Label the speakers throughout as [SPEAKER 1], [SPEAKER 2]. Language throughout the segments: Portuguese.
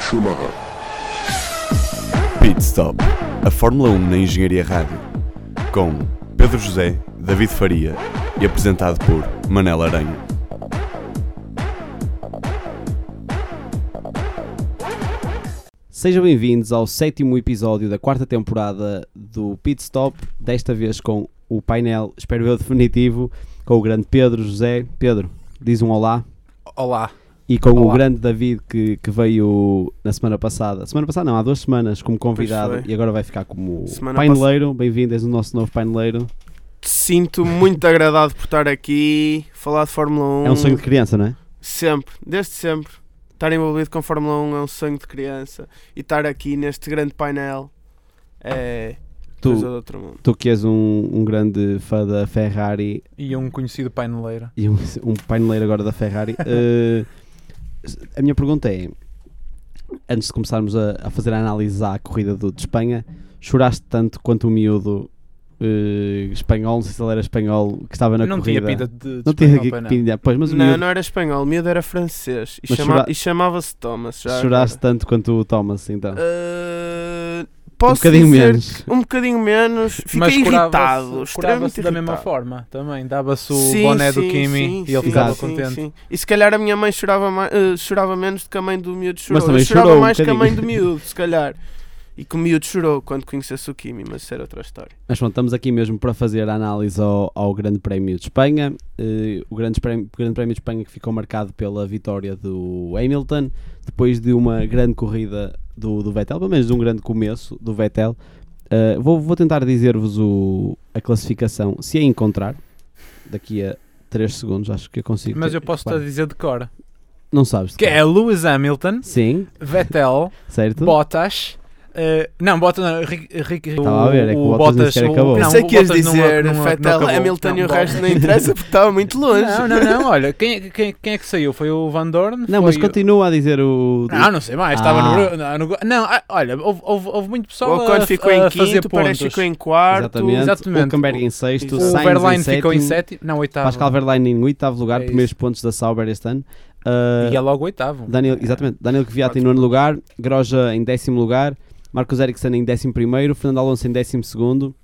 [SPEAKER 1] Schumacher.
[SPEAKER 2] Pit Stop. A Fórmula 1 na Engenharia Rádio. Com Pedro José, David Faria e apresentado por Manel Aranha.
[SPEAKER 3] Sejam bem-vindos ao sétimo episódio da quarta temporada do Pit Stop, desta vez com o painel, espero eu, definitivo, com o grande Pedro José. Pedro, diz um olá.
[SPEAKER 4] Olá.
[SPEAKER 3] E com o
[SPEAKER 4] Olá.
[SPEAKER 3] grande David que, que veio na semana passada. Semana passada não, há duas semanas como convidado
[SPEAKER 4] Pois foi.
[SPEAKER 3] e agora vai ficar como
[SPEAKER 4] Semana
[SPEAKER 3] paineleiro. Bem-vindo, és o nosso novo paineleiro.
[SPEAKER 4] Sinto muito agradado por estar aqui, falar de Fórmula 1.
[SPEAKER 3] É um sonho de criança, não é?
[SPEAKER 4] Sempre, desde sempre. Estar envolvido com Fórmula 1 é um sonho de criança. E estar aqui neste grande painel é
[SPEAKER 3] Tu,
[SPEAKER 4] coisa do outro mundo.
[SPEAKER 3] tu que és um, um grande fã da Ferrari
[SPEAKER 5] E um conhecido paineleiro.
[SPEAKER 3] e um, um paineleiro agora da Ferrari. eh, a minha pergunta é: antes de começarmos a, a fazer a análise à corrida do, de Espanha, choraste tanto quanto o miúdo eh, espanhol, não sei se ele era espanhol, que estava na
[SPEAKER 5] não
[SPEAKER 3] corrida?
[SPEAKER 5] tinha pinta de. de
[SPEAKER 3] Não tinha
[SPEAKER 5] espanhol,
[SPEAKER 3] que
[SPEAKER 5] pai,
[SPEAKER 3] pinta, pois, mas o
[SPEAKER 4] não,
[SPEAKER 3] miúdo
[SPEAKER 4] não era espanhol, o miúdo era francês. E,
[SPEAKER 3] Mas
[SPEAKER 4] chama-
[SPEAKER 3] chora-
[SPEAKER 4] e chamava-se Thomas. Já
[SPEAKER 3] choraste tanto quanto o Thomas, então.
[SPEAKER 4] Ah,
[SPEAKER 3] um
[SPEAKER 4] posso
[SPEAKER 3] bocadinho
[SPEAKER 4] dizer
[SPEAKER 3] menos.
[SPEAKER 4] que Um bocadinho menos. Fiquei
[SPEAKER 5] Mas curava-se-
[SPEAKER 4] irritado.
[SPEAKER 5] curava-se
[SPEAKER 4] extremamente
[SPEAKER 5] da mesma
[SPEAKER 4] irritado.
[SPEAKER 5] forma também. Dava-se o
[SPEAKER 4] Sim,
[SPEAKER 5] boné do
[SPEAKER 4] sim,
[SPEAKER 5] Kimi
[SPEAKER 4] sim,
[SPEAKER 5] e ele
[SPEAKER 4] sim,
[SPEAKER 5] ficava
[SPEAKER 3] Exato.
[SPEAKER 5] contente.
[SPEAKER 4] sim. E se calhar a minha mãe chorava, mais, eh, chorava menos do que a mãe do miúdo chorou.
[SPEAKER 3] também
[SPEAKER 4] Eu chorava
[SPEAKER 3] chorou um
[SPEAKER 4] mais que a
[SPEAKER 3] bocadinho.
[SPEAKER 4] mãe do miúdo, se calhar. E que o miúdo chorou quando conhecesse o Kimi, mas isso era outra história.
[SPEAKER 3] Mas pronto, estamos aqui mesmo para fazer a análise ao, ao Grande Prémio de Espanha. Eh, o grande prémio, grande prémio de Espanha que ficou marcado pela vitória do Hamilton, depois de uma grande corrida do, do Vettel, pelo menos de um grande começo do Vettel. Eh, vou, vou tentar dizer-vos o- a classificação, se a encontrar, daqui a 3 segundos, acho que eu consigo.
[SPEAKER 5] Mas
[SPEAKER 3] ter-
[SPEAKER 5] eu posso te
[SPEAKER 3] reparar.
[SPEAKER 5] dizer de cor.
[SPEAKER 3] Não sabes.
[SPEAKER 5] Que é Lewis Hamilton,
[SPEAKER 3] Sim,
[SPEAKER 5] Vettel,
[SPEAKER 3] certo?
[SPEAKER 5] Bottas. eh, não, Bottas não, Rick, Rick,
[SPEAKER 3] Estava a ver, é que o Bottas nem sequer acabou.
[SPEAKER 5] não,
[SPEAKER 4] Pensei
[SPEAKER 5] o
[SPEAKER 4] que ias
[SPEAKER 5] Bottas não-
[SPEAKER 4] dizer
[SPEAKER 5] não- não
[SPEAKER 4] Fettel,
[SPEAKER 5] acabou.
[SPEAKER 4] Hamilton
[SPEAKER 5] Não,
[SPEAKER 4] e o
[SPEAKER 5] Bottas.
[SPEAKER 4] resto não interessa porque estava muito longe.
[SPEAKER 5] Não, não, não, olha, quem, quem, quem é que saiu? Foi o Van Dorn?
[SPEAKER 3] Não, mas
[SPEAKER 5] Foi o-
[SPEAKER 3] continua a dizer o.
[SPEAKER 5] Não, não sei mais,
[SPEAKER 3] Ah.
[SPEAKER 5] estava no gru- no, no gru- Não, ah, olha, houve, houve, houve muito pessoal
[SPEAKER 4] O Ocon
[SPEAKER 5] a,
[SPEAKER 4] ficou
[SPEAKER 5] a
[SPEAKER 4] em
[SPEAKER 5] fazer
[SPEAKER 4] quinto, o Pérez
[SPEAKER 5] pontos.
[SPEAKER 4] ficou em quarto.
[SPEAKER 3] Exatamente.
[SPEAKER 5] Exatamente.
[SPEAKER 3] O Camberg em 6,
[SPEAKER 4] O
[SPEAKER 5] O
[SPEAKER 3] Sainz
[SPEAKER 5] Verlaine
[SPEAKER 3] em 7.
[SPEAKER 5] ficou em sétimo, não, oitavo.
[SPEAKER 3] Pascal Verlaine em oitavo lugar,
[SPEAKER 5] É
[SPEAKER 3] primeiros
[SPEAKER 5] isso.
[SPEAKER 3] pontos da Sauber este ano. Uh,
[SPEAKER 5] E é logo oitavo.
[SPEAKER 3] Daniel, exatamente, Daniel Kvyat em
[SPEAKER 4] Ótimo.
[SPEAKER 3] nono lugar, Groja em décimo lugar, Marcos Ericsson em décimo primeiro, Fernando Alonso em décimo segundo,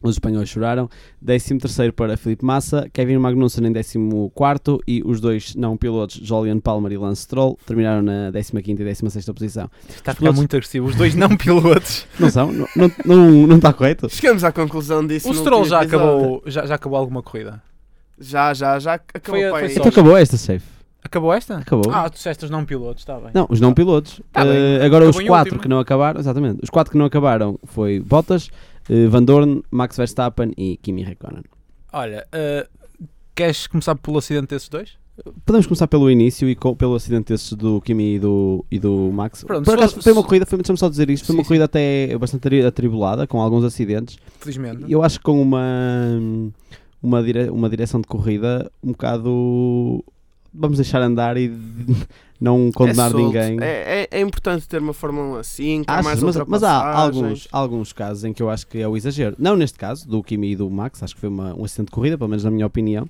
[SPEAKER 3] os espanhóis choraram, décimo terceiro para Felipe Massa, Kevin Magnussen em décimo quarto e os dois não pilotos, Julian Palmer e Lance Stroll, terminaram na décima quinta e décima sexta posição.
[SPEAKER 5] Está a
[SPEAKER 3] Os
[SPEAKER 5] ficar
[SPEAKER 3] pilotos-
[SPEAKER 5] muito agressivo. Os dois não pilotos.
[SPEAKER 3] Não são? não, não, não, não está correto?
[SPEAKER 4] Chegamos à conclusão disso.
[SPEAKER 5] o
[SPEAKER 4] no
[SPEAKER 5] Stroll
[SPEAKER 4] último
[SPEAKER 5] já
[SPEAKER 4] episódio.
[SPEAKER 5] acabou, já, já acabou alguma corrida.
[SPEAKER 4] Já, já, já acabou.
[SPEAKER 5] Foi-
[SPEAKER 4] pá,
[SPEAKER 5] foi
[SPEAKER 4] aí.
[SPEAKER 5] só-
[SPEAKER 3] Então acabou esta, chefe.
[SPEAKER 5] Acabou esta?
[SPEAKER 3] Acabou.
[SPEAKER 5] Ah, tu disseste os não pilotos, está bem.
[SPEAKER 3] Não, os não pilotos.
[SPEAKER 5] Tá bem.
[SPEAKER 3] Eh, agora
[SPEAKER 5] Acabou
[SPEAKER 3] os
[SPEAKER 5] em
[SPEAKER 3] quatro
[SPEAKER 5] último.
[SPEAKER 3] que não acabaram, exatamente. Os quatro que não acabaram foi Bottas, eh, Van Dorn, Max Verstappen e Kimi Räikkönen.
[SPEAKER 5] Olha, eh, queres começar pelo acidente desses dois?
[SPEAKER 3] Podemos começar pelo início e co- pelo acidente desses do Kimi e do, e do Max.
[SPEAKER 5] Pronto,
[SPEAKER 3] Por
[SPEAKER 5] se
[SPEAKER 3] acaso
[SPEAKER 5] fosse-
[SPEAKER 3] foi uma corrida, foi, deixa-me só dizer isto, foi
[SPEAKER 5] Sim,
[SPEAKER 3] uma
[SPEAKER 5] sim.
[SPEAKER 3] corrida até bastante atri- atribulada, com alguns acidentes.
[SPEAKER 5] Felizmente.
[SPEAKER 3] E Eu acho que com uma, uma, dire- uma direção de corrida um bocado... Vamos deixar andar e não condenar
[SPEAKER 4] É solto.
[SPEAKER 3] ninguém.
[SPEAKER 4] É, é- é importante ter uma Fórmula 1 assim, com
[SPEAKER 3] Achas?
[SPEAKER 4] mais
[SPEAKER 3] mas, mas há
[SPEAKER 4] ultrapassagens.
[SPEAKER 3] alguns, alguns casos em que eu acho que é o exagero. Não neste caso, do Kimi e do Max, acho que foi uma- um acidente de corrida, pelo menos na minha opinião.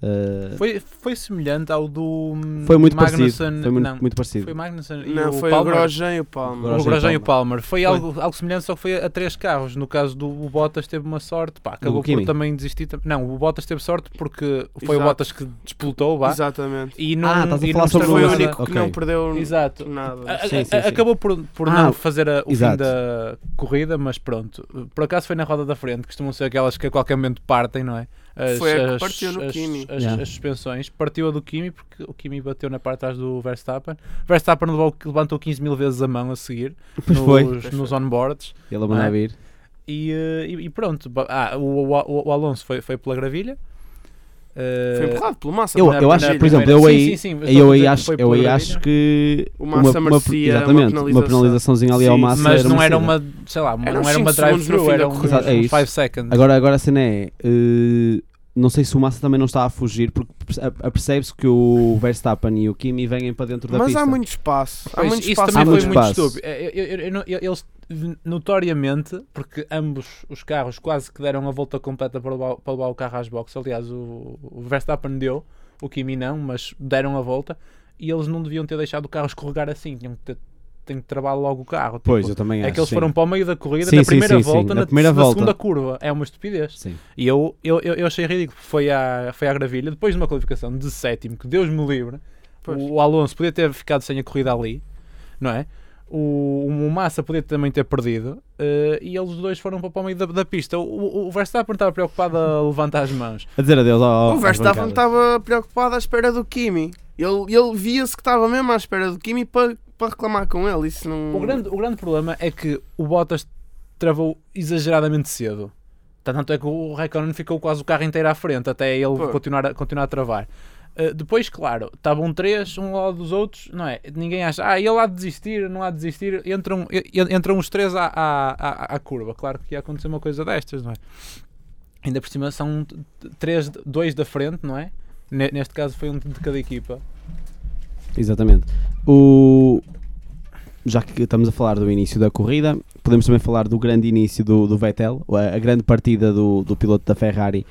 [SPEAKER 3] Uh,
[SPEAKER 5] Foi, foi semelhante ao do hum,
[SPEAKER 3] foi muito
[SPEAKER 5] Magnussen.
[SPEAKER 3] parecido. Foi muito,
[SPEAKER 5] não,
[SPEAKER 3] muito parecido.
[SPEAKER 5] foi Magnussen e
[SPEAKER 4] Não,
[SPEAKER 5] o
[SPEAKER 4] foi o
[SPEAKER 5] Palmer.
[SPEAKER 4] Grosjean e o
[SPEAKER 3] O
[SPEAKER 4] Palmer.
[SPEAKER 3] Grosjean
[SPEAKER 5] O
[SPEAKER 3] e
[SPEAKER 5] Grosjean e o
[SPEAKER 3] Palmer.
[SPEAKER 5] Palmer. Foi,
[SPEAKER 4] Foi.
[SPEAKER 5] Algo, algo semelhante, só que foi a três carros. No caso do o Bottas teve uma sorte, pá, acabou
[SPEAKER 3] Kimi.
[SPEAKER 5] por também desistir. tam- Não, o Bottas teve sorte porque foi
[SPEAKER 4] Exato.
[SPEAKER 5] o Bottas que despoletou, vá.
[SPEAKER 4] Exatamente.
[SPEAKER 5] E não,
[SPEAKER 3] Ah, estás a
[SPEAKER 5] e
[SPEAKER 3] falar
[SPEAKER 5] não
[SPEAKER 3] sobre Não,
[SPEAKER 4] Foi o
[SPEAKER 3] mas-
[SPEAKER 5] estragou nada.
[SPEAKER 4] único que
[SPEAKER 3] ok.
[SPEAKER 4] não perdeu
[SPEAKER 5] Exato. Ah, A-
[SPEAKER 4] nada.
[SPEAKER 5] a-
[SPEAKER 3] Sim, sim,
[SPEAKER 5] a-
[SPEAKER 3] sim.
[SPEAKER 5] Acabou por, por
[SPEAKER 3] Ah,
[SPEAKER 5] não fazer a- o
[SPEAKER 3] exato.
[SPEAKER 5] fim da corrida, mas pronto. Por acaso foi na roda da frente, costumam ser aquelas que a qualquer momento partem, não é? As,
[SPEAKER 4] Foi a que
[SPEAKER 5] as-
[SPEAKER 4] partiu no
[SPEAKER 5] as-
[SPEAKER 4] Kimi.
[SPEAKER 5] as-
[SPEAKER 3] Yeah.
[SPEAKER 5] as suspensões. Partiu a do Kimi, porque o Kimi bateu na parte de trás do Verstappen. Verstappen levou- levantou 15 mil vezes a mão a seguir
[SPEAKER 3] Pois
[SPEAKER 5] nos,
[SPEAKER 3] foi.
[SPEAKER 5] nos onboards.
[SPEAKER 3] Ele a mandar
[SPEAKER 5] Ah.
[SPEAKER 3] vir.
[SPEAKER 5] E, eh, e- e pronto, Ba- ah, o, o- o Alonso foi, foi pela gravilha. Eh,
[SPEAKER 4] Foi empurrado pelo Massa.
[SPEAKER 3] Eu-
[SPEAKER 4] não é?
[SPEAKER 3] eu acho
[SPEAKER 5] na
[SPEAKER 3] que, por exemplo, eu
[SPEAKER 5] primeira-
[SPEAKER 3] aí-
[SPEAKER 5] sim, sim,
[SPEAKER 3] Eu aí
[SPEAKER 5] estou a dizer que
[SPEAKER 3] acho,
[SPEAKER 5] foi
[SPEAKER 3] eu
[SPEAKER 5] pela
[SPEAKER 3] aí
[SPEAKER 5] gravilha.
[SPEAKER 3] acho que.
[SPEAKER 4] né? O Massa merecia uma
[SPEAKER 3] exatamente, uma
[SPEAKER 4] penalização.
[SPEAKER 3] penalizaçãozinha ali ao
[SPEAKER 4] Sim,
[SPEAKER 3] Massa.
[SPEAKER 5] Mas não
[SPEAKER 3] merecida.
[SPEAKER 5] era uma, sei lá, uma-
[SPEAKER 4] Eram
[SPEAKER 5] não era
[SPEAKER 4] cinco
[SPEAKER 5] uma
[SPEAKER 4] segundos no
[SPEAKER 5] drive-thru,
[SPEAKER 4] fim da
[SPEAKER 5] era um
[SPEAKER 4] corrida.
[SPEAKER 3] Exato, é isso.
[SPEAKER 5] 5 seconds.
[SPEAKER 3] Agora, agora a cena é. eh, não sei se o Massa também não está a fugir, porque perce- apercebe-se que o Verstappen e o Kimi vêm para dentro da
[SPEAKER 4] Mas
[SPEAKER 3] pista.
[SPEAKER 4] há muito espaço. Há
[SPEAKER 5] Pois,
[SPEAKER 4] muito
[SPEAKER 5] isso
[SPEAKER 4] espaço.
[SPEAKER 5] também
[SPEAKER 3] Há
[SPEAKER 5] foi
[SPEAKER 3] muito
[SPEAKER 5] muito
[SPEAKER 3] espaço.
[SPEAKER 5] estúpido. É, Eu- eu- eu não- eu- Eles, notoriamente, porque ambos os carros quase que deram a volta completa para levar, para levar o carro às boxes, aliás, o, o Verstappen deu, o Kimi não, mas deram a volta, e eles não deviam ter deixado o carro escorregar assim, tinham que ter tem que travar logo o carro. tipo,
[SPEAKER 3] Pois, eu também
[SPEAKER 5] é
[SPEAKER 3] acho.
[SPEAKER 5] que eles
[SPEAKER 3] sim.
[SPEAKER 5] foram para o meio da corrida,
[SPEAKER 3] Sim,
[SPEAKER 5] na
[SPEAKER 3] sim,
[SPEAKER 5] primeira
[SPEAKER 3] sim, sim,
[SPEAKER 5] volta,
[SPEAKER 3] na
[SPEAKER 5] na,
[SPEAKER 3] primeira
[SPEAKER 5] na
[SPEAKER 3] volta.
[SPEAKER 5] segunda curva. É uma estupidez.
[SPEAKER 3] Sim.
[SPEAKER 5] E eu, eu, eu, eu achei ridículo. Foi à, foi à gravilha, depois de uma qualificação de sétimo, que Deus me livre,
[SPEAKER 4] Pois.
[SPEAKER 5] o, o Alonso podia ter ficado sem a corrida ali, não é? O, o Massa podia também ter perdido eh, e eles dois foram para o meio da, da pista. O, o, o Verstappen estava preocupado a levantar as mãos.
[SPEAKER 3] A dizer adeus ao.
[SPEAKER 4] o
[SPEAKER 3] às
[SPEAKER 4] Verstappen
[SPEAKER 3] bancadas.
[SPEAKER 4] estava preocupado à espera do Kimi. Ele, ele via-se que estava mesmo à espera do Kimi para para reclamar com ele. Isso não.
[SPEAKER 5] O grande, o grande problema é que o Bottas travou exageradamente cedo. Tanto é que o Raikkonen ficou quase o carro inteiro à frente até ele
[SPEAKER 4] Pô.
[SPEAKER 5] continuar a, continuar a travar. Uh, depois, claro, estavam três, um ao lado dos outros, não é? Ninguém acha, ah, ele há de desistir, não há de desistir. Entram, e- entram os três à, à, à, à curva. Claro que ia acontecer uma coisa destas, não é? Ainda por cima são t- t- três, dois da frente, não é? Ne- Neste caso foi um de cada equipa.
[SPEAKER 3] Exatamente. O... Já que estamos a falar do início da corrida, podemos também falar do grande início do, do Vettel, a, a grande partida do, do piloto da Ferrari,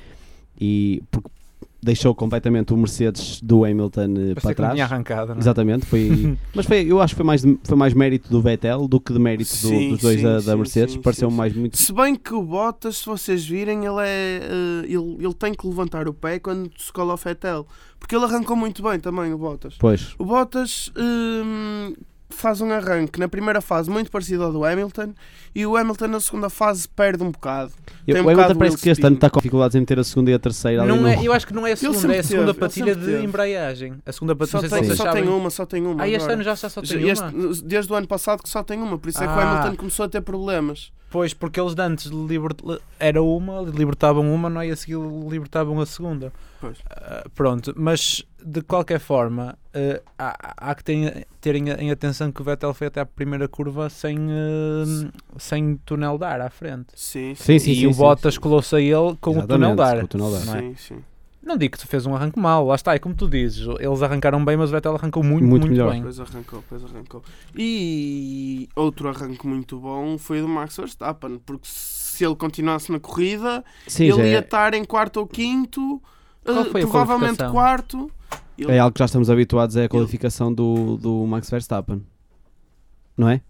[SPEAKER 3] e porque deixou completamente o Mercedes do Hamilton eh,
[SPEAKER 5] Parecia
[SPEAKER 3] para
[SPEAKER 5] que não
[SPEAKER 3] trás.
[SPEAKER 5] tinha arrancado, não é?
[SPEAKER 3] Exatamente, foi, mas foi, eu acho que foi mais, de- foi mais mérito do Vettel do que de mérito do-
[SPEAKER 4] Sim,
[SPEAKER 3] dos dois
[SPEAKER 4] sim,
[SPEAKER 3] da, da
[SPEAKER 4] sim,
[SPEAKER 3] Mercedes.
[SPEAKER 4] sim,
[SPEAKER 3] Pareceu
[SPEAKER 4] sim,
[SPEAKER 3] mais muito.
[SPEAKER 4] Se bem que o Bottas, se vocês virem, ele é. eh, ele, ele tem que levantar o pé quando se cola o Fetel. Porque ele arrancou muito bem também o Bottas.
[SPEAKER 3] Pois,
[SPEAKER 4] O Bottas hum, faz um arranque na primeira fase muito parecido ao do Hamilton e o Hamilton na segunda fase perde um bocado.
[SPEAKER 3] Eu-
[SPEAKER 4] Tem um
[SPEAKER 3] o Hamilton
[SPEAKER 4] bocado
[SPEAKER 3] parece
[SPEAKER 4] Will
[SPEAKER 3] que este ano
[SPEAKER 4] Steam.
[SPEAKER 3] está com dificuldades em ter a segunda e a terceira. ali
[SPEAKER 5] Não
[SPEAKER 3] no-
[SPEAKER 5] é, eu acho que não é a segunda,
[SPEAKER 4] sempre
[SPEAKER 5] é a segunda
[SPEAKER 4] teve, ele
[SPEAKER 5] patilha
[SPEAKER 4] sempre
[SPEAKER 5] de
[SPEAKER 4] teve.
[SPEAKER 5] embreagem. A segunda
[SPEAKER 4] Só,
[SPEAKER 5] patilha
[SPEAKER 4] tem, só tem uma, só tem uma.
[SPEAKER 5] Ah, este
[SPEAKER 4] agora.
[SPEAKER 5] ano já só, só tem
[SPEAKER 4] Este-
[SPEAKER 5] uma?
[SPEAKER 4] desde o ano passado que só tem uma, por isso é que o
[SPEAKER 5] Ah.
[SPEAKER 4] Hamilton começou a ter problemas.
[SPEAKER 5] Pois, porque eles de antes liber- li- era uma, libertavam uma, não é? E a seguir libertavam a segunda.
[SPEAKER 4] Pois.
[SPEAKER 5] Ah, pronto, mas de qualquer forma, eh, há, há que ter, terem em atenção que o Vettel foi até a primeira curva sem, eh, sem túnel de ar à frente.
[SPEAKER 4] Sim, sim.
[SPEAKER 3] Sim, sim,
[SPEAKER 5] e
[SPEAKER 3] sim,
[SPEAKER 5] o
[SPEAKER 3] sim,
[SPEAKER 5] Bottas colou-se a ele com o
[SPEAKER 3] Exatamente,
[SPEAKER 5] túnel de ar.
[SPEAKER 3] com o túnel de ar.
[SPEAKER 5] Não, é?
[SPEAKER 4] Sim, sim.
[SPEAKER 5] Não digo que tu fez um arranque mau, lá está, é como tu dizes, eles arrancaram bem, mas o Vettel arrancou muito,
[SPEAKER 3] Muito
[SPEAKER 5] muito,
[SPEAKER 3] melhor.
[SPEAKER 5] bem.
[SPEAKER 4] Depois arrancou, depois arrancou. E outro arranque muito bom foi do Max Verstappen, porque se ele continuasse na corrida,
[SPEAKER 3] Sim, já
[SPEAKER 4] ele ia
[SPEAKER 3] é,
[SPEAKER 4] estar em quarto ou quinto,
[SPEAKER 5] Qual
[SPEAKER 4] eh,
[SPEAKER 5] foi a
[SPEAKER 4] provavelmente
[SPEAKER 5] qualificação?
[SPEAKER 4] quarto. Ele-
[SPEAKER 3] é algo que já estamos habituados é a qualificação do, do Max Verstappen. Não é?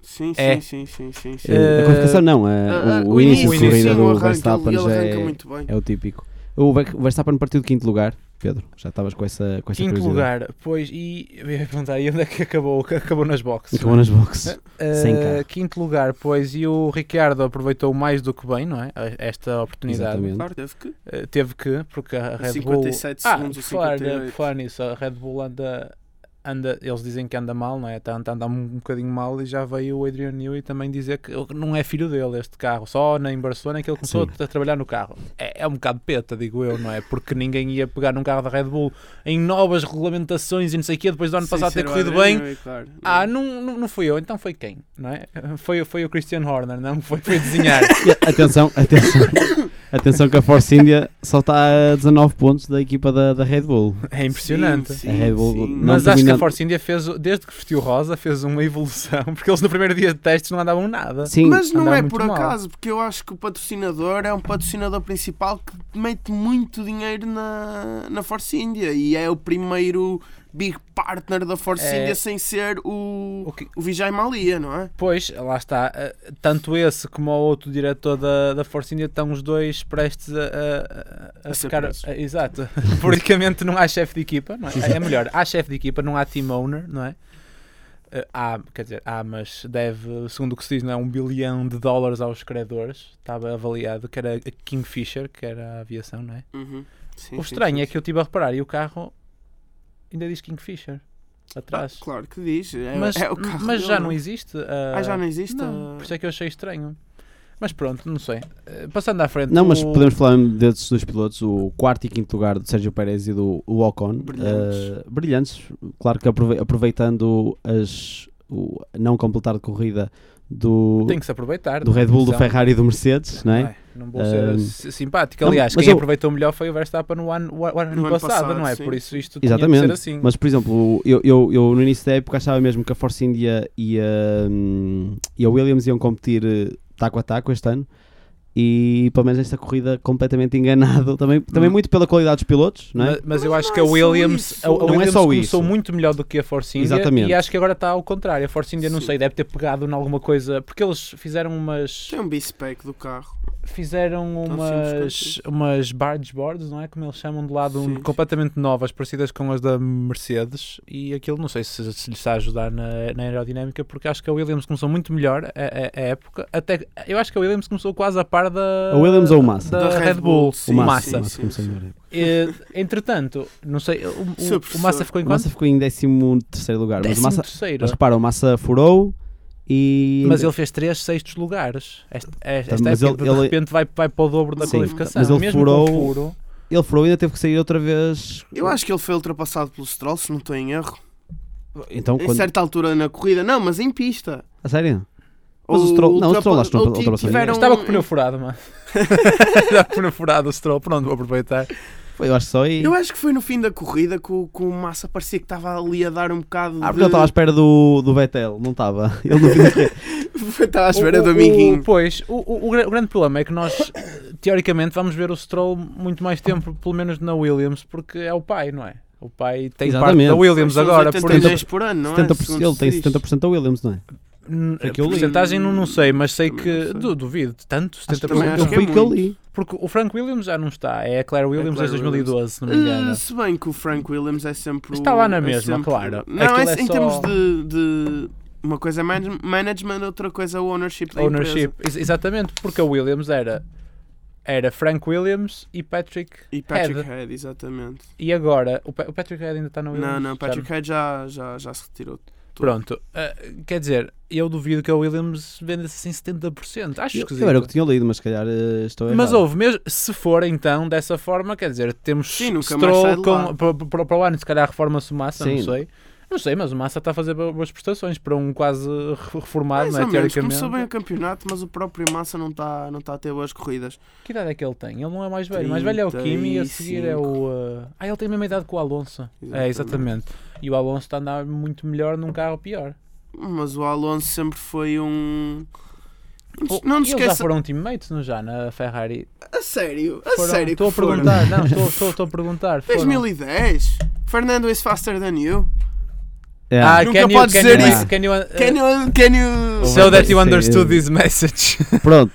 [SPEAKER 4] Sim,
[SPEAKER 5] É.
[SPEAKER 4] sim, sim, sim, sim, sim.
[SPEAKER 5] Eh,
[SPEAKER 3] a qualificação não, é,
[SPEAKER 4] Ah,
[SPEAKER 3] o, o início
[SPEAKER 5] o
[SPEAKER 3] de
[SPEAKER 5] início,
[SPEAKER 3] corrida
[SPEAKER 4] sim,
[SPEAKER 3] do
[SPEAKER 4] o arranque,
[SPEAKER 3] Verstappen
[SPEAKER 4] ele
[SPEAKER 3] já
[SPEAKER 4] arranca
[SPEAKER 3] é,
[SPEAKER 4] muito bem.
[SPEAKER 3] é o típico. O Ver- o Verstappen partiu de quinto lugar, Pedro. Já estavas com essa, com essa
[SPEAKER 5] Quinto
[SPEAKER 3] curiosidade.
[SPEAKER 5] lugar, pois, e eu ia perguntar, e onde é que acabou, que acabou nas boxes?
[SPEAKER 3] Acabou nas boxes.
[SPEAKER 5] Ah,
[SPEAKER 3] sem carro.
[SPEAKER 5] quinto lugar, pois, e o Ricciardo aproveitou mais do que bem, não é? Esta oportunidade.
[SPEAKER 3] Exatamente.
[SPEAKER 4] Claro, teve que.
[SPEAKER 5] Ah, teve que, porque a Red
[SPEAKER 4] 57
[SPEAKER 5] Bull.
[SPEAKER 4] segundos,
[SPEAKER 5] ah, por
[SPEAKER 4] o
[SPEAKER 5] falar,
[SPEAKER 4] 58.
[SPEAKER 5] por falar nisso, a Red Bull anda, anda. Eles dizem que anda mal, não é? Está tá a andar um bocadinho mal e já veio o Adrian Newey também dizer que não é filho dele este carro. Só na em Barcelona é que ele começou
[SPEAKER 3] Sim.
[SPEAKER 5] a trabalhar no carro. É, é um bocado peta, digo eu, não é? Porque ninguém ia pegar num carro da Red Bull em novas regulamentações e não sei o quê, depois do ano passado ter corrido bem.
[SPEAKER 4] é
[SPEAKER 5] Ah, não, não, não fui eu, então foi quem? Não é? Foi, foi o Christian Horner, não foi, foi desenhar.
[SPEAKER 3] E atenção, atenção. Atenção que a Force India só está a 19 pontos da equipa da, da Red Bull.
[SPEAKER 5] É impressionante.
[SPEAKER 3] A Red Bull não
[SPEAKER 5] Mas acho que
[SPEAKER 3] dominando-
[SPEAKER 5] a Force India fez, o- desde que vestiu rosa, fez uma evolução, porque eles no primeiro dia de testes não andavam nada.
[SPEAKER 3] Sim,
[SPEAKER 4] Mas não
[SPEAKER 5] andava
[SPEAKER 4] é
[SPEAKER 5] muito
[SPEAKER 4] por
[SPEAKER 5] mal.
[SPEAKER 4] acaso, porque eu acho que o patrocinador é um patrocinador principal que mete muito dinheiro na, na Force India e é o primeiro big partner da Force
[SPEAKER 5] É.
[SPEAKER 4] India sem ser o,
[SPEAKER 5] O que-
[SPEAKER 4] o Vijay Malia, não é?
[SPEAKER 5] Pois, lá está. eh, Tanto esse como o outro diretor da, da Force India estão os dois prestes a, a, a,
[SPEAKER 4] A ser
[SPEAKER 5] ficar.
[SPEAKER 4] presos.
[SPEAKER 5] a- exato. Politicamente não há chefe de equipa, não é? É melhor, há chefe de equipa, não há team owner, não é? Eh, Há, quer dizer, há, mas deve, segundo o que se diz, não é? Um bilhão de dólares aos credores. Estava avaliado que era a Kingfisher, que era a aviação, não é?
[SPEAKER 4] Uhum.
[SPEAKER 5] O
[SPEAKER 4] Sim, sim,
[SPEAKER 5] estranho
[SPEAKER 4] sim,
[SPEAKER 5] é que eu estive a reparar e o carro ainda diz Kingfisher atrás.
[SPEAKER 4] Ah, claro que diz. É,
[SPEAKER 5] mas
[SPEAKER 4] é o carro
[SPEAKER 5] mas
[SPEAKER 4] dele,
[SPEAKER 5] já
[SPEAKER 4] não
[SPEAKER 5] não
[SPEAKER 4] é?
[SPEAKER 5] existe.
[SPEAKER 4] Ah, já não existe?
[SPEAKER 5] Não,
[SPEAKER 4] Ah.
[SPEAKER 5] por isso é que eu achei estranho. Mas pronto, não sei. Eh, Passando à frente.
[SPEAKER 3] Não, mas
[SPEAKER 5] o-
[SPEAKER 3] podemos falar desses dois pilotos, o quarto e quinto lugar do Sérgio Pérez e do o Ocon.
[SPEAKER 4] Brilhantes.
[SPEAKER 3] Eh, brilhantes, claro que aprove- aproveitando as, o não completar a corrida do,
[SPEAKER 5] Tem que se aproveitar.
[SPEAKER 3] do Red Bull, do
[SPEAKER 5] São-
[SPEAKER 3] Ferrari e do Mercedes, não é?
[SPEAKER 5] Ai, Não vou ser
[SPEAKER 3] Ahm,
[SPEAKER 5] si- simpático.
[SPEAKER 3] não,
[SPEAKER 5] Aliás,
[SPEAKER 3] mas
[SPEAKER 5] quem
[SPEAKER 3] eu-
[SPEAKER 5] aproveitou melhor foi o Verstappen no ano, o ano
[SPEAKER 4] No ano
[SPEAKER 5] passado,
[SPEAKER 4] passado,
[SPEAKER 5] não é?
[SPEAKER 4] sim.
[SPEAKER 5] Por isso isto tinha
[SPEAKER 3] Exatamente.
[SPEAKER 5] que ser assim.
[SPEAKER 3] Mas, por exemplo, eu, eu, eu no início da época achava mesmo que a Force India e a, hum, e a Williams iam competir eh, taco a taco este ano. e pelo menos nesta corrida completamente enganado, também, também
[SPEAKER 5] Hum.
[SPEAKER 3] muito pela qualidade dos pilotos, não é?
[SPEAKER 5] Ma- Mas, eu
[SPEAKER 4] Mas
[SPEAKER 5] acho
[SPEAKER 4] não
[SPEAKER 5] que a
[SPEAKER 4] é só
[SPEAKER 5] Williams,
[SPEAKER 4] isso.
[SPEAKER 5] a, a
[SPEAKER 4] Não é
[SPEAKER 5] Williams
[SPEAKER 3] só
[SPEAKER 5] começou
[SPEAKER 3] isso.
[SPEAKER 5] muito melhor do que a Force India
[SPEAKER 3] Exatamente.
[SPEAKER 5] e acho que agora está ao contrário. A Force India, não
[SPEAKER 4] Sim.
[SPEAKER 5] sei, deve ter pegado em alguma coisa, porque eles fizeram umas
[SPEAKER 4] Tem um bispec do carro.
[SPEAKER 5] fizeram
[SPEAKER 4] Então, sim,
[SPEAKER 5] umas,
[SPEAKER 4] descanso.
[SPEAKER 5] umas barge boards, não é? Como eles chamam de lado, um
[SPEAKER 4] Sim, sim.
[SPEAKER 5] completamente novas, parecidas com as da Mercedes. E aquilo não sei se, se lhes está a ajudar na, na aerodinâmica, porque acho que a Williams começou muito melhor a, a- a época. Até, que- eu acho que a Williams começou quase a par da.
[SPEAKER 3] A Williams ou o Massa?
[SPEAKER 5] Da, Red Bull.
[SPEAKER 4] sim,
[SPEAKER 3] o Massa,
[SPEAKER 5] Massa.
[SPEAKER 3] o Massa,
[SPEAKER 4] sim,
[SPEAKER 3] começou é.
[SPEAKER 4] sim.
[SPEAKER 3] a melhorar.
[SPEAKER 5] E, Eh, entretanto, não sei, o,
[SPEAKER 4] Seu
[SPEAKER 5] o- o,
[SPEAKER 4] professor.
[SPEAKER 5] Massa ficou em
[SPEAKER 3] O
[SPEAKER 5] quanto?
[SPEAKER 3] Massa ficou em 13 lugar, mas, o
[SPEAKER 5] Décimo
[SPEAKER 3] Massa,
[SPEAKER 5] terceiro.
[SPEAKER 3] mas repara, o Massa furou e.
[SPEAKER 5] Mas ele fez 3 sextos lugares. Esta, esta
[SPEAKER 3] Mas
[SPEAKER 5] época,
[SPEAKER 3] ele-
[SPEAKER 5] de
[SPEAKER 3] ele-
[SPEAKER 5] repente, vai, vai para o dobro da
[SPEAKER 3] Sim,
[SPEAKER 5] qualificação.
[SPEAKER 3] mas ele
[SPEAKER 5] Mesmo
[SPEAKER 3] furou-
[SPEAKER 5] com o furo,
[SPEAKER 3] ele furou e ainda teve que sair outra vez.
[SPEAKER 5] é
[SPEAKER 4] Eu acho que ele foi ultrapassado pelo Stroll, se não estou em erro.
[SPEAKER 3] Então,
[SPEAKER 4] Em
[SPEAKER 3] quando...
[SPEAKER 4] certa altura na corrida, não, mas em pista.
[SPEAKER 3] A sério? Mas o Stroll- não, o Stroll acho que não
[SPEAKER 4] ou ti-
[SPEAKER 3] ultrapassou ninguém.
[SPEAKER 4] tiveram-
[SPEAKER 5] Estava com o pneu furado, mano. um- Estava com o pneu furado o Stroll. Pronto, vou aproveitar.
[SPEAKER 3] Foi, eu acho que só aí.
[SPEAKER 4] um- Eu acho que foi no fim da corrida que o, que o Massa parecia que estava ali a dar um bocado
[SPEAKER 3] Ah, porque
[SPEAKER 4] de...
[SPEAKER 3] ele estava à espera do, do Vettel, não estava. Ele não viu.
[SPEAKER 4] Estava à espera
[SPEAKER 5] O-
[SPEAKER 4] do
[SPEAKER 5] o-
[SPEAKER 4] amiguinho.
[SPEAKER 5] o- Pois, o, o- o gra- o grande problema é que nós, teoricamente, vamos ver o Stroll muito mais tempo, pelo menos na Williams, porque é o pai, não é? O pai tem
[SPEAKER 3] Exatamente.
[SPEAKER 5] parte da Williams
[SPEAKER 4] São os
[SPEAKER 5] agora, por
[SPEAKER 4] 80
[SPEAKER 5] isso.
[SPEAKER 4] milhões por ano, não é?
[SPEAKER 3] 70%,
[SPEAKER 4] Segundo
[SPEAKER 3] ele tem
[SPEAKER 4] se diz.
[SPEAKER 3] 70% da Williams, não é?
[SPEAKER 5] N-
[SPEAKER 3] Foi que eu li.
[SPEAKER 5] Porcentagem não, não sei, mas sei
[SPEAKER 4] Também
[SPEAKER 5] que.
[SPEAKER 4] não sei.
[SPEAKER 5] du- Duvido, tanto, 70%.
[SPEAKER 4] também
[SPEAKER 3] Eu
[SPEAKER 4] acho que é
[SPEAKER 3] fui que eu
[SPEAKER 4] muito.
[SPEAKER 3] li.
[SPEAKER 5] Porque o Frank Williams já não está, é a Claire Williams
[SPEAKER 4] Claire
[SPEAKER 5] desde 2012, se não me
[SPEAKER 4] Eh,
[SPEAKER 5] engano.
[SPEAKER 4] se bem que o Frank Williams é sempre. o-
[SPEAKER 5] Está lá na
[SPEAKER 4] é
[SPEAKER 5] mesma,
[SPEAKER 4] sempre-
[SPEAKER 5] claro.
[SPEAKER 4] Não, é,
[SPEAKER 5] Aquilo é
[SPEAKER 4] em
[SPEAKER 5] só-
[SPEAKER 4] termos de, de- Uma coisa é man- management, outra coisa é o ownership da
[SPEAKER 5] Ownership,
[SPEAKER 4] empresa.
[SPEAKER 5] ex- exatamente, porque a Williams era, era Frank Williams e Patrick
[SPEAKER 4] E Patrick Head, exatamente.
[SPEAKER 5] E agora, o, Pa- o Patrick Head ainda está na Williams?
[SPEAKER 4] Não, não,
[SPEAKER 5] Já
[SPEAKER 4] Patrick Head já, já, já se retirou.
[SPEAKER 5] Pronto, ah, quer dizer, eu duvido que a Williams venda-se assim em 70%. Acho
[SPEAKER 3] Eu,
[SPEAKER 5] esquisito.
[SPEAKER 3] eu era o que tinha lido, mas se calhar eh, estou errado.
[SPEAKER 5] Mas houve mesmo, se for então dessa forma, quer dizer, temos
[SPEAKER 4] Sim, nunca mais sai
[SPEAKER 5] Stroll
[SPEAKER 4] de lá.
[SPEAKER 5] com, para, para- para o ano, se calhar reforma-se o Massa,
[SPEAKER 3] Sim.
[SPEAKER 5] não sei. Não sei, mas o Massa está a fazer bo- boas prestações para um quase re- reformado,
[SPEAKER 4] Mais
[SPEAKER 5] não é?
[SPEAKER 4] ou menos, começou bem
[SPEAKER 5] Teoricamente.
[SPEAKER 4] o campeonato, mas o próprio Massa não está não tá a ter boas corridas.
[SPEAKER 5] Que idade é que ele tem? Ele não é mais velho. mais velho é o Kimi e a seguir é o. ah, Ah, ele tem a mesma idade que o Alonso. É, exatamente.
[SPEAKER 4] Exatamente.
[SPEAKER 5] E o Alonso está a andar muito melhor num carro pior.
[SPEAKER 4] Mas o Alonso sempre foi um.
[SPEAKER 5] Oh,
[SPEAKER 4] Não nos
[SPEAKER 5] eles já
[SPEAKER 4] esqueça.
[SPEAKER 5] foram teammates, não já? Na Ferrari.
[SPEAKER 4] A sério, a
[SPEAKER 5] Foram-
[SPEAKER 4] sério.
[SPEAKER 5] Estou a
[SPEAKER 4] que foram.
[SPEAKER 5] perguntar, não, estou- estou estou a perguntar. foram.
[SPEAKER 4] 2010? Fernando is faster than you.
[SPEAKER 3] É.
[SPEAKER 5] Ah,
[SPEAKER 4] Nunca
[SPEAKER 5] can you,
[SPEAKER 4] podes
[SPEAKER 5] can
[SPEAKER 4] dizer
[SPEAKER 5] you-
[SPEAKER 3] isso.
[SPEAKER 5] Can you, uh,
[SPEAKER 4] Can you. Can you...
[SPEAKER 5] show that you
[SPEAKER 3] Sim,
[SPEAKER 5] understood
[SPEAKER 3] eu-
[SPEAKER 5] this message?
[SPEAKER 3] Pronto,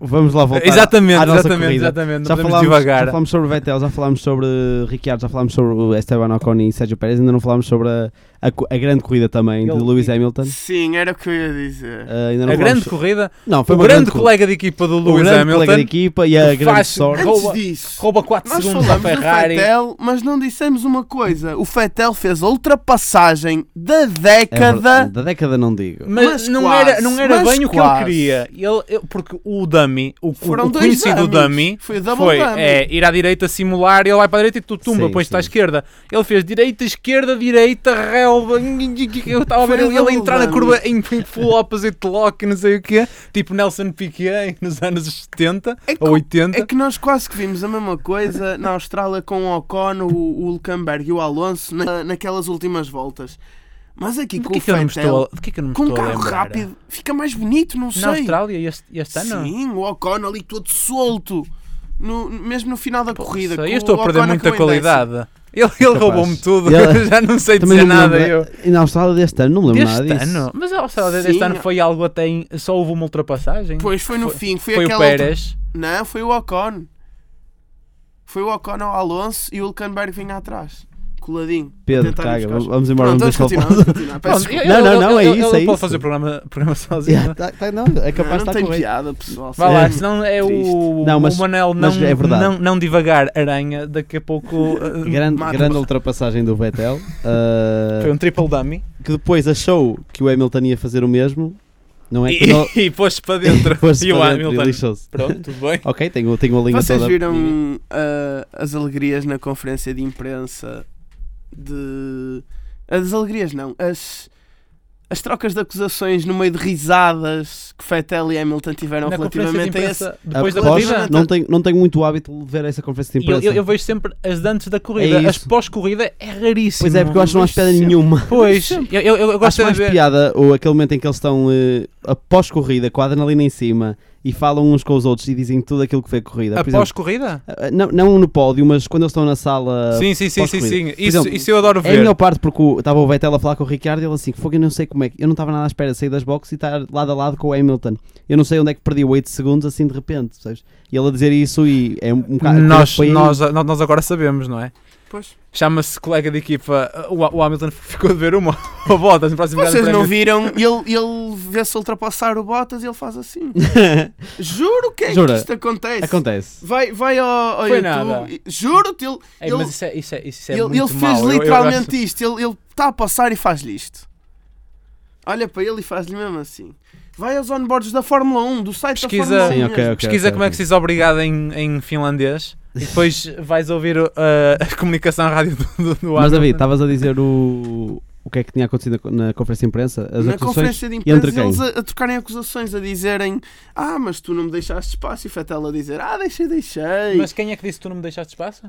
[SPEAKER 3] vamos lá voltar.
[SPEAKER 5] exatamente,
[SPEAKER 3] à nossa
[SPEAKER 5] exatamente,
[SPEAKER 3] corrida.
[SPEAKER 5] exatamente. Não
[SPEAKER 3] Já
[SPEAKER 5] podemos
[SPEAKER 3] falámos, já
[SPEAKER 5] devagar.
[SPEAKER 3] falámos sobre o Vettel, já falámos sobre Ricciardo, já falámos sobre o Esteban Ocon e Sérgio Pérez, ainda não falámos sobre a, a co- a grande corrida também de
[SPEAKER 5] Ele-
[SPEAKER 3] Lewis Hamilton.
[SPEAKER 4] Sim, era o que eu ia dizer.
[SPEAKER 3] Ah, ainda não
[SPEAKER 5] A
[SPEAKER 3] falámos
[SPEAKER 5] grande
[SPEAKER 3] so-
[SPEAKER 5] corrida,
[SPEAKER 3] Não,
[SPEAKER 5] o
[SPEAKER 3] foi uma
[SPEAKER 5] grande
[SPEAKER 3] corrida.
[SPEAKER 5] colega de equipa do
[SPEAKER 3] o
[SPEAKER 5] Lewis
[SPEAKER 3] grande colega de
[SPEAKER 5] Hamilton
[SPEAKER 3] equipa e a
[SPEAKER 5] que
[SPEAKER 3] grande
[SPEAKER 5] faz-
[SPEAKER 3] sorte.
[SPEAKER 5] rouba-
[SPEAKER 4] Antes disso,
[SPEAKER 5] rouba 4
[SPEAKER 4] nós
[SPEAKER 5] segundos à
[SPEAKER 4] falamos do
[SPEAKER 5] Ferrari.
[SPEAKER 4] Fettel, mas não dissemos uma coisa. O Fettel fez a ultrapassagem da
[SPEAKER 3] É verdade,
[SPEAKER 4] década.
[SPEAKER 3] Da década não digo.
[SPEAKER 5] Mas,
[SPEAKER 4] Mas
[SPEAKER 5] não
[SPEAKER 4] quase,
[SPEAKER 5] era, não era
[SPEAKER 4] mas
[SPEAKER 5] bem o que ele
[SPEAKER 4] quase.
[SPEAKER 5] queria. Ele, eu- porque o dummy, o, o-
[SPEAKER 4] foram
[SPEAKER 5] o
[SPEAKER 4] dois
[SPEAKER 5] conhecido
[SPEAKER 4] dummies.
[SPEAKER 5] dummy,
[SPEAKER 4] Foi o double
[SPEAKER 5] foi
[SPEAKER 4] dummy.
[SPEAKER 5] é, ir à direita simular, ele vai para a direita e tu tumba,
[SPEAKER 3] Sim,
[SPEAKER 5] pões-te à
[SPEAKER 3] sim.
[SPEAKER 5] esquerda. Ele fez direita, esquerda, direita, relva. Eu estava a ver
[SPEAKER 4] Foi o
[SPEAKER 5] ele, ele
[SPEAKER 4] double
[SPEAKER 5] entrar na
[SPEAKER 4] dummy.
[SPEAKER 5] curva em em full opposite lock, não sei o quê, tipo Nelson Piquet nos anos 70
[SPEAKER 4] É que-
[SPEAKER 5] ou 80.
[SPEAKER 4] É que nós quase que vimos a mesma coisa na Austrália com o Ocon, o, o Hulkenberg e o Alonso na- naquelas últimas voltas. Mas aqui
[SPEAKER 5] De
[SPEAKER 4] com
[SPEAKER 5] que
[SPEAKER 4] o
[SPEAKER 5] é que eu não me estou,
[SPEAKER 4] Fettel,
[SPEAKER 5] a- de que é que eu não me
[SPEAKER 4] com um
[SPEAKER 5] estou a
[SPEAKER 4] carro
[SPEAKER 5] lembrar?
[SPEAKER 4] rápido, fica mais bonito, não
[SPEAKER 5] Na
[SPEAKER 4] sei.
[SPEAKER 5] Austrália tá, este, este ano?
[SPEAKER 4] Sim, o Ocon ali todo solto. No- mesmo no final da
[SPEAKER 5] Pô,
[SPEAKER 4] corrida.
[SPEAKER 5] sei,
[SPEAKER 4] com
[SPEAKER 5] eu estou
[SPEAKER 4] o
[SPEAKER 5] a perder
[SPEAKER 4] Ocon
[SPEAKER 5] muita
[SPEAKER 4] acabou em décimo.
[SPEAKER 5] qualidade. Ele, ele
[SPEAKER 3] Capaz.
[SPEAKER 5] roubou-me tudo,
[SPEAKER 3] Ele-
[SPEAKER 5] já não sei
[SPEAKER 3] Também
[SPEAKER 5] dizer
[SPEAKER 3] não me
[SPEAKER 5] nada.
[SPEAKER 3] lembro-
[SPEAKER 5] Eu.
[SPEAKER 3] E na Austrália deste ano, não me lembro nada
[SPEAKER 5] Deste
[SPEAKER 3] disso.
[SPEAKER 5] ano? Mas a Austrália deste
[SPEAKER 4] Sim.
[SPEAKER 5] ano foi algo até. Em, só houve uma ultrapassagem?
[SPEAKER 4] Pois foi no
[SPEAKER 5] Foi-
[SPEAKER 4] fim, foi,
[SPEAKER 5] Foi o
[SPEAKER 4] aquela. outra-
[SPEAKER 5] Pérez.
[SPEAKER 4] Não, Né? foi o Ocon. Foi o Ocon ao Alonso e o Hulkenberg vinha atrás. Coladinho.
[SPEAKER 3] Pedro,
[SPEAKER 4] Tentar ir
[SPEAKER 3] caga,
[SPEAKER 4] buscar.
[SPEAKER 3] vamos vamos embora.
[SPEAKER 4] Pronto,
[SPEAKER 3] vamos
[SPEAKER 4] vamos
[SPEAKER 3] deixar
[SPEAKER 4] continuar. vamos continuar. Peço
[SPEAKER 5] Pronto,
[SPEAKER 4] desculpa.
[SPEAKER 5] ele-
[SPEAKER 3] Não, não,
[SPEAKER 5] ele-
[SPEAKER 3] não, é
[SPEAKER 5] ele-
[SPEAKER 3] isso,
[SPEAKER 5] Ele
[SPEAKER 3] é
[SPEAKER 5] pode
[SPEAKER 3] isso.
[SPEAKER 5] fazer o programa, programa sozinho.
[SPEAKER 3] Yeah, tá- tá- não, é capaz de
[SPEAKER 4] não
[SPEAKER 3] estar
[SPEAKER 4] tem
[SPEAKER 3] correto.
[SPEAKER 4] piada, pessoal.
[SPEAKER 5] Vá lá,
[SPEAKER 4] sério.
[SPEAKER 5] senão é o,
[SPEAKER 3] Não, mas-
[SPEAKER 5] o Manel não,
[SPEAKER 3] mas é verdade.
[SPEAKER 5] não, não divagar aranha, daqui a pouco uh,
[SPEAKER 3] Grande,
[SPEAKER 4] Mata-
[SPEAKER 3] grande ultrapassagem do Vettel, uh,
[SPEAKER 5] foi um triple dummy
[SPEAKER 3] que depois achou que o Hamilton ia fazer o mesmo, não é? Quando ele-
[SPEAKER 5] e, e pôs-se para dentro.
[SPEAKER 3] pôs-se
[SPEAKER 5] e o
[SPEAKER 3] para dentro e
[SPEAKER 5] Hamilton.
[SPEAKER 3] lixou-se.
[SPEAKER 5] Pronto, tudo bem.
[SPEAKER 3] Ok, tenho, tenho a linha
[SPEAKER 4] Vocês
[SPEAKER 3] toda.
[SPEAKER 4] viram ah, as alegrias na conferência de imprensa de. As alegrias não, as. As trocas de acusações no meio de risadas que Fettel e Hamilton tiveram
[SPEAKER 5] Na conferência de
[SPEAKER 4] relativamente a esse.
[SPEAKER 5] imprensa, depois da
[SPEAKER 3] Após,
[SPEAKER 5] corrida,
[SPEAKER 3] Ah, não tenho, não tenho muito hábito de ver essa conferência de
[SPEAKER 5] e eu,
[SPEAKER 3] imprensa.
[SPEAKER 5] eu- eu vejo sempre as de antes da corrida.
[SPEAKER 3] É
[SPEAKER 5] as
[SPEAKER 3] isso.
[SPEAKER 5] pós-corrida é raríssimo.
[SPEAKER 3] pois é, porque eu acho que não há piada
[SPEAKER 4] Sempre.
[SPEAKER 3] nenhuma.
[SPEAKER 5] Pois, eu, eu, eu gosto
[SPEAKER 3] acho
[SPEAKER 5] de
[SPEAKER 3] mais
[SPEAKER 5] ver.
[SPEAKER 3] piada ou aquele momento em que eles estão eh, após corrida, com a adrenalina em cima, e falam uns com os outros e dizem tudo aquilo que foi a corrida. Por
[SPEAKER 5] Após corrida?
[SPEAKER 3] exemplo, eh, não, não no pódio, mas quando eles estão na sala.
[SPEAKER 5] sim, sim, sim,
[SPEAKER 3] após
[SPEAKER 5] sim, sim.
[SPEAKER 3] corrida.
[SPEAKER 5] Isso,
[SPEAKER 3] exemplo,
[SPEAKER 5] isso eu adoro
[SPEAKER 3] É a
[SPEAKER 5] ver.
[SPEAKER 3] melhor parte porque o- estava o Vettel a falar com o Ricardo e ele assim, fogo, eu não sei como é que. Eu não estava nada à espera de sair das boxes e estar lado a lado com o Hamilton. Eu não sei onde é que perdi 8 segundos assim de repente, sabes? E ele a dizer isso e é um bocado.
[SPEAKER 5] nós,
[SPEAKER 3] foi aí-
[SPEAKER 5] nós, nó- nós agora sabemos, não é?
[SPEAKER 4] Pois.
[SPEAKER 5] Chama-se colega de equipa. uh, O, o Hamilton ficou de ver uma a Bottas no próximo
[SPEAKER 4] Vocês
[SPEAKER 5] Grande
[SPEAKER 4] não
[SPEAKER 5] Prémio.
[SPEAKER 4] viram? Ele, ele vê-se ultrapassar o Bottas e ele faz assim. Juro que é
[SPEAKER 3] Jura?
[SPEAKER 4] que isto acontece.
[SPEAKER 3] Acontece.
[SPEAKER 4] Vai, vai ao, ao
[SPEAKER 5] Foi
[SPEAKER 4] YouTube.
[SPEAKER 5] nada.
[SPEAKER 4] e- Juro-te, ele,
[SPEAKER 5] Ei,
[SPEAKER 4] ele-
[SPEAKER 5] mas isso é, isso é, isso é
[SPEAKER 4] ele,
[SPEAKER 5] muito
[SPEAKER 4] ele fez
[SPEAKER 5] mau. Eu- eu
[SPEAKER 4] literalmente
[SPEAKER 5] gosto-
[SPEAKER 4] isto. Ele ele está a passar e faz-lhe isto. Olha para ele e faz-lhe mesmo assim. Vai aos onboards da Fórmula 1, do site
[SPEAKER 5] Pesquisa-
[SPEAKER 4] da Fórmula 1.
[SPEAKER 3] Sim, ok,
[SPEAKER 4] mesmo.
[SPEAKER 3] ok.
[SPEAKER 5] Pesquisa
[SPEAKER 3] ok,
[SPEAKER 5] como é que
[SPEAKER 3] ok.
[SPEAKER 5] se diz obrigado em, em finlandês e depois vais ouvir uh, a comunicação rádio do, do, do
[SPEAKER 3] Mas
[SPEAKER 5] Hamilton.
[SPEAKER 3] David, estavas a dizer o, o que é que tinha acontecido na, na conferência de imprensa? As
[SPEAKER 4] Na
[SPEAKER 3] acusações?
[SPEAKER 4] conferência de imprensa,
[SPEAKER 3] entre quem?
[SPEAKER 4] eles a, a trocarem acusações, a dizerem Ah, mas tu não me deixaste espaço. E o Fettel a dizer Ah, deixei, deixei.
[SPEAKER 5] Mas quem é que disse que tu não me deixaste espaço?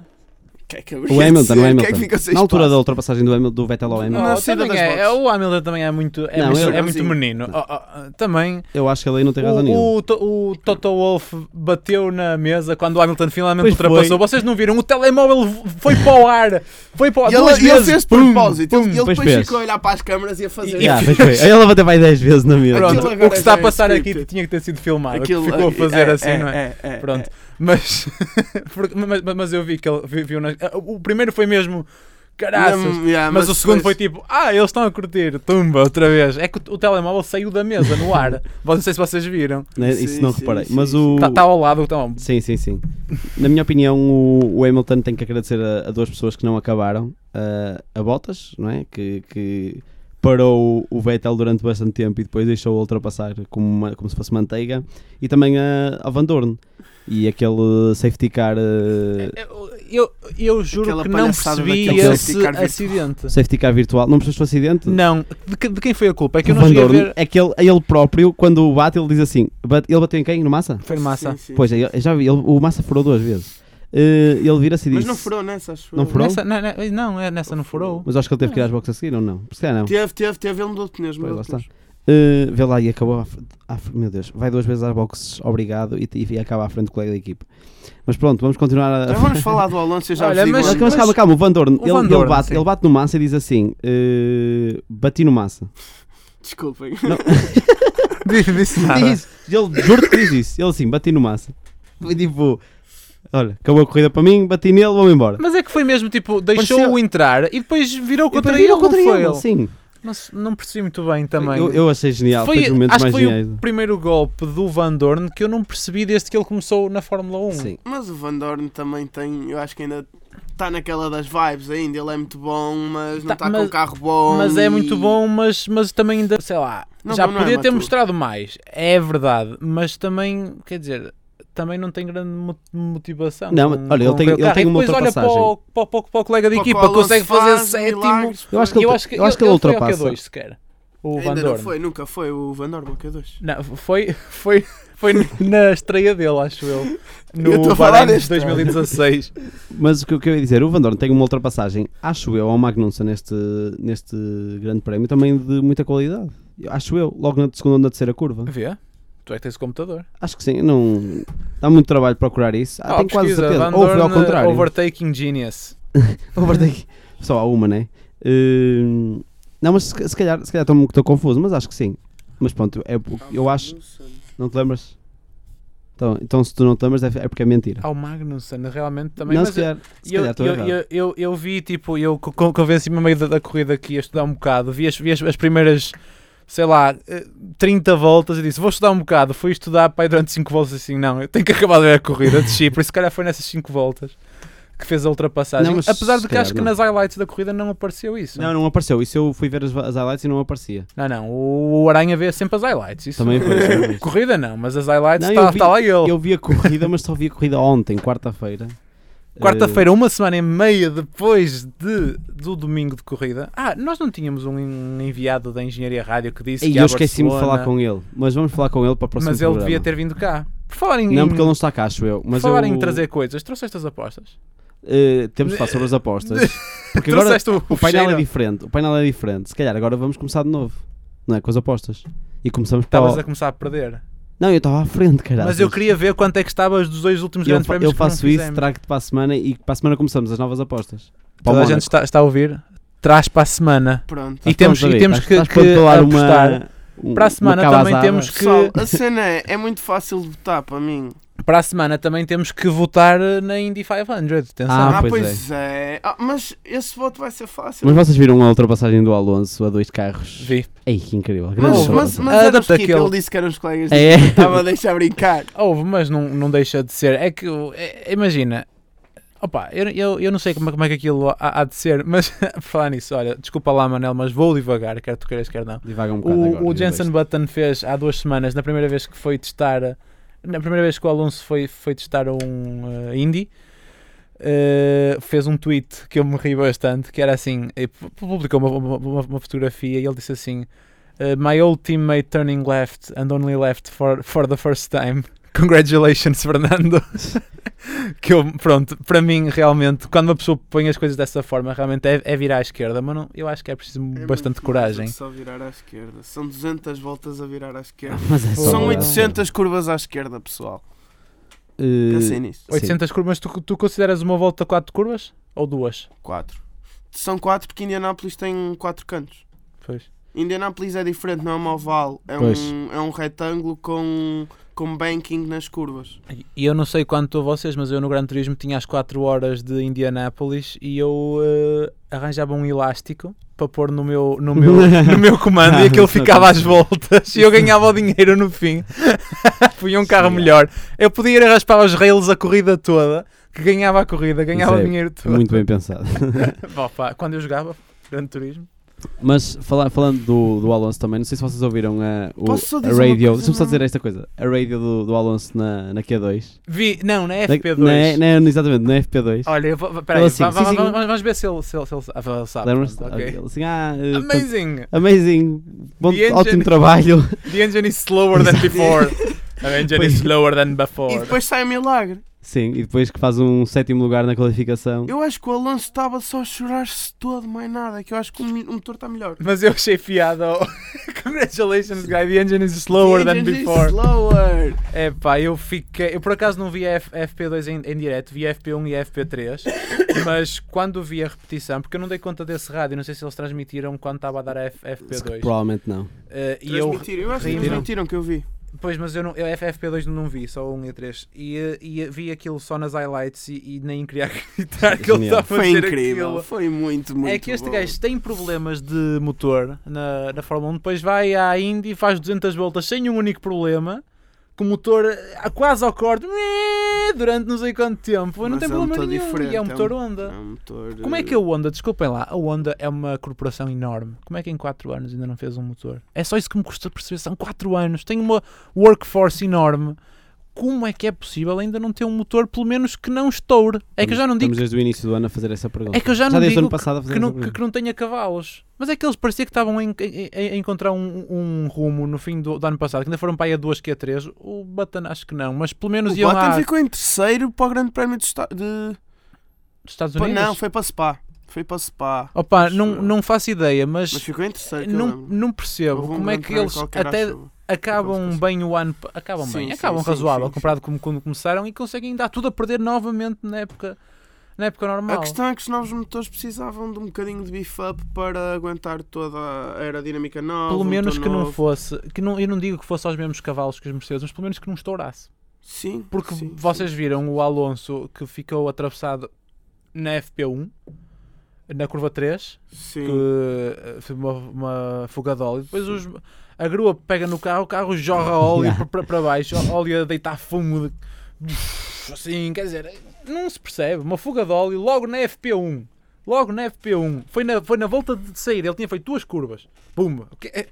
[SPEAKER 4] que é que
[SPEAKER 3] O
[SPEAKER 4] haveria de
[SPEAKER 3] Hamilton,
[SPEAKER 4] ser?
[SPEAKER 3] o Hamilton.
[SPEAKER 4] Que é que fica sem
[SPEAKER 3] na altura
[SPEAKER 4] espaço?
[SPEAKER 3] da ultrapassagem do, Hamil- do Vettel ao Hamilton,
[SPEAKER 4] Não, sei
[SPEAKER 5] também
[SPEAKER 4] das
[SPEAKER 5] é,
[SPEAKER 4] boxes.
[SPEAKER 5] é- o Hamilton também é muito, é
[SPEAKER 3] Não,
[SPEAKER 5] muito,
[SPEAKER 3] eu-
[SPEAKER 5] é muito
[SPEAKER 4] Sim.
[SPEAKER 5] menino. Oh, oh, também
[SPEAKER 3] eu acho que ele aí não tem razão nenhuma.
[SPEAKER 5] o, o, To- o Toto Wolff bateu na mesa quando o Hamilton finalmente
[SPEAKER 3] Pois
[SPEAKER 5] ultrapassou. Vocês não viram? O telemóvel v- foi para o ar. Foi para o ar.
[SPEAKER 4] E ele,
[SPEAKER 5] duas
[SPEAKER 4] ele
[SPEAKER 5] vezes.
[SPEAKER 4] fez de
[SPEAKER 5] Pum,
[SPEAKER 4] propósito.
[SPEAKER 5] pum.
[SPEAKER 4] ele ele
[SPEAKER 3] pois
[SPEAKER 4] depois
[SPEAKER 3] fez.
[SPEAKER 4] ficou a olhar para as câmaras e a fazer.
[SPEAKER 3] Yeah, pois foi. Aí Ele bateu vai 10 vezes na mesa.
[SPEAKER 5] Pronto,
[SPEAKER 4] Aquilo
[SPEAKER 5] o que
[SPEAKER 4] agora
[SPEAKER 5] se está a
[SPEAKER 4] já é
[SPEAKER 5] passar aqui
[SPEAKER 4] scripted.
[SPEAKER 5] tinha que ter sido filmado. o que
[SPEAKER 4] Aquilo-
[SPEAKER 5] ficou a fazer
[SPEAKER 4] é,
[SPEAKER 5] assim,
[SPEAKER 4] é,
[SPEAKER 5] não é?
[SPEAKER 4] é, é,
[SPEAKER 5] Pronto.
[SPEAKER 4] é.
[SPEAKER 5] Mas, porque- mas, mas eu vi que ele vi- viu. nas- O primeiro foi mesmo. Caraças.
[SPEAKER 4] Não, yeah,
[SPEAKER 5] Mas, o segundo foi
[SPEAKER 4] depois-
[SPEAKER 5] tipo, ah, eles estão a curtir, tumba, outra vez. É que o, o telemóvel saiu da mesa no ar. Vós não sei se vocês viram.
[SPEAKER 3] Né? Isso
[SPEAKER 4] Sim,
[SPEAKER 3] não
[SPEAKER 4] sim,
[SPEAKER 3] reparei.
[SPEAKER 4] sim,
[SPEAKER 3] Mas
[SPEAKER 4] sim.
[SPEAKER 3] o.
[SPEAKER 5] Está tá ao lado, então.
[SPEAKER 3] Sim, sim, sim. Na minha opinião, o, o Hamilton tem que agradecer a, a duas pessoas que não acabaram. A, a Bottas, não é? Que, que parou o Vettel durante bastante tempo e depois deixou-o ultrapassar como, uma- como se fosse manteiga. E também a, a Van Dorn. E aquele safety car. eh,
[SPEAKER 5] Eu, eu, eu juro
[SPEAKER 4] Aquela
[SPEAKER 5] que não
[SPEAKER 4] palhaçada
[SPEAKER 5] percebi
[SPEAKER 4] daquele
[SPEAKER 5] esse
[SPEAKER 4] safety car virtual.
[SPEAKER 5] acidente.
[SPEAKER 3] safety car virtual. Não percebeste o acidente?
[SPEAKER 5] Não, de, que- de quem foi a culpa? É
[SPEAKER 3] O
[SPEAKER 5] que eu não
[SPEAKER 3] Van
[SPEAKER 5] cheguei a
[SPEAKER 3] Dorn,
[SPEAKER 5] ver.
[SPEAKER 3] é que ele, ele próprio, quando bate, ele diz assim: bate- ele bateu em quem? No Massa?
[SPEAKER 5] tipo, Foi massa.
[SPEAKER 4] Sim, sim.
[SPEAKER 3] Pois, é, eu já vi, ele- o Massa furou duas vezes. Eh, ele vira-se e diz:
[SPEAKER 4] Mas não furou nessa, acho
[SPEAKER 3] Não
[SPEAKER 4] eu.
[SPEAKER 3] furou?
[SPEAKER 5] Nessa, não, não, não, é, nessa não furou.
[SPEAKER 3] Mas acho que ele teve que ir às boxes a seguir ou não? Porque se calhar não.
[SPEAKER 4] Teve, teve, teve. Ele mudou de pneus. mudou
[SPEAKER 3] lá
[SPEAKER 4] de
[SPEAKER 3] está.
[SPEAKER 4] pneus.
[SPEAKER 3] Uh, vê lá e acabou à fr- à fr- Meu Deus, vai duas vezes às boxes, obrigado, e, e acaba à frente do colega da equipe. Mas pronto, vamos continuar a.
[SPEAKER 4] Já Então vamos falar do Alonso. Eu já
[SPEAKER 5] Olha,
[SPEAKER 4] vos digo
[SPEAKER 5] Então, mas-
[SPEAKER 3] Mas,
[SPEAKER 4] onde.
[SPEAKER 3] mas calma, calma, o Van Dorn,
[SPEAKER 5] O
[SPEAKER 3] ele,
[SPEAKER 5] Van
[SPEAKER 3] ele
[SPEAKER 5] Dorn,
[SPEAKER 3] bate,
[SPEAKER 5] sim.
[SPEAKER 3] ele bate no Massa e diz assim: uh, bati no Massa.
[SPEAKER 4] Desculpem.
[SPEAKER 5] Disse, disse
[SPEAKER 3] Diz isso, ele juro que diz isso. Ele assim, bati no Massa. Foi tipo, olha, acabou a corrida para mim, bati nele, vou-me embora.
[SPEAKER 5] Mas é que foi mesmo tipo, deixou-o
[SPEAKER 3] Pareceu-
[SPEAKER 5] entrar e depois virou
[SPEAKER 3] E depois
[SPEAKER 5] contra ele.
[SPEAKER 3] virou
[SPEAKER 5] não foi ele?
[SPEAKER 3] sim.
[SPEAKER 5] Não, se- não percebi muito bem também.
[SPEAKER 3] Eu, eu achei genial, foi, um
[SPEAKER 5] Foi-
[SPEAKER 3] dos momentos
[SPEAKER 5] acho que
[SPEAKER 3] mais
[SPEAKER 5] foi
[SPEAKER 3] geniais.
[SPEAKER 5] o primeiro golpe do Van Dorn que eu não percebi desde que ele começou na Fórmula 1.
[SPEAKER 3] Sim.
[SPEAKER 4] Mas o Van Dorn também tem. Eu acho que ainda está naquela das vibes ainda. Ele é muito bom, mas não
[SPEAKER 5] Tá,
[SPEAKER 4] está com
[SPEAKER 5] mas-
[SPEAKER 4] um carro bom.
[SPEAKER 5] Mas é
[SPEAKER 4] e-
[SPEAKER 5] muito bom, mas, mas também ainda, sei lá,
[SPEAKER 4] Não,
[SPEAKER 5] já
[SPEAKER 4] não é
[SPEAKER 5] podia ter
[SPEAKER 4] maturo.
[SPEAKER 5] mostrado mais. É verdade, mas também, quer dizer, também não tem grande mo- motivação.
[SPEAKER 3] Não,
[SPEAKER 5] com-
[SPEAKER 3] olha, ele
[SPEAKER 5] com
[SPEAKER 3] tem-
[SPEAKER 5] aquele
[SPEAKER 3] ele
[SPEAKER 5] carro.
[SPEAKER 3] tem
[SPEAKER 5] E
[SPEAKER 3] uma
[SPEAKER 5] depois olha para o,
[SPEAKER 3] ultrapassagem.
[SPEAKER 5] para, o- para o- para o colega de
[SPEAKER 4] Para o
[SPEAKER 5] equipa,
[SPEAKER 4] Alonso
[SPEAKER 5] consegue fazer
[SPEAKER 4] faz um
[SPEAKER 5] sétimo.
[SPEAKER 4] milagres,
[SPEAKER 3] Eu acho
[SPEAKER 4] pá.
[SPEAKER 3] que ele,
[SPEAKER 5] Eu acho que
[SPEAKER 3] eu acho que ele
[SPEAKER 5] ele foi ao
[SPEAKER 3] ultrapassa.
[SPEAKER 5] Q2 sequer. O Van
[SPEAKER 4] Ainda não
[SPEAKER 5] Dorn.
[SPEAKER 4] foi, nunca foi o Van Dorn, o Q2.
[SPEAKER 5] Não, foi, foi, foi na estreia dele, acho eu.
[SPEAKER 4] Eu tô
[SPEAKER 5] No
[SPEAKER 4] a falar
[SPEAKER 5] Bahrein de
[SPEAKER 4] deste ano.
[SPEAKER 5] 2016.
[SPEAKER 3] Mas o que eu queria dizer, o Van Dorn tem uma ultrapassagem, acho eu, ao Magnussen neste, neste grande prémio, também de muita qualidade. Eu Acho eu, logo na segunda ou na terceira curva.
[SPEAKER 5] Vê? Tu é que tens o computador.
[SPEAKER 3] Acho que sim, não dá muito trabalho procurar isso. Ah,
[SPEAKER 5] Ah,
[SPEAKER 3] tenho quase
[SPEAKER 5] pesquisa,
[SPEAKER 3] certeza.
[SPEAKER 5] Van
[SPEAKER 3] Ou foi ao
[SPEAKER 5] Dorn, uh,
[SPEAKER 3] contrário.
[SPEAKER 5] Overtaking Genius.
[SPEAKER 3] Overtake. Só há uma, né? Hum, não, mas se se calhar se calhar estou estou confuso, mas acho que sim. Mas pronto, é, o- eu acho. Não te lembras? Então, então se tu não te lembras, é é porque é mentira.
[SPEAKER 5] Ao Ah, Magnussen, realmente também.
[SPEAKER 3] não,
[SPEAKER 5] mas
[SPEAKER 3] se calhar, se
[SPEAKER 5] eu,
[SPEAKER 3] calhar estou
[SPEAKER 5] eu,
[SPEAKER 3] errado.
[SPEAKER 5] eu, eu, eu vi, tipo, eu co- co- convenci-me no meio da, da corrida que ia estudar um bocado. Vi as, vi as, as primeiras, sei lá, eh, 30 voltas e disse: Vou estudar um bocado. Fui estudar pai, durante 5 voltas assim: Não, eu tenho que acabar de ver a corrida. Desci, por isso, se calhar, foi nessas 5 voltas que fez a ultrapassagem.
[SPEAKER 3] Não, mas
[SPEAKER 5] Apesar de
[SPEAKER 3] se
[SPEAKER 5] que acho
[SPEAKER 3] calhar
[SPEAKER 5] que
[SPEAKER 3] não.
[SPEAKER 5] nas highlights da corrida não apareceu isso.
[SPEAKER 3] Não, não apareceu. Isso eu fui ver as, as highlights e não aparecia.
[SPEAKER 5] Não, não, o o Aranha vê sempre as highlights. Isso é
[SPEAKER 3] Também foi, também foi.
[SPEAKER 5] Corrida não, mas as highlights
[SPEAKER 3] Não,
[SPEAKER 5] está
[SPEAKER 3] eu vi-
[SPEAKER 5] tá lá ele.
[SPEAKER 3] Eu vi a corrida, mas só vi a corrida ontem, quarta-feira. Eh,
[SPEAKER 5] Quarta-feira, uma semana e meia depois de, do domingo de corrida. Ah, nós não tínhamos um enviado da Engenharia Rádio que
[SPEAKER 3] Eh,
[SPEAKER 5] disse
[SPEAKER 3] E
[SPEAKER 5] que ia
[SPEAKER 3] eu
[SPEAKER 5] a
[SPEAKER 3] esqueci-me de falar
[SPEAKER 5] Barcelona,
[SPEAKER 3] com ele. Mas vamos falar com ele para o próximo
[SPEAKER 5] Mas ele
[SPEAKER 3] programa.
[SPEAKER 5] devia ter vindo cá. Por falar em,
[SPEAKER 3] Não, porque ele não está cá, acho eu.
[SPEAKER 5] por
[SPEAKER 3] Mas
[SPEAKER 5] falar
[SPEAKER 3] eu,
[SPEAKER 5] em trazer coisas, trouxeste as apostas?
[SPEAKER 3] eh, temos de falar sobre as apostas. Porque agora
[SPEAKER 5] trouxeste o,
[SPEAKER 3] o painel é
[SPEAKER 5] cheiro?
[SPEAKER 3] diferente. O painel é diferente. Se calhar agora vamos começar de novo. Não é? Com as apostas. E começamos para
[SPEAKER 5] Estavas
[SPEAKER 3] o...
[SPEAKER 5] a começar a perder.
[SPEAKER 3] Não, eu estava à frente, caralho.
[SPEAKER 5] Mas eu queria ver quanto é que estava os dois últimos
[SPEAKER 3] Eu,
[SPEAKER 5] grandes
[SPEAKER 3] fa-
[SPEAKER 5] prémios
[SPEAKER 3] eu
[SPEAKER 5] que não
[SPEAKER 3] faço isso,
[SPEAKER 5] fizemos.
[SPEAKER 3] trago-te para a semana e para a semana começamos as novas apostas. Para o
[SPEAKER 5] Toda a gente
[SPEAKER 3] Mónaco.
[SPEAKER 5] está, está a ouvir. Traz para a semana.
[SPEAKER 4] Pronto.
[SPEAKER 5] E
[SPEAKER 3] Estás
[SPEAKER 5] temos-
[SPEAKER 3] pronto,
[SPEAKER 5] e
[SPEAKER 3] David?
[SPEAKER 5] temos
[SPEAKER 3] Estás-
[SPEAKER 5] que-
[SPEAKER 3] estás pronto
[SPEAKER 5] que
[SPEAKER 3] para dar uma-
[SPEAKER 5] apostar.
[SPEAKER 3] um-
[SPEAKER 5] Para a semana
[SPEAKER 3] uma
[SPEAKER 5] também
[SPEAKER 3] calazada?
[SPEAKER 5] temos que.
[SPEAKER 4] Pessoal, a cena é, é muito fácil de votar para mim.
[SPEAKER 5] Para a semana também temos que votar eh, na Indy 500. Atenção.
[SPEAKER 3] Ah,
[SPEAKER 4] Ah,
[SPEAKER 3] pois
[SPEAKER 4] pois, é. Ah, mas esse voto vai ser fácil.
[SPEAKER 3] Mas vocês viram a ultrapassagem do Alonso a dois carros?
[SPEAKER 5] Vi.
[SPEAKER 3] Ei, que incrível. Grande
[SPEAKER 4] Mas,
[SPEAKER 5] Não,
[SPEAKER 4] mas,
[SPEAKER 3] ultrapassagem.
[SPEAKER 4] mas era
[SPEAKER 5] adapta
[SPEAKER 4] equipe,
[SPEAKER 5] aquele.
[SPEAKER 4] ele disse que eram os colegas dele.
[SPEAKER 3] É.
[SPEAKER 4] Estava a deixar brincar.
[SPEAKER 5] Houve, mas não, não deixa de ser. É que, o- é- imagina, opa, eu, eu, eu não sei como, é- como é que aquilo há, há de ser, mas por falar nisso, olha, desculpa lá, Manel, mas vou devagar, quer tu queiras, quer não.
[SPEAKER 3] Divaga um bocado agora,
[SPEAKER 5] O, o
[SPEAKER 3] eu
[SPEAKER 5] Jensen
[SPEAKER 3] deixo.
[SPEAKER 5] Button fez há duas semanas, na primeira vez que foi testar, na primeira vez que o Alonso foi, foi testar um eh, Indy. eh, fez um tweet que eu me ri bastante que era assim, eh, pu- publicou uma, uma- uma- uma fotografia e ele disse assim eh, My old teammate turning left and only left for, for the first time Congratulations Fernando que eu, pronto, para mim realmente, quando uma pessoa põe as coisas dessa forma, realmente é, é virar à esquerda mas não, eu acho que é preciso
[SPEAKER 4] É
[SPEAKER 5] bastante
[SPEAKER 4] muito
[SPEAKER 5] coragem
[SPEAKER 4] difícil Só virar à esquerda. São 200 voltas a virar à esquerda.
[SPEAKER 3] Mas é só
[SPEAKER 4] São
[SPEAKER 5] São
[SPEAKER 4] 800 curvas à esquerda, pessoal.
[SPEAKER 3] Eh,
[SPEAKER 4] Pensem nisso.
[SPEAKER 3] Sim.
[SPEAKER 5] 800 curvas, tu, tu consideras uma volta 4 curvas? Ou duas?
[SPEAKER 4] 4. São 4 porque Indianápolis tem 4 cantos.
[SPEAKER 5] Pois.
[SPEAKER 4] Indianápolis é diferente, não é uma oval. É,
[SPEAKER 3] Pois.
[SPEAKER 4] um, é um retângulo com, com banking nas curvas.
[SPEAKER 5] E- E eu não sei quanto a vocês, mas eu no Gran Turismo tinha as 4 horas de Indianápolis e eu eh, arranjava um elástico para pôr no meu, no meu, no meu comando e aquele ficava às voltas e eu ganhava o dinheiro no fim. Fui um carro
[SPEAKER 3] Sim, é.
[SPEAKER 5] melhor. Eu podia ir a raspar os rails a corrida toda, que ganhava a corrida, ganhava
[SPEAKER 3] Isso é
[SPEAKER 5] o dinheiro todo.
[SPEAKER 3] Muito bem pensado.
[SPEAKER 5] Pá, pá, quando eu jogava, Gran Turismo.
[SPEAKER 3] Mas fala- falando do, do Alonso também, não sei se vocês ouviram a, o,
[SPEAKER 4] Posso só
[SPEAKER 3] a
[SPEAKER 4] dizer uma
[SPEAKER 3] radio.
[SPEAKER 4] coisa,
[SPEAKER 3] Deixa-me só
[SPEAKER 4] não?
[SPEAKER 3] dizer esta coisa: a radio do, do Alonso na, na Q2.
[SPEAKER 5] Vi, não, na
[SPEAKER 3] Na-
[SPEAKER 5] FP2.
[SPEAKER 3] Na, na, exatamente, na FP2.
[SPEAKER 5] Olha, eu vou-
[SPEAKER 3] Ele
[SPEAKER 5] peraí,
[SPEAKER 3] assim,
[SPEAKER 5] va- va-
[SPEAKER 3] sim, sim.
[SPEAKER 5] va- va- vamos ver se ele, se ele, se ele sa- ah, sabe.
[SPEAKER 3] Lembras-te?
[SPEAKER 5] pronto, ok.
[SPEAKER 3] Ele assim, ah, eh,
[SPEAKER 5] Amazing!
[SPEAKER 3] portanto, amazing, bom,
[SPEAKER 5] The
[SPEAKER 3] ótimo
[SPEAKER 5] engine-
[SPEAKER 3] trabalho.
[SPEAKER 5] The engine is slower than before. The engine is
[SPEAKER 3] Pois.
[SPEAKER 5] slower than
[SPEAKER 4] E
[SPEAKER 5] before.
[SPEAKER 4] depois sai o milagre.
[SPEAKER 3] Sim, e depois que faz um sétimo lugar na qualificação.
[SPEAKER 4] Eu acho que o Alonso estava só a chorar-se todo, mais nada. Que eu acho que o mi- o motor está melhor.
[SPEAKER 5] Mas eu achei fiado. Congratulations, guy. The engine is slower than
[SPEAKER 4] Engine is
[SPEAKER 5] before.
[SPEAKER 4] Slower.
[SPEAKER 5] É pá, eu fiquei. Eu por acaso não vi a F- FP2 em, em direto, vi a FP1 e a FP3. mas quando vi a repetição, porque eu não dei conta desse rádio, não sei se eles transmitiram quando estava a dar a F-
[SPEAKER 3] Se que
[SPEAKER 5] FP2.
[SPEAKER 3] provavelmente não.
[SPEAKER 5] eh, e eu
[SPEAKER 4] Transmitiram. Eu acho que
[SPEAKER 5] Transmitiram.
[SPEAKER 4] transmitiram que eu vi.
[SPEAKER 5] Pois, mas eu, não, eu FFP2 não vi, só o 1 e o 3. E, eh, e vi aquilo só nas highlights e, e nem queria acreditar que ele
[SPEAKER 3] Genial.
[SPEAKER 5] estava a
[SPEAKER 4] Foi
[SPEAKER 5] fazer
[SPEAKER 4] incrível.
[SPEAKER 5] aquilo.
[SPEAKER 4] Foi muito, muito
[SPEAKER 5] é que este
[SPEAKER 4] bom.
[SPEAKER 5] gajo tem problemas de motor na, na Fórmula 1, depois vai à Indy e faz 200 voltas sem um único problema, com o motor eh, quase ao corte, eh, durante não sei quanto tempo. não
[SPEAKER 4] Mas
[SPEAKER 5] tem
[SPEAKER 4] é
[SPEAKER 5] problema
[SPEAKER 4] um motor
[SPEAKER 5] nenhum.
[SPEAKER 4] diferente,
[SPEAKER 5] E é um
[SPEAKER 4] é um-
[SPEAKER 5] motor
[SPEAKER 4] É
[SPEAKER 5] Honda.
[SPEAKER 4] um motor,
[SPEAKER 5] Como é que a Honda, desculpem lá, a Honda é uma corporação enorme. Como é que em 4 anos ainda não fez um motor? É só isso que me custa perceber. São 4 anos, tem uma workforce enorme. Como é que é possível ainda não ter um motor, pelo menos que não estoure? É que eu já não digo
[SPEAKER 3] Estamos desde o início do ano a fazer essa pergunta.
[SPEAKER 5] É que eu já não
[SPEAKER 3] desde o
[SPEAKER 5] digo
[SPEAKER 3] ano passado a fazer
[SPEAKER 5] que não,
[SPEAKER 3] essa
[SPEAKER 5] que,
[SPEAKER 3] pergunta.
[SPEAKER 5] que não tenha cavalos. Mas é que eles parecia que estavam a, en- a- a- a encontrar um, um rumo no fim do, do ano passado, que ainda foram para aí a 2 que a 3. O Button acho que não, mas pelo menos
[SPEAKER 4] O
[SPEAKER 5] iam
[SPEAKER 4] Button
[SPEAKER 5] lá
[SPEAKER 4] ficou em terceiro para o Grande Prémio de, Esta- de...
[SPEAKER 5] dos Estados
[SPEAKER 4] Pa-
[SPEAKER 5] Unidos.
[SPEAKER 4] Não, foi para Spa. Foi para Spa.
[SPEAKER 5] Opa,
[SPEAKER 4] Acho
[SPEAKER 5] não,
[SPEAKER 4] eu.
[SPEAKER 5] não faço ideia, mas,
[SPEAKER 4] Mas ficou em terceiro. que eu
[SPEAKER 5] não,
[SPEAKER 4] lembro.
[SPEAKER 5] não percebo
[SPEAKER 4] Houve um
[SPEAKER 5] como é
[SPEAKER 4] Grande
[SPEAKER 5] que
[SPEAKER 4] Prémio
[SPEAKER 5] eles
[SPEAKER 4] qualquer,
[SPEAKER 5] até
[SPEAKER 4] acho eu.
[SPEAKER 5] acabam
[SPEAKER 4] Aquelas
[SPEAKER 5] bem o ano. pa- Acabam
[SPEAKER 4] Sim,
[SPEAKER 5] bem,
[SPEAKER 4] sim,
[SPEAKER 5] acabam
[SPEAKER 4] sim,
[SPEAKER 5] razoável
[SPEAKER 4] sim,
[SPEAKER 5] comparado com como começaram e conseguem ainda tudo a perder novamente na época, na época normal.
[SPEAKER 4] A questão é que os novos motores precisavam de um bocadinho de beef-up para aguentar toda a aerodinâmica nova.
[SPEAKER 5] pelo
[SPEAKER 4] um
[SPEAKER 5] menos
[SPEAKER 4] motor
[SPEAKER 5] que não
[SPEAKER 4] novo.
[SPEAKER 5] fosse, que não, eu não digo que fosse aos mesmos cavalos que os Mercedes, mas pelo menos que não estourasse.
[SPEAKER 4] Sim.
[SPEAKER 5] Porque
[SPEAKER 4] sim,
[SPEAKER 5] vocês
[SPEAKER 4] sim.
[SPEAKER 5] viram o Alonso que ficou atravessado na FP1, na curva 3,
[SPEAKER 4] Sim.
[SPEAKER 5] que eh, foi uma, uma fuga de óleo. Depois os- a grua pega no carro, o carro jorra óleo
[SPEAKER 3] Yeah.
[SPEAKER 5] para, para baixo, óleo a deitar fumo. de- Assim, quer dizer, não se percebe. Uma fuga de óleo logo na FP1. Logo na FP1. Foi na, foi na volta de saída, ele tinha feito duas curvas. Pumba. O que é-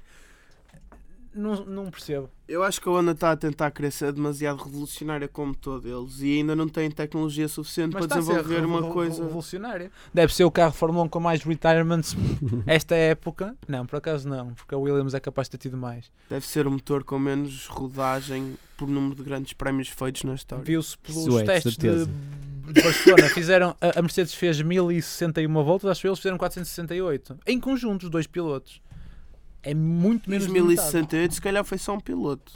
[SPEAKER 5] Não, não percebo.
[SPEAKER 4] Eu acho que a Honda está a tentar crescer demasiado revolucionária como todos eles e ainda não tem tecnologia suficiente
[SPEAKER 5] Mas está
[SPEAKER 4] para
[SPEAKER 5] a ser
[SPEAKER 4] desenvolver
[SPEAKER 5] revo-
[SPEAKER 4] uma
[SPEAKER 5] revo-
[SPEAKER 4] coisa.
[SPEAKER 5] revolucionária. Deve ser o carro Fórmula 1 com mais retirements esta época. Não, por acaso não, porque a Williams é capaz de ter tido mais.
[SPEAKER 4] Deve ser um motor com menos rodagem por número de grandes prémios feitos na história.
[SPEAKER 5] Viu-se pelos
[SPEAKER 3] Isso é, de
[SPEAKER 5] testes de,
[SPEAKER 3] certeza.
[SPEAKER 5] de Barcelona. Fizeram, a, a Mercedes fez 1061 voltas, acho que eles fizeram 468. Em conjunto, os dois pilotos. É muito menos de metade.
[SPEAKER 4] 2068 se calhar foi só um piloto.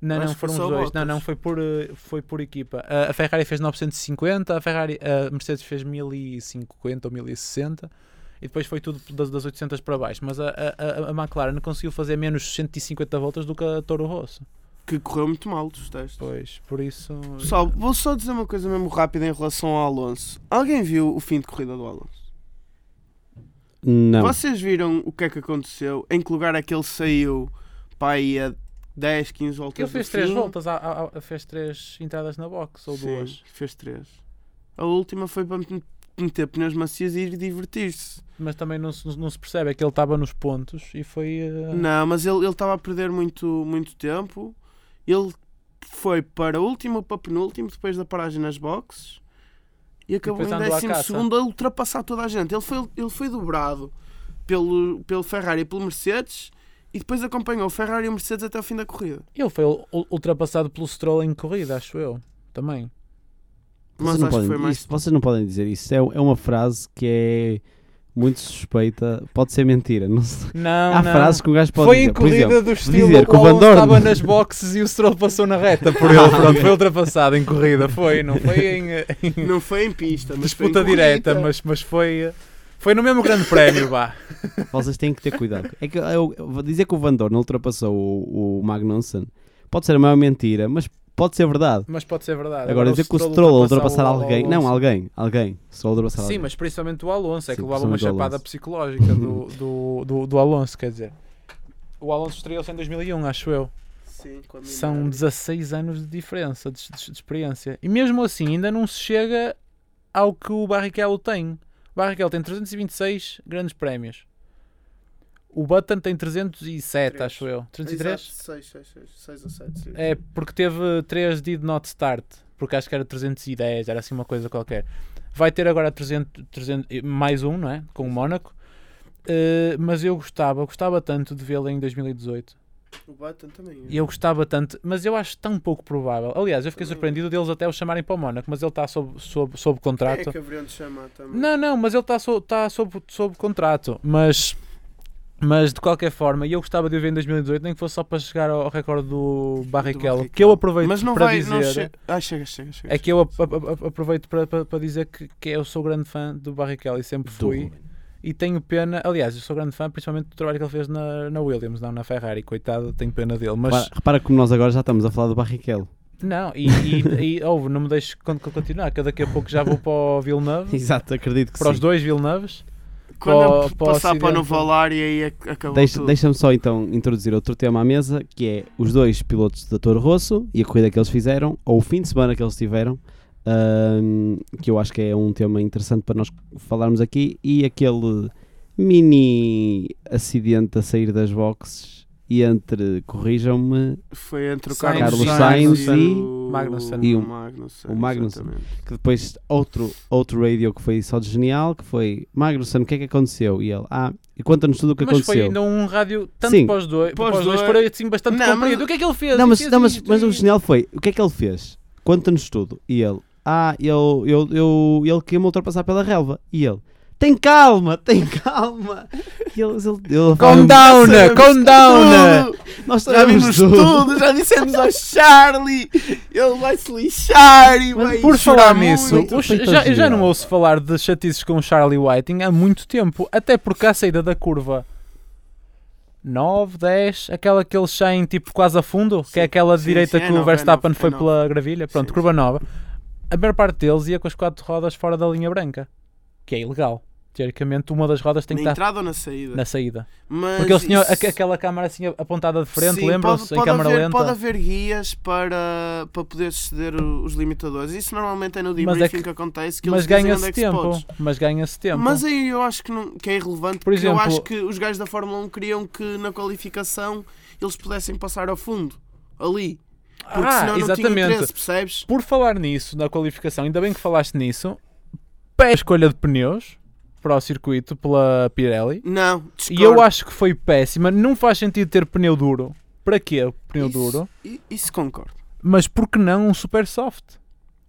[SPEAKER 5] Não,
[SPEAKER 4] Acho
[SPEAKER 5] não,
[SPEAKER 4] que
[SPEAKER 5] foram os
[SPEAKER 4] só
[SPEAKER 5] dois. Não,
[SPEAKER 4] Bottas.
[SPEAKER 5] não, foi por, eh, foi por equipa. A- A Ferrari fez 950, a, Ferrari, a Mercedes fez 1050 ou 1060 e depois foi tudo das, das 800 para baixo. Mas a, a, a- a McLaren conseguiu fazer menos 150 voltas do que a Toro Rosso.
[SPEAKER 4] Que correu muito mal dos testes.
[SPEAKER 5] Pois, por isso.
[SPEAKER 4] Pessoal, vou só dizer uma coisa mesmo rápida em relação ao Alonso. Alguém viu o fim de corrida do Alonso?
[SPEAKER 3] Não.
[SPEAKER 4] Vocês viram o que é que aconteceu? Em que lugar é que ele saiu para aí a 10, 15 voltas
[SPEAKER 5] Ele fez
[SPEAKER 4] do
[SPEAKER 5] três
[SPEAKER 4] fim?
[SPEAKER 5] voltas, à- à- à- fez três entradas na box ou
[SPEAKER 4] Sim,
[SPEAKER 5] duas.
[SPEAKER 4] fez três. A última foi para met- meter pneus macios e ir divertir-se.
[SPEAKER 5] Mas também não se, não se percebe, é que ele estava nos pontos e foi. eh,
[SPEAKER 4] Não, mas ele ele estava a perder muito, muito tempo. Ele foi para último, para penúltimo, depois da paragem nas boxes. E acabou
[SPEAKER 5] Depois
[SPEAKER 4] em
[SPEAKER 5] andou à
[SPEAKER 4] décimo
[SPEAKER 5] caça.
[SPEAKER 4] segundo a ultrapassar toda a gente. Ele foi, ele foi dobrado pelo, pelo Ferrari e pelo Mercedes. E depois acompanhou o Ferrari e o Mercedes até o fim da corrida.
[SPEAKER 5] Ele foi ul- ultrapassado pelo Stroll em corrida, acho eu. Também.
[SPEAKER 4] Mas
[SPEAKER 3] vocês, não
[SPEAKER 4] acho que
[SPEAKER 3] podem,
[SPEAKER 4] foi mais.
[SPEAKER 3] isso- vocês não podem dizer isso. É, é uma frase que é muito suspeita. Pode ser mentira. Não sei.
[SPEAKER 5] Não,
[SPEAKER 3] Há
[SPEAKER 5] não.
[SPEAKER 3] frases que um gajo pode
[SPEAKER 5] foi
[SPEAKER 3] dizer.
[SPEAKER 5] em
[SPEAKER 3] Por
[SPEAKER 5] corrida
[SPEAKER 3] exemplo,
[SPEAKER 5] do estilo
[SPEAKER 3] dizer que o
[SPEAKER 5] o
[SPEAKER 3] Van
[SPEAKER 5] Alonso
[SPEAKER 3] Dorn-
[SPEAKER 5] estava nas boxes e o Stroll passou na reta por ele, pronto, foi ultrapassado em corrida, foi, não foi em, eh, em
[SPEAKER 4] Não foi em pista, mas foi em
[SPEAKER 5] disputa direta,
[SPEAKER 4] corrida.
[SPEAKER 5] mas, mas foi, eh, foi no mesmo grande prémio, vá.
[SPEAKER 3] vocês têm que ter cuidado. É que eu, eu vou dizer que o Van Dorn ultrapassou o, o Magnussen pode ser a maior mentira, mas pode ser verdade.
[SPEAKER 5] Mas pode ser verdade.
[SPEAKER 3] Agora, dizer que o Stroll ultrapassar alguém. Não, alguém. Alguém. Stroll ultrapassar
[SPEAKER 5] Sim,
[SPEAKER 3] alguém.
[SPEAKER 5] mas principalmente o Alonso, é que
[SPEAKER 3] Sim,
[SPEAKER 5] levava uma
[SPEAKER 3] principalmente o
[SPEAKER 5] chapada
[SPEAKER 3] Alonso.
[SPEAKER 5] psicológica do, do, do, do Alonso, quer dizer. O Alonso estreou-se em 2001, acho eu.
[SPEAKER 4] Sim, com a minha
[SPEAKER 5] São
[SPEAKER 4] idade.
[SPEAKER 5] 16 anos de diferença, de, de- de experiência. E mesmo assim, ainda não se chega ao que o Barrichello tem. O Barrichello tem 326 grandes prémios. O Button tem 307,
[SPEAKER 4] Três.
[SPEAKER 5] acho eu. 303?
[SPEAKER 4] 6, 6, 6, 6 ou 7. sim.
[SPEAKER 5] É, porque teve 3 Did Not Start. Porque acho que era 310, era assim uma coisa qualquer. Vai ter agora 300, 300 e mais um, não é? Com o Mónaco. Eh, mas eu gostava, gostava tanto de vê-lo em 2018.
[SPEAKER 4] O Button também. né?
[SPEAKER 5] E Eu gostava tanto, mas eu acho tão pouco provável. Aliás, eu fiquei
[SPEAKER 4] Também.
[SPEAKER 5] surpreendido deles até o chamarem para o Mónaco, mas ele está sob, sob, sob contrato.
[SPEAKER 4] É que haveriam de chamar também.
[SPEAKER 5] Não, não, mas ele está sob, está sob, sob contrato. Mas, mas de qualquer forma, e eu gostava de o ver em 2018, nem que fosse só para chegar ao recorde do Barrichello, que eu aproveito
[SPEAKER 4] Mas não
[SPEAKER 5] para
[SPEAKER 4] vai.
[SPEAKER 5] dizer.
[SPEAKER 4] Não chega. Ah, chega, chega, chega.
[SPEAKER 5] É que eu ap- ap- ap- aproveito para, para, para dizer que, que eu sou grande fã do Barrichello e sempre fui. E tenho pena, aliás, eu sou grande fã principalmente do trabalho que ele fez na, na Williams, não na Ferrari, coitado, tenho pena dele. Mas
[SPEAKER 3] Repara, repara como nós agora já estamos a falar do Barrichello.
[SPEAKER 5] Não, e, e, e ouve, não me deixes con- con- continuar, que eu daqui a pouco já vou para o Villeneuve,
[SPEAKER 3] Exato, acredito que
[SPEAKER 5] para os
[SPEAKER 3] sim.
[SPEAKER 5] dois Villeneuves.
[SPEAKER 4] Quando
[SPEAKER 5] Para o- para o
[SPEAKER 4] eu passar para o
[SPEAKER 5] Ocidente.
[SPEAKER 4] Novo Alar e aí ac- acabou
[SPEAKER 3] Deixa-
[SPEAKER 4] tudo.
[SPEAKER 3] Deixa-me só então introduzir outro tema à mesa, que é os dois pilotos da Toro Rosso e a corrida que eles fizeram, ou o fim de semana que eles tiveram, ahm, que eu acho que é um tema interessante para nós falarmos aqui, e aquele mini acidente a sair das boxes e entre, corrijam-me,
[SPEAKER 4] Foi entre o
[SPEAKER 5] Sainz,
[SPEAKER 4] Carlos
[SPEAKER 3] Sainz
[SPEAKER 4] Sainz,
[SPEAKER 3] e-
[SPEAKER 4] o
[SPEAKER 5] Magnussen.
[SPEAKER 3] E o-
[SPEAKER 4] Magnussen.
[SPEAKER 3] o Magnussen.
[SPEAKER 4] exatamente.
[SPEAKER 3] que depois outro, outro radio que foi só de genial, que foi Magnussen, o que é que aconteceu? E ele, ah, e conta-nos tudo o que
[SPEAKER 5] mas foi
[SPEAKER 3] aconteceu.
[SPEAKER 5] ainda um rádio, tanto
[SPEAKER 3] Sim.
[SPEAKER 5] para os dois,
[SPEAKER 4] Para os
[SPEAKER 5] para os dois,
[SPEAKER 4] dois.
[SPEAKER 5] foi assim bastante
[SPEAKER 4] Não,
[SPEAKER 5] comprido.
[SPEAKER 4] mas-
[SPEAKER 5] O que é que ele fez?
[SPEAKER 3] Não,
[SPEAKER 5] Ele
[SPEAKER 3] mas,
[SPEAKER 5] fez
[SPEAKER 3] não, mas,
[SPEAKER 5] isto
[SPEAKER 3] mas o
[SPEAKER 5] e-
[SPEAKER 3] genial foi, o que é que ele fez? Conta-nos tudo. E ele, ah, eu, eu, eu, ele queria-me ultrapassar pela relva. E ele, tem calma, tem calma. E ele, ele, ele
[SPEAKER 5] Calm down, calm down.
[SPEAKER 4] Tudo,
[SPEAKER 3] nós
[SPEAKER 4] já vimos
[SPEAKER 3] sabemos tudo.
[SPEAKER 4] tudo, já dissemos ao Charlie, ele vai se lixar e
[SPEAKER 3] Mas
[SPEAKER 4] vai
[SPEAKER 5] Por
[SPEAKER 4] chorar
[SPEAKER 5] falar nisso,
[SPEAKER 4] muito.
[SPEAKER 5] o-
[SPEAKER 3] foi tão
[SPEAKER 5] já, eu já não
[SPEAKER 3] genial.
[SPEAKER 5] ouço falar de chatices com o Charlie Whiting há muito tempo, até porque a saída da curva 9, 10, aquela que eles saem tipo quase a fundo, que
[SPEAKER 4] Sim,
[SPEAKER 5] é aquela
[SPEAKER 4] sim,
[SPEAKER 5] direita
[SPEAKER 4] sim, é
[SPEAKER 5] que o
[SPEAKER 4] nova, é
[SPEAKER 5] Verstappen
[SPEAKER 4] nova, é
[SPEAKER 5] foi
[SPEAKER 4] nova.
[SPEAKER 5] pela gravilha, pronto,
[SPEAKER 4] Sim,
[SPEAKER 5] curva nova, a maior parte deles ia com as quatro rodas fora da linha branca, que é ilegal. Teoricamente, uma das rodas tem que
[SPEAKER 4] na
[SPEAKER 5] estar
[SPEAKER 4] entrada ou na saída?
[SPEAKER 5] na saída.
[SPEAKER 4] Mas
[SPEAKER 5] Porque eles tinham
[SPEAKER 4] isso-
[SPEAKER 5] aque- aquela câmara assim apontada de frente,
[SPEAKER 4] Sim,
[SPEAKER 5] lembram-se? Em
[SPEAKER 4] pode- pode
[SPEAKER 5] câmara
[SPEAKER 4] haver-
[SPEAKER 5] lenta.
[SPEAKER 4] Pode haver guias para, para poder ceder o- os limitadores. Isso normalmente é no
[SPEAKER 5] Mas é
[SPEAKER 4] debriefing que,
[SPEAKER 5] que-
[SPEAKER 4] acontece. Que
[SPEAKER 5] Mas
[SPEAKER 4] eles dizem onde
[SPEAKER 5] ganha-se
[SPEAKER 4] é que se
[SPEAKER 5] tempo.
[SPEAKER 4] pode.
[SPEAKER 5] Mas ganha-se tempo.
[SPEAKER 4] Mas é aí eu acho que, não, que é irrelevante,
[SPEAKER 5] É um Por
[SPEAKER 4] porque
[SPEAKER 5] exemplo-
[SPEAKER 4] eu acho que os gajos da Fórmula 1 queriam que na qualificação eles pudessem passar ao fundo, ali. Porque senão não tinha interesse, percebes?
[SPEAKER 5] Ah, Por falar nisso, na qualificação, ainda bem que falaste nisso, pé escolha de pneus para o circuito pela Pirelli.
[SPEAKER 4] Não,
[SPEAKER 5] E eu acho que foi péssima. Não faz sentido ter pneu duro. Para quê? Pneu
[SPEAKER 4] Isso.
[SPEAKER 5] duro.
[SPEAKER 4] acho... Isso concordo.
[SPEAKER 5] Mas por que não um super soft?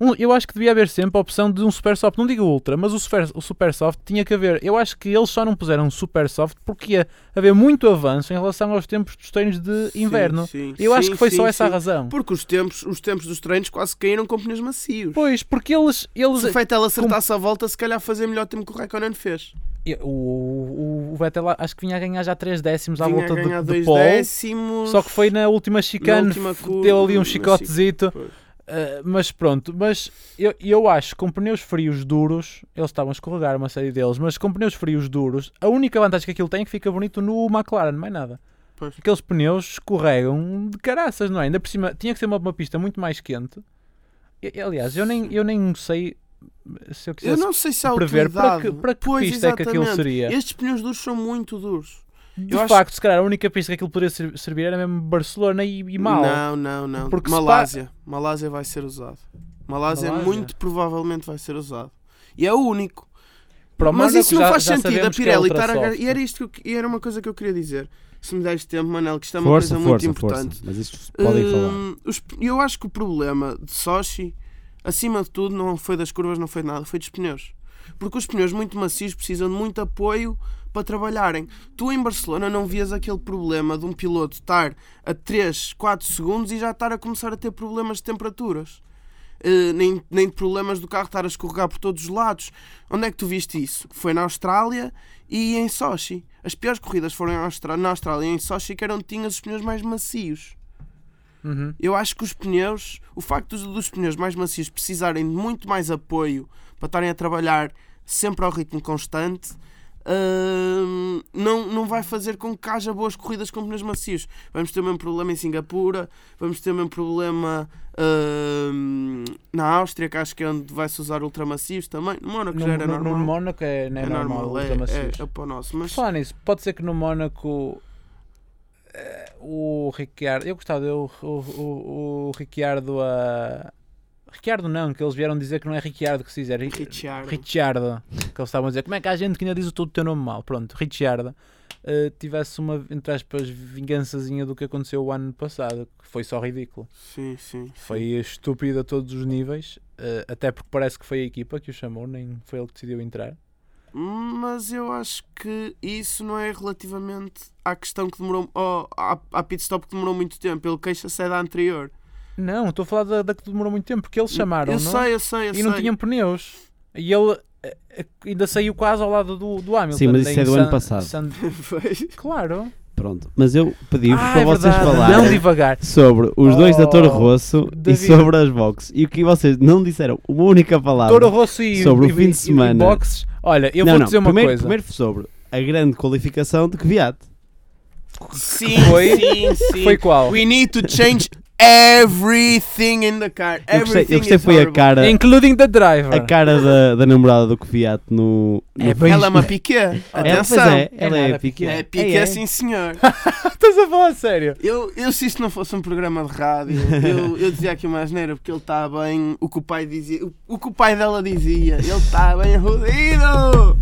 [SPEAKER 5] Um- eu acho que devia haver sempre a opção de um super soft. Não digo ultra, mas o super, o super soft tinha que haver. Eu acho que eles só não puseram um super soft porque ia haver muito avanço em relação aos tempos dos treinos de inverno.
[SPEAKER 4] Sim, sim,
[SPEAKER 5] Eu acho
[SPEAKER 4] sim,
[SPEAKER 5] que foi só
[SPEAKER 4] sim,
[SPEAKER 5] essa a
[SPEAKER 4] sim.
[SPEAKER 5] razão.
[SPEAKER 4] Porque os tempos, os tempos dos treinos quase caíram com pneus macios.
[SPEAKER 5] Pois, é porque eles. eles
[SPEAKER 4] Se o Feitel acertasse a volta, se calhar fazia melhor tempo que o Raikkonen fez.
[SPEAKER 5] o, o, o Vettel acho que vinha a ganhar já 3 décimos à
[SPEAKER 4] Tinha
[SPEAKER 5] volta de,
[SPEAKER 4] ganhado
[SPEAKER 5] de
[SPEAKER 4] dois
[SPEAKER 5] pole.
[SPEAKER 4] décimos.
[SPEAKER 5] Só que foi na última chicane,
[SPEAKER 4] Na última curva,
[SPEAKER 5] deu ali um
[SPEAKER 4] na
[SPEAKER 5] chicotezito.
[SPEAKER 4] Pois.
[SPEAKER 5] Ah, mas pronto, mas eu, eu acho que com pneus frios duros, eles estavam a escorregar uma série deles, mas com pneus frios duros, a única vantagem que aquilo tem é que fica bonito no McLaren, mais nada.
[SPEAKER 4] Pois.
[SPEAKER 5] Aqueles pneus escorregam de caraças, não é? Ainda por cima, tinha que ser uma, uma pista muito mais quente. E- e, aliás, eu nem, eu nem sei eh, se eu
[SPEAKER 4] Eu
[SPEAKER 5] quisesse
[SPEAKER 4] não sei se há
[SPEAKER 5] prever para
[SPEAKER 4] utilidade.
[SPEAKER 5] que, para que
[SPEAKER 4] Pois,
[SPEAKER 5] pista é que aquilo
[SPEAKER 4] exatamente.
[SPEAKER 5] seria.
[SPEAKER 4] Estes pneus duros são muito duros.
[SPEAKER 5] De
[SPEAKER 4] eu acho-
[SPEAKER 5] facto, se calhar a única pista que aquilo poderia ser- servir era mesmo Barcelona e, e mal.
[SPEAKER 4] Não, não, não.
[SPEAKER 5] Porque se
[SPEAKER 4] Malásia. Malásia vai ser usado. Malásia,
[SPEAKER 5] Malásia?
[SPEAKER 4] muito provavelmente vai ser usado. E é o único.
[SPEAKER 5] Para o
[SPEAKER 4] Mas
[SPEAKER 5] Mónaco
[SPEAKER 4] isso não
[SPEAKER 5] já-
[SPEAKER 4] faz
[SPEAKER 5] já
[SPEAKER 4] sentido. A
[SPEAKER 5] sabemos que é
[SPEAKER 4] Pirelli
[SPEAKER 5] ultra
[SPEAKER 4] estar a... gar-
[SPEAKER 5] soft.
[SPEAKER 4] E era, isto que eu... e era uma coisa que eu queria dizer. Se me deres tempo, Manel, que isto é uma
[SPEAKER 3] força,
[SPEAKER 4] coisa
[SPEAKER 3] força,
[SPEAKER 4] muito importante.
[SPEAKER 3] força. Mas isto podem falar.
[SPEAKER 4] Hum, os- Eu acho que o problema de Sochi, acima de tudo, não foi das curvas, não foi de nada, foi dos pneus. Porque os pneus muito macios precisam de muito apoio para trabalharem. Tu em Barcelona não vias aquele problema de um piloto estar a 3, 4 segundos e já estar a começar a ter problemas de temperaturas. Eh, nem, nem de problemas do carro estar a escorregar por todos os lados. Onde é que tu viste isso? Foi na Austrália e em Sochi. As piores corridas foram na Austra- na Austrália e em Sochi, que eram onde tinhas os pneus mais macios.
[SPEAKER 5] Uhum.
[SPEAKER 4] Eu acho que os pneus, o facto dos, dos pneus mais macios precisarem de muito mais apoio para estarem a trabalhar sempre ao ritmo constante, hum, não, não vai fazer com que haja boas corridas com pneus macios. Vamos ter o mesmo problema em Singapura, vamos ter o mesmo problema hum, na Áustria, que acho que é onde vai-se usar ultramacios também. No Mónaco
[SPEAKER 5] No,
[SPEAKER 4] já era
[SPEAKER 5] no, no
[SPEAKER 4] normal.
[SPEAKER 5] Mónaco é, não é,
[SPEAKER 4] é
[SPEAKER 5] normal,
[SPEAKER 4] normal, é,
[SPEAKER 5] ultra macios.
[SPEAKER 4] é, é para o nosso. Mas
[SPEAKER 5] Falar nisso, pode ser que no Mónaco eh, o Ricciardo. Eu gostava de ver o, o, o, o Ricciardo a. Ricciardo não, que eles vieram dizer que não é Ricciardo que se diz, é Ri-
[SPEAKER 4] Ricciardo.
[SPEAKER 5] Ricciardo. Que eles estavam a dizer como é que há gente que ainda diz o todo o teu nome mal. Pronto, Ricciardo. eh, tivesse uma, entre aspas, vingançazinha do que aconteceu o ano passado, que foi só ridículo.
[SPEAKER 4] Sim, sim. sim.
[SPEAKER 5] Foi estúpido a todos os níveis, eh, até porque parece que foi a equipa que o chamou, nem foi ele que decidiu entrar.
[SPEAKER 4] Mas eu acho que isso não é relativamente à questão que demorou. ó, à, à pit stop que demorou muito tempo. Ele queixa-se é da anterior.
[SPEAKER 5] Não, estou a falar da, da que demorou muito tempo, porque eles chamaram
[SPEAKER 4] Eu
[SPEAKER 5] não? é?
[SPEAKER 4] sei, eu sei, eu
[SPEAKER 5] e
[SPEAKER 4] sei.
[SPEAKER 5] não tinham pneus. E ele eh, eh, ainda saiu quase ao lado do, do Hamilton.
[SPEAKER 3] Sim, mas isso
[SPEAKER 5] em
[SPEAKER 3] é do
[SPEAKER 5] San-
[SPEAKER 3] ano passado.
[SPEAKER 5] San-
[SPEAKER 4] Pois.
[SPEAKER 5] Claro.
[SPEAKER 3] Pronto. Mas eu pedi-vos
[SPEAKER 5] Ah,
[SPEAKER 3] para
[SPEAKER 5] é
[SPEAKER 3] vocês
[SPEAKER 5] verdade. Não
[SPEAKER 3] falarem
[SPEAKER 5] devagar.
[SPEAKER 3] sobre os dois da Toro
[SPEAKER 5] Oh,
[SPEAKER 3] Rosso e
[SPEAKER 5] David.
[SPEAKER 3] sobre as boxes. E o que vocês não disseram uma única palavra.
[SPEAKER 5] Toro Rosso e,
[SPEAKER 3] Sobre o
[SPEAKER 5] e-
[SPEAKER 3] fim de
[SPEAKER 5] e- e
[SPEAKER 3] semana.
[SPEAKER 5] boxes. Olha, eu
[SPEAKER 3] não,
[SPEAKER 5] vou
[SPEAKER 3] não.
[SPEAKER 5] dizer uma
[SPEAKER 3] primeiro,
[SPEAKER 5] coisa.
[SPEAKER 3] Primeiro sobre a grande qualificação de Kvyat.
[SPEAKER 4] Sim,
[SPEAKER 5] Foi?
[SPEAKER 4] sim, sim.
[SPEAKER 5] Foi qual?
[SPEAKER 4] We need to change everything in the car.
[SPEAKER 3] Eu gostei,
[SPEAKER 4] Everything
[SPEAKER 3] eu gostei
[SPEAKER 4] is
[SPEAKER 3] foi a
[SPEAKER 4] horrible.
[SPEAKER 3] cara,
[SPEAKER 5] Including the driver.
[SPEAKER 3] Eh, a cara da, da namorada do Kvyat no... no
[SPEAKER 5] É bem-
[SPEAKER 4] Ela é uma piquet.
[SPEAKER 3] Ela, pois
[SPEAKER 4] Atenção.
[SPEAKER 3] é,
[SPEAKER 5] É
[SPEAKER 3] ela é,
[SPEAKER 5] nada,
[SPEAKER 3] pique.
[SPEAKER 4] É
[SPEAKER 3] Ei,
[SPEAKER 4] piquet,
[SPEAKER 3] ei.
[SPEAKER 4] sim, senhor.
[SPEAKER 5] Estás a falar sério?
[SPEAKER 4] Eu, eu, se isto não fosse um programa de rádio, eu, eu dizia aqui uma asneira porque ele está bem. O que o pai dizia, o, o que o pai dela dizia, ele está bem arrudido!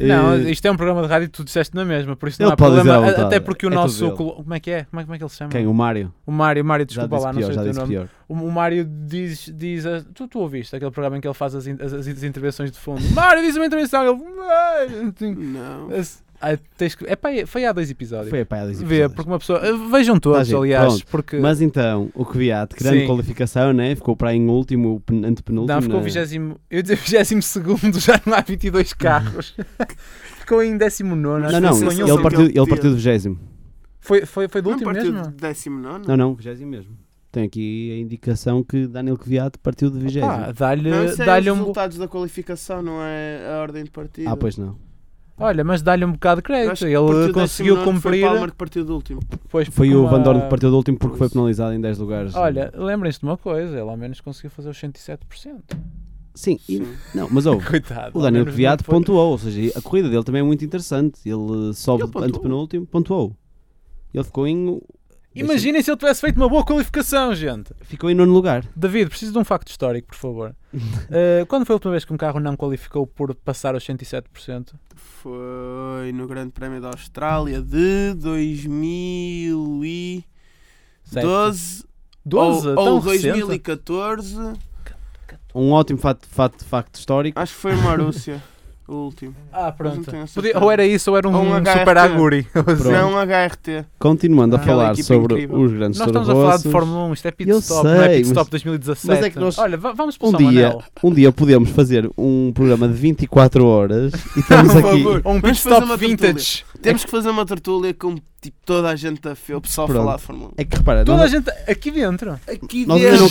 [SPEAKER 5] Não,
[SPEAKER 3] Eh,
[SPEAKER 5] isto é um programa de rádio e tu disseste na mesma, por isso não
[SPEAKER 3] Ele
[SPEAKER 5] há
[SPEAKER 3] pode dizer à
[SPEAKER 5] problema.
[SPEAKER 3] vontade,
[SPEAKER 5] a- Até porque o
[SPEAKER 3] é tudo
[SPEAKER 5] nosso.
[SPEAKER 3] dele.
[SPEAKER 5] colo- Como é que é? Como é, como é que ele se chama?
[SPEAKER 3] Quem? O Mário?
[SPEAKER 5] O Mário, Mário,
[SPEAKER 3] Já
[SPEAKER 5] desculpa
[SPEAKER 3] disse
[SPEAKER 5] lá, não
[SPEAKER 3] pior,
[SPEAKER 5] sei
[SPEAKER 3] já
[SPEAKER 5] o teu
[SPEAKER 3] disse
[SPEAKER 5] nome.
[SPEAKER 3] pior.
[SPEAKER 5] O, o Mário diz. diz a- tu, tu ouviste aquele programa em que ele faz as, in- as, as intervenções de fundo? Mário, diz uma intervenção! Ele. "Ai", assim,
[SPEAKER 4] Não.
[SPEAKER 5] assim, ai, tens que- epá, é- foi há dois episódios.
[SPEAKER 3] Foi a pá, dois
[SPEAKER 5] Vê,
[SPEAKER 3] episódios.
[SPEAKER 5] porque uma pessoa. eh, Vejam
[SPEAKER 3] Tá,
[SPEAKER 5] todos,
[SPEAKER 3] gente,
[SPEAKER 5] aliás,
[SPEAKER 3] pronto.
[SPEAKER 5] porque.
[SPEAKER 3] Mas então, o Kvyat, grande
[SPEAKER 5] Sim.
[SPEAKER 3] qualificação, né? Ficou para aí em último, o pen- antepenúltimo.
[SPEAKER 5] não, ficou
[SPEAKER 3] né?
[SPEAKER 5] 20. Eu dizer 22 segundo, já não há 22 carros. ficou em 19.
[SPEAKER 3] Não, não,
[SPEAKER 5] acho que foi em
[SPEAKER 4] sensação
[SPEAKER 3] ele
[SPEAKER 4] que
[SPEAKER 3] partiu,
[SPEAKER 4] ele
[SPEAKER 3] ele partiu
[SPEAKER 4] teve.
[SPEAKER 3] do vigésimo.
[SPEAKER 5] Foi, foi, foi do
[SPEAKER 4] Não
[SPEAKER 5] último
[SPEAKER 4] partiu
[SPEAKER 5] mesmo?
[SPEAKER 4] de 19?
[SPEAKER 3] Não, não, vigésimo mesmo. Tem aqui a indicação que Daniel Kvyat partiu de vigésimo.
[SPEAKER 5] Pá, dá-lhe
[SPEAKER 4] Não, isso é
[SPEAKER 5] dá-lhe
[SPEAKER 4] os
[SPEAKER 5] um. bo-
[SPEAKER 4] resultados da qualificação, não é a ordem de partida.
[SPEAKER 3] Ah, pois não.
[SPEAKER 5] Olha, mas dá-lhe um bocado de
[SPEAKER 4] Eu
[SPEAKER 5] crédito.
[SPEAKER 4] acho que partiu
[SPEAKER 5] Ele
[SPEAKER 4] do
[SPEAKER 5] conseguiu
[SPEAKER 4] 19, Foi
[SPEAKER 5] cumprir.
[SPEAKER 4] Palmer que partiu do último.
[SPEAKER 5] Pois,
[SPEAKER 3] Foi
[SPEAKER 5] porque
[SPEAKER 3] o
[SPEAKER 5] uma-
[SPEAKER 3] Van Dorn que partiu do último porque foi
[SPEAKER 4] Pois.
[SPEAKER 3] penalizado em 10 lugares.
[SPEAKER 5] Olha, lembrem-se de uma coisa, ele ao menos conseguiu fazer os 107%.
[SPEAKER 3] Sim, e-
[SPEAKER 4] Sim.
[SPEAKER 3] não, mas ouve.
[SPEAKER 5] Coitado.
[SPEAKER 3] O
[SPEAKER 5] ao
[SPEAKER 3] Daniel
[SPEAKER 5] menos
[SPEAKER 3] Kvyat
[SPEAKER 5] não foi-
[SPEAKER 3] pontuou, ou seja, a corrida dele também é muito interessante. Ele sobe
[SPEAKER 4] Ele pontuou.
[SPEAKER 3] antepenúltimo, pontuou. Ele ficou em,
[SPEAKER 5] Imaginem se ele tivesse feito uma boa qualificação, gente.
[SPEAKER 3] ficou em nono lugar.
[SPEAKER 5] David, preciso de um facto histórico, por favor. Eh, quando foi a última vez que um carro não qualificou por passar os 107%?
[SPEAKER 4] Foi no Grande Prémio da Austrália de 2012
[SPEAKER 5] Sete. 12?
[SPEAKER 4] ou, ou
[SPEAKER 5] tão recente?
[SPEAKER 4] 2014.
[SPEAKER 3] um ótimo fato, fato- facto histórico.
[SPEAKER 4] Acho que foi o Marúcia, o último.
[SPEAKER 5] Ah,
[SPEAKER 4] Mas não
[SPEAKER 5] pronto.
[SPEAKER 4] tenho a
[SPEAKER 5] Podia-
[SPEAKER 4] certeza.
[SPEAKER 5] ou era isso ou era um,
[SPEAKER 4] Ou um
[SPEAKER 5] super
[SPEAKER 4] HRT.
[SPEAKER 5] aguri.
[SPEAKER 3] Pronto.
[SPEAKER 4] Não, HRT.
[SPEAKER 3] Continuando a
[SPEAKER 4] Aquela
[SPEAKER 3] falar
[SPEAKER 4] equipa
[SPEAKER 3] sobre
[SPEAKER 4] incrível.
[SPEAKER 3] os grandes
[SPEAKER 5] Nós estamos a falar de
[SPEAKER 3] torrossos,
[SPEAKER 5] Fórmula 1, isto é pit
[SPEAKER 3] Eu
[SPEAKER 5] stop, não é
[SPEAKER 3] sei,
[SPEAKER 5] pit
[SPEAKER 3] mas-
[SPEAKER 5] stop 2017.
[SPEAKER 3] mas é que nós-
[SPEAKER 5] Olha, va- vamos
[SPEAKER 3] um
[SPEAKER 5] passar um,
[SPEAKER 3] dia,
[SPEAKER 5] anel.
[SPEAKER 3] um dia podemos fazer um programa de 24 horas e estamos
[SPEAKER 4] Por
[SPEAKER 3] aqui.
[SPEAKER 4] favor.
[SPEAKER 5] Um pit
[SPEAKER 4] Vamos fazer
[SPEAKER 5] stop
[SPEAKER 4] uma
[SPEAKER 5] vintage.
[SPEAKER 4] Temos que fazer uma tertúlia com tipo, toda a gente da FEUP só
[SPEAKER 3] Pronto.
[SPEAKER 4] falar de Fórmula
[SPEAKER 3] É que repara,
[SPEAKER 5] Toda a
[SPEAKER 3] nós,
[SPEAKER 5] gente aqui dentro.
[SPEAKER 4] Aqui
[SPEAKER 3] nós ainda
[SPEAKER 5] desde
[SPEAKER 3] não
[SPEAKER 5] o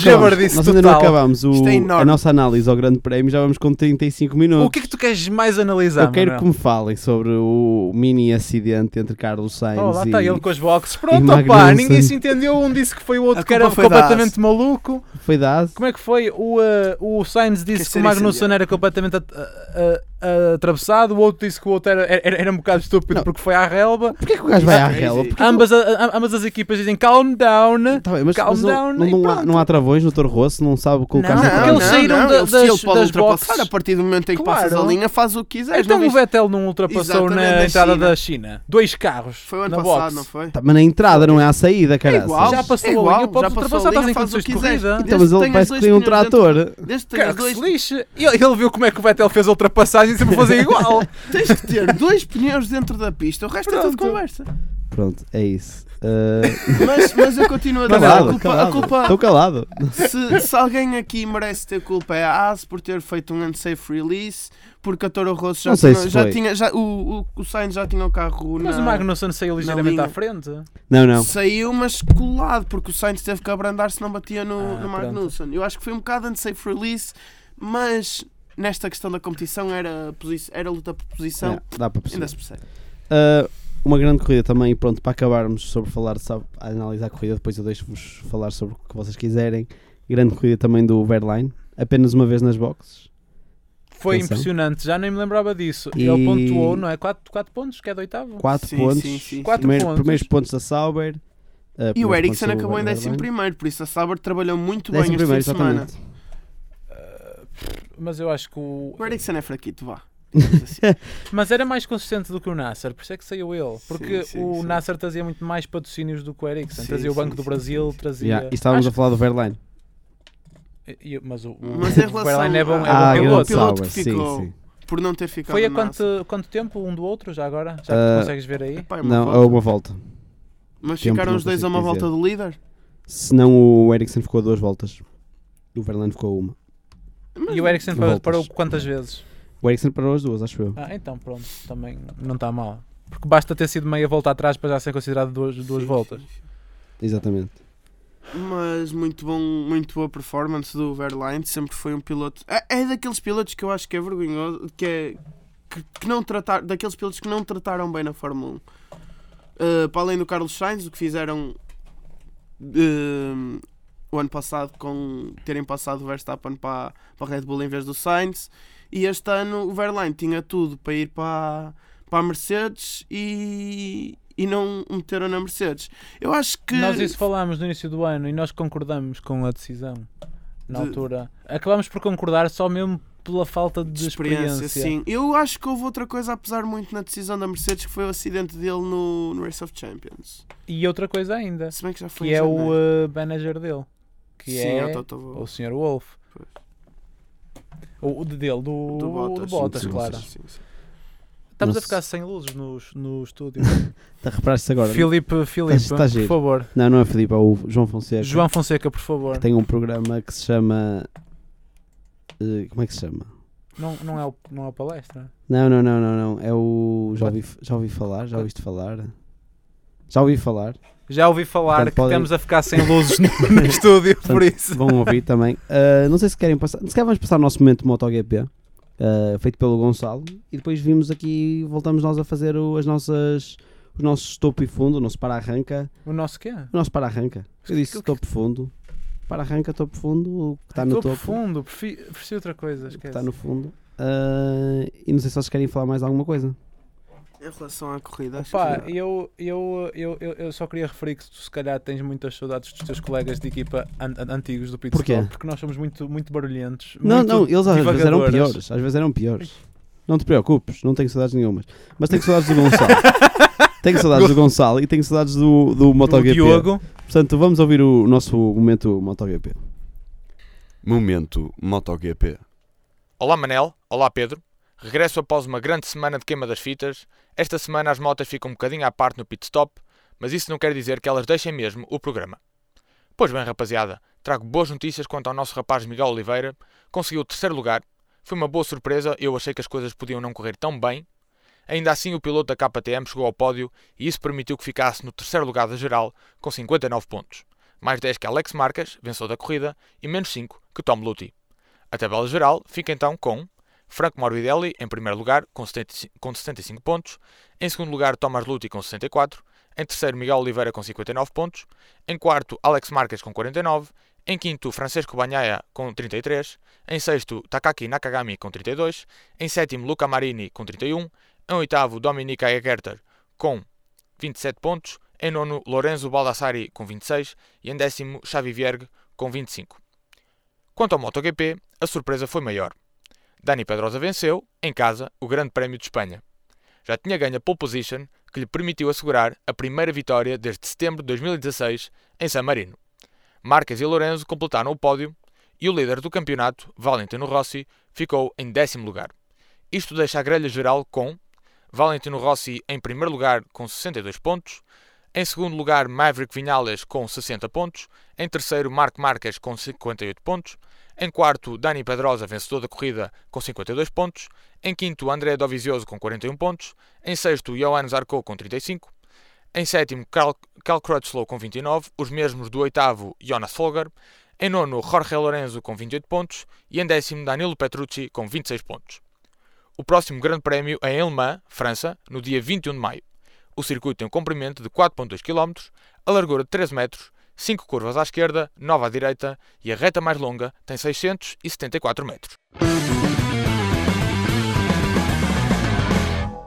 [SPEAKER 3] acabamos,
[SPEAKER 5] jabardice
[SPEAKER 3] nós ainda não
[SPEAKER 5] total.
[SPEAKER 3] acabamos o-
[SPEAKER 4] Isto é enorme.
[SPEAKER 3] a nossa análise ao Grande Prémio, já vamos com 35 minutos.
[SPEAKER 5] O que é que tu queres mais analisar?
[SPEAKER 3] Eu quero que
[SPEAKER 5] Manuel?
[SPEAKER 3] me falem sobre o mini acidente entre Carlos Sainz
[SPEAKER 5] Oh, lá
[SPEAKER 3] e.
[SPEAKER 5] está ele com as boxes. Pronto, opá,
[SPEAKER 3] Magnussen.
[SPEAKER 5] ninguém se entendeu. Um disse que foi o outro
[SPEAKER 4] A
[SPEAKER 5] que era
[SPEAKER 4] culpa foi da
[SPEAKER 5] completamente
[SPEAKER 4] Haas.
[SPEAKER 5] maluco.
[SPEAKER 3] Foi dado.
[SPEAKER 5] Como é que foi? O, eh, o Sainz disse
[SPEAKER 4] Quer
[SPEAKER 5] que o
[SPEAKER 4] ser
[SPEAKER 5] Magnussen
[SPEAKER 4] incendiário.
[SPEAKER 5] era completamente at- a- a- a- atravessado. O outro disse que o outro era, era, era um bocado estúpido
[SPEAKER 3] Não.
[SPEAKER 5] porque foi à relva.
[SPEAKER 3] Porquê que o gajo vai à
[SPEAKER 4] Isso é
[SPEAKER 3] rela?
[SPEAKER 4] crazy.
[SPEAKER 3] Porquê que-
[SPEAKER 5] Ambas, a- a- ambas as equipas dizem calm down.
[SPEAKER 3] Tá bem, mas,
[SPEAKER 5] Calm
[SPEAKER 3] mas não,
[SPEAKER 5] down
[SPEAKER 3] não,
[SPEAKER 5] e
[SPEAKER 3] não há,
[SPEAKER 5] pronto.
[SPEAKER 3] não há travões no Toro Rosso, não sabe colocar
[SPEAKER 5] Não,
[SPEAKER 3] no
[SPEAKER 5] porque
[SPEAKER 3] carro.
[SPEAKER 5] eles saíram
[SPEAKER 4] não,
[SPEAKER 5] da-
[SPEAKER 4] ele- se
[SPEAKER 5] das-
[SPEAKER 4] ele pode
[SPEAKER 5] das
[SPEAKER 4] ultrapassar
[SPEAKER 5] boxes.
[SPEAKER 4] a partir do momento em que
[SPEAKER 5] Claro.
[SPEAKER 4] passas a linha, faz o que quiseres.
[SPEAKER 5] Então
[SPEAKER 4] não
[SPEAKER 5] o
[SPEAKER 4] viste?
[SPEAKER 5] Vettel não ultrapassou
[SPEAKER 4] Exatamente,
[SPEAKER 5] na
[SPEAKER 4] na
[SPEAKER 5] entrada
[SPEAKER 4] China.
[SPEAKER 5] da China. Dois carros
[SPEAKER 4] Foi o ano
[SPEAKER 5] na
[SPEAKER 4] passado,
[SPEAKER 5] box.
[SPEAKER 4] não foi?
[SPEAKER 3] Tá, mas na entrada, não é à saída, cara.
[SPEAKER 4] igual.
[SPEAKER 5] Já passou
[SPEAKER 4] É
[SPEAKER 5] a
[SPEAKER 4] igual,
[SPEAKER 5] linha, podes
[SPEAKER 4] já passou
[SPEAKER 5] ultrapassar,
[SPEAKER 4] a linha,
[SPEAKER 5] estás em
[SPEAKER 4] faz o
[SPEAKER 5] condições de
[SPEAKER 4] que quiseres.
[SPEAKER 5] corrida.
[SPEAKER 3] Então, mas
[SPEAKER 4] Desde que
[SPEAKER 3] ele
[SPEAKER 4] tenhas
[SPEAKER 3] parece que
[SPEAKER 4] dois
[SPEAKER 3] tem um
[SPEAKER 4] pneus dentro-
[SPEAKER 3] trator.
[SPEAKER 4] Desde que
[SPEAKER 5] Cara,
[SPEAKER 4] tenhas
[SPEAKER 5] que
[SPEAKER 4] dois
[SPEAKER 5] se lixe. Ele, ele viu como é que o Vettel fez a ultrapassagem e sempre fazer igual.
[SPEAKER 4] Tens que ter dois pneus dentro da pista, o resto é tudo
[SPEAKER 5] Pronto.
[SPEAKER 4] conversa.
[SPEAKER 3] Pronto, é isso. Ah,
[SPEAKER 4] Mas, mas eu continuo a dizer, a
[SPEAKER 3] calado,
[SPEAKER 4] culpa, a
[SPEAKER 3] calado.
[SPEAKER 5] Então
[SPEAKER 4] culpa-
[SPEAKER 3] Estou calado.
[SPEAKER 4] se, se alguém aqui merece ter culpa é a AS por ter feito um unsafe release, porque a Toro Rosso já,
[SPEAKER 3] Não sei
[SPEAKER 4] tinha-
[SPEAKER 3] se
[SPEAKER 4] já
[SPEAKER 3] foi.
[SPEAKER 4] tinha, já, o, o, o Sainz já tinha o carro
[SPEAKER 5] Mas
[SPEAKER 4] na-
[SPEAKER 5] o Magnussen saiu ligeiramente
[SPEAKER 4] linha.
[SPEAKER 5] à frente.
[SPEAKER 3] Não, não.
[SPEAKER 4] Saiu, mas colado, porque o Sainz teve que abrandar se não batia no,
[SPEAKER 5] Ah,
[SPEAKER 4] no
[SPEAKER 5] pronto.
[SPEAKER 4] Magnussen. Eu acho que foi um bocado unsafe release, mas nesta questão da competição era, posi- era luta por posição,
[SPEAKER 3] É, dá para perceber.
[SPEAKER 4] ainda se percebe.
[SPEAKER 3] Ah, uma grande corrida também, pronto, para acabarmos sobre falar, de sab- a analisar a corrida, depois eu deixo-vos falar sobre o que vocês quiserem. Grande corrida também do Verline, apenas uma vez nas boxes.
[SPEAKER 5] Foi
[SPEAKER 3] Atenção.
[SPEAKER 5] impressionante, já nem me lembrava disso.
[SPEAKER 3] E-
[SPEAKER 5] Ele pontuou, não é? 4 pontos, que é do oitavo.
[SPEAKER 3] 4
[SPEAKER 4] Sim,
[SPEAKER 3] pontos,
[SPEAKER 4] sim, sim,
[SPEAKER 5] Quatro
[SPEAKER 3] primeiro-
[SPEAKER 5] pontos.
[SPEAKER 3] primeiros pontos da Sauber. ah,
[SPEAKER 4] E o
[SPEAKER 3] primeiros
[SPEAKER 4] Ericsson
[SPEAKER 3] pontos do
[SPEAKER 4] acabou em
[SPEAKER 3] Verline.
[SPEAKER 4] 11 primeiro, por isso a Sauber trabalhou muito bem
[SPEAKER 3] Décimo
[SPEAKER 4] este fim
[SPEAKER 3] primeiro,
[SPEAKER 4] de semana.
[SPEAKER 3] exatamente.
[SPEAKER 5] Mas eu acho que o.
[SPEAKER 4] O Ericsson é fraquito, vá.
[SPEAKER 5] Mas era mais consistente do que o Nasser, por isso é que saiu ele. Porque
[SPEAKER 4] sim,
[SPEAKER 5] o
[SPEAKER 4] sim.
[SPEAKER 5] Nasser trazia muito mais patrocínios do que o Ericsson.
[SPEAKER 4] Sim,
[SPEAKER 5] trazia o
[SPEAKER 4] sim,
[SPEAKER 5] Banco do
[SPEAKER 4] sim,
[SPEAKER 5] Brasil,
[SPEAKER 4] sim, sim.
[SPEAKER 5] trazia.
[SPEAKER 3] Yeah, e estávamos a
[SPEAKER 5] Acho-
[SPEAKER 3] falar do Verline.
[SPEAKER 5] e- e- Mas o, o,
[SPEAKER 4] Mas em relação
[SPEAKER 5] o Airline é bom, é bom
[SPEAKER 3] ah,
[SPEAKER 4] Ah, o
[SPEAKER 3] grande
[SPEAKER 5] piloto.
[SPEAKER 4] piloto
[SPEAKER 3] Sauber,
[SPEAKER 4] que
[SPEAKER 3] sim,
[SPEAKER 4] ficou.
[SPEAKER 3] sim.
[SPEAKER 4] Por não ter ficado
[SPEAKER 5] Foi a
[SPEAKER 4] na
[SPEAKER 5] quanto, quanto tempo um do outro, já agora? Já
[SPEAKER 3] Ah,
[SPEAKER 5] que consegues ver aí?
[SPEAKER 4] Epá, é uma
[SPEAKER 3] Não,
[SPEAKER 4] volta.
[SPEAKER 3] é uma volta.
[SPEAKER 4] Mas
[SPEAKER 3] tempo,
[SPEAKER 4] ficaram
[SPEAKER 3] não
[SPEAKER 4] os dois a
[SPEAKER 3] consigo
[SPEAKER 4] uma
[SPEAKER 3] dizer.
[SPEAKER 4] volta do líder?
[SPEAKER 3] Senão o Ericsson ficou a duas voltas. O Verline ficou a uma.
[SPEAKER 5] E o Ericsson parou,
[SPEAKER 3] Voltas.
[SPEAKER 5] parou quantas vezes?
[SPEAKER 3] O Ericsson parou as duas, acho eu.
[SPEAKER 5] Ah, então pronto, também não está mal. Porque basta ter sido meia volta atrás para já ser considerado duas, duas voltas.
[SPEAKER 3] Exatamente.
[SPEAKER 4] Mas muito bom, muito boa performance do Verline, sempre foi um piloto. É, é daqueles pilotos que eu acho que é vergonhoso, que é que, que não tratar, daqueles pilotos que não trataram bem na Fórmula 1. Eh, para além do Carlos Sainz, o que fizeram eh, o ano passado com terem passado o Verstappen para, para a Red Bull em vez do Sainz, e este ano o Verline tinha tudo para ir para, para a Mercedes e, e não o meteram na Mercedes. Eu acho que
[SPEAKER 5] Nós isso falámos no início do ano e nós concordamos com a decisão na
[SPEAKER 4] De-
[SPEAKER 5] altura. Acabámos por concordar só mesmo pela falta de,
[SPEAKER 4] de
[SPEAKER 5] experiência.
[SPEAKER 4] experiência, sim. Eu acho que houve outra coisa a pesar muito na decisão da Mercedes, que foi o acidente dele no, no Race of Champions.
[SPEAKER 5] E outra coisa ainda,
[SPEAKER 4] Se bem que já foi
[SPEAKER 5] que
[SPEAKER 4] em
[SPEAKER 5] é o
[SPEAKER 4] janeiro.
[SPEAKER 5] eh, manager dele, que
[SPEAKER 4] Sim,
[SPEAKER 5] é
[SPEAKER 4] o Toto Wolff.
[SPEAKER 5] o Sr. Wolf.
[SPEAKER 4] Pois.
[SPEAKER 5] O o de dele, do,
[SPEAKER 4] do Bottas,
[SPEAKER 5] Bottas,
[SPEAKER 3] sim,
[SPEAKER 5] claro.
[SPEAKER 4] Sim, sim.
[SPEAKER 5] Estamos
[SPEAKER 3] Não
[SPEAKER 5] a ficar
[SPEAKER 3] se-
[SPEAKER 5] sem luzes no, no estúdio.
[SPEAKER 3] Tá, reparaste agora?
[SPEAKER 5] Filipe, Filipe,
[SPEAKER 3] Está Tá, giro.
[SPEAKER 5] por favor.
[SPEAKER 3] Não, não é Filipe, é o João Fonseca.
[SPEAKER 5] João Fonseca, por favor.
[SPEAKER 3] que tem um programa que se chama. eh, como é que se chama?
[SPEAKER 5] Não, não, é o, não é a palestra?
[SPEAKER 3] Não, não, não, não, não. É o. Já ouvi, já ouvi falar? Já ouviste falar? Já ouvi falar.
[SPEAKER 5] Já ouvi falar
[SPEAKER 3] Portanto,
[SPEAKER 5] que
[SPEAKER 3] podem-
[SPEAKER 5] estamos a ficar sem luzes no, no estúdio, por
[SPEAKER 3] Portanto,
[SPEAKER 5] isso.
[SPEAKER 3] Vão ouvir também. Ah, não sei se querem passar. Se calhar vamos passar o nosso momento de MotoGP, ah, feito pelo Gonçalo, e depois vimos aqui, voltamos nós a fazer o- as nossas. Os nossos topo e fundo, o nosso para-arranca.
[SPEAKER 5] O nosso quê?
[SPEAKER 3] O nosso para-arranca. Eu disse topo fundo. Para-arranca, topo fundo, o que está
[SPEAKER 5] Ai,
[SPEAKER 3] Tá no
[SPEAKER 5] tô
[SPEAKER 3] topo.
[SPEAKER 5] profundo, prefi- prefiro outra coisa,
[SPEAKER 3] que
[SPEAKER 5] esquece.
[SPEAKER 3] está no fundo. Ah, e não sei se vocês querem falar mais alguma coisa.
[SPEAKER 4] Em relação à corrida, acho
[SPEAKER 5] Pá,
[SPEAKER 4] que.
[SPEAKER 5] eu, eu, eu, eu, eu só queria referir que tu se calhar tens muitas saudades dos teus colegas de equipa an- an- antigos do Pit
[SPEAKER 3] Porquê?
[SPEAKER 5] Stop, porque nós somos muito, muito barulhentos.
[SPEAKER 3] Não,
[SPEAKER 5] muito
[SPEAKER 3] não, eles às vezes eram
[SPEAKER 5] divagadoras.
[SPEAKER 3] piores. Às vezes eram piores. Não te preocupes, não tenho saudades nenhumas. Mas tenho saudades do Gonçalo. tenho saudades do Gonçalo e tenho saudades do, do
[SPEAKER 5] O
[SPEAKER 3] MotoGP.
[SPEAKER 5] Diogo,
[SPEAKER 3] Portanto, vamos ouvir o nosso momento MotoGP.
[SPEAKER 2] Momento MotoGP.
[SPEAKER 1] Olá Manel, olá Pedro. Regresso após uma grande semana de queima das fitas. Esta semana as motas ficam um bocadinho à parte no pit stop, mas isso não quer dizer que elas deixem mesmo o programa. Pois bem, rapaziada, trago boas notícias quanto ao nosso rapaz Miguel Oliveira. Conseguiu o terceiro lugar. Foi uma boa surpresa, eu achei que as coisas podiam não correr tão bem. Ainda assim, o piloto da KTM chegou ao pódio e isso permitiu que ficasse no terceiro lugar da geral com 59 pontos. Mais 10 que Alex Marques, vencedor da corrida, e menos 5 que Tom Lutti. A tabela geral fica então com Franco Morbidelli em primeiro lugar com 75, com 75 pontos, em segundo lugar Thomas Lutti com 64, em terceiro Miguel Oliveira com 59 pontos, em quarto Alex Marques com 49, em quinto Francisco Bagnaia com 33, em sexto Takaki Nakagami com 32, em sétimo Luca Marini com 31, em oitavo Dominica Egerter com 27 pontos, em nono Lorenzo Baldassari com 26 e em décimo Xavi Viergue com 25. Quanto ao MotoGP, a surpresa foi maior. Dani Pedrosa venceu, em casa, o Grande Prémio de Espanha. Já tinha ganho a pole position, que lhe permitiu assegurar a primeira vitória desde setembro de 2016 em San Marino. Marques e Lorenzo completaram o pódio e o líder do campeonato, Valentino Rossi, ficou em décimo lugar. Isto deixa a grelha geral com Valentino Rossi em primeiro lugar com 62 pontos, em segundo lugar Maverick Vinales com 60 pontos, em terceiro Marc Marques com 58 pontos, em quarto, Dani Pedrosa, vencedor da corrida, com 52 pontos. Em quinto, André Dovizioso, com 41 pontos. Em sexto, Johannes Arco, com 35. Em sétimo, Cal, Cal Crutchlow, com 29. Os mesmos do oitavo, Jonas Folger. Em nono, Jorge Lorenzo, com 28 pontos. E em décimo, Danilo Petrucci, com 26 pontos. O próximo grande prémio é em Le Mans, França, no dia 21 de maio. O circuito tem um comprimento de 4.2 km, a largura de 13 metros, 5 curvas à esquerda, 9 à direita e a reta mais longa tem 674 metros.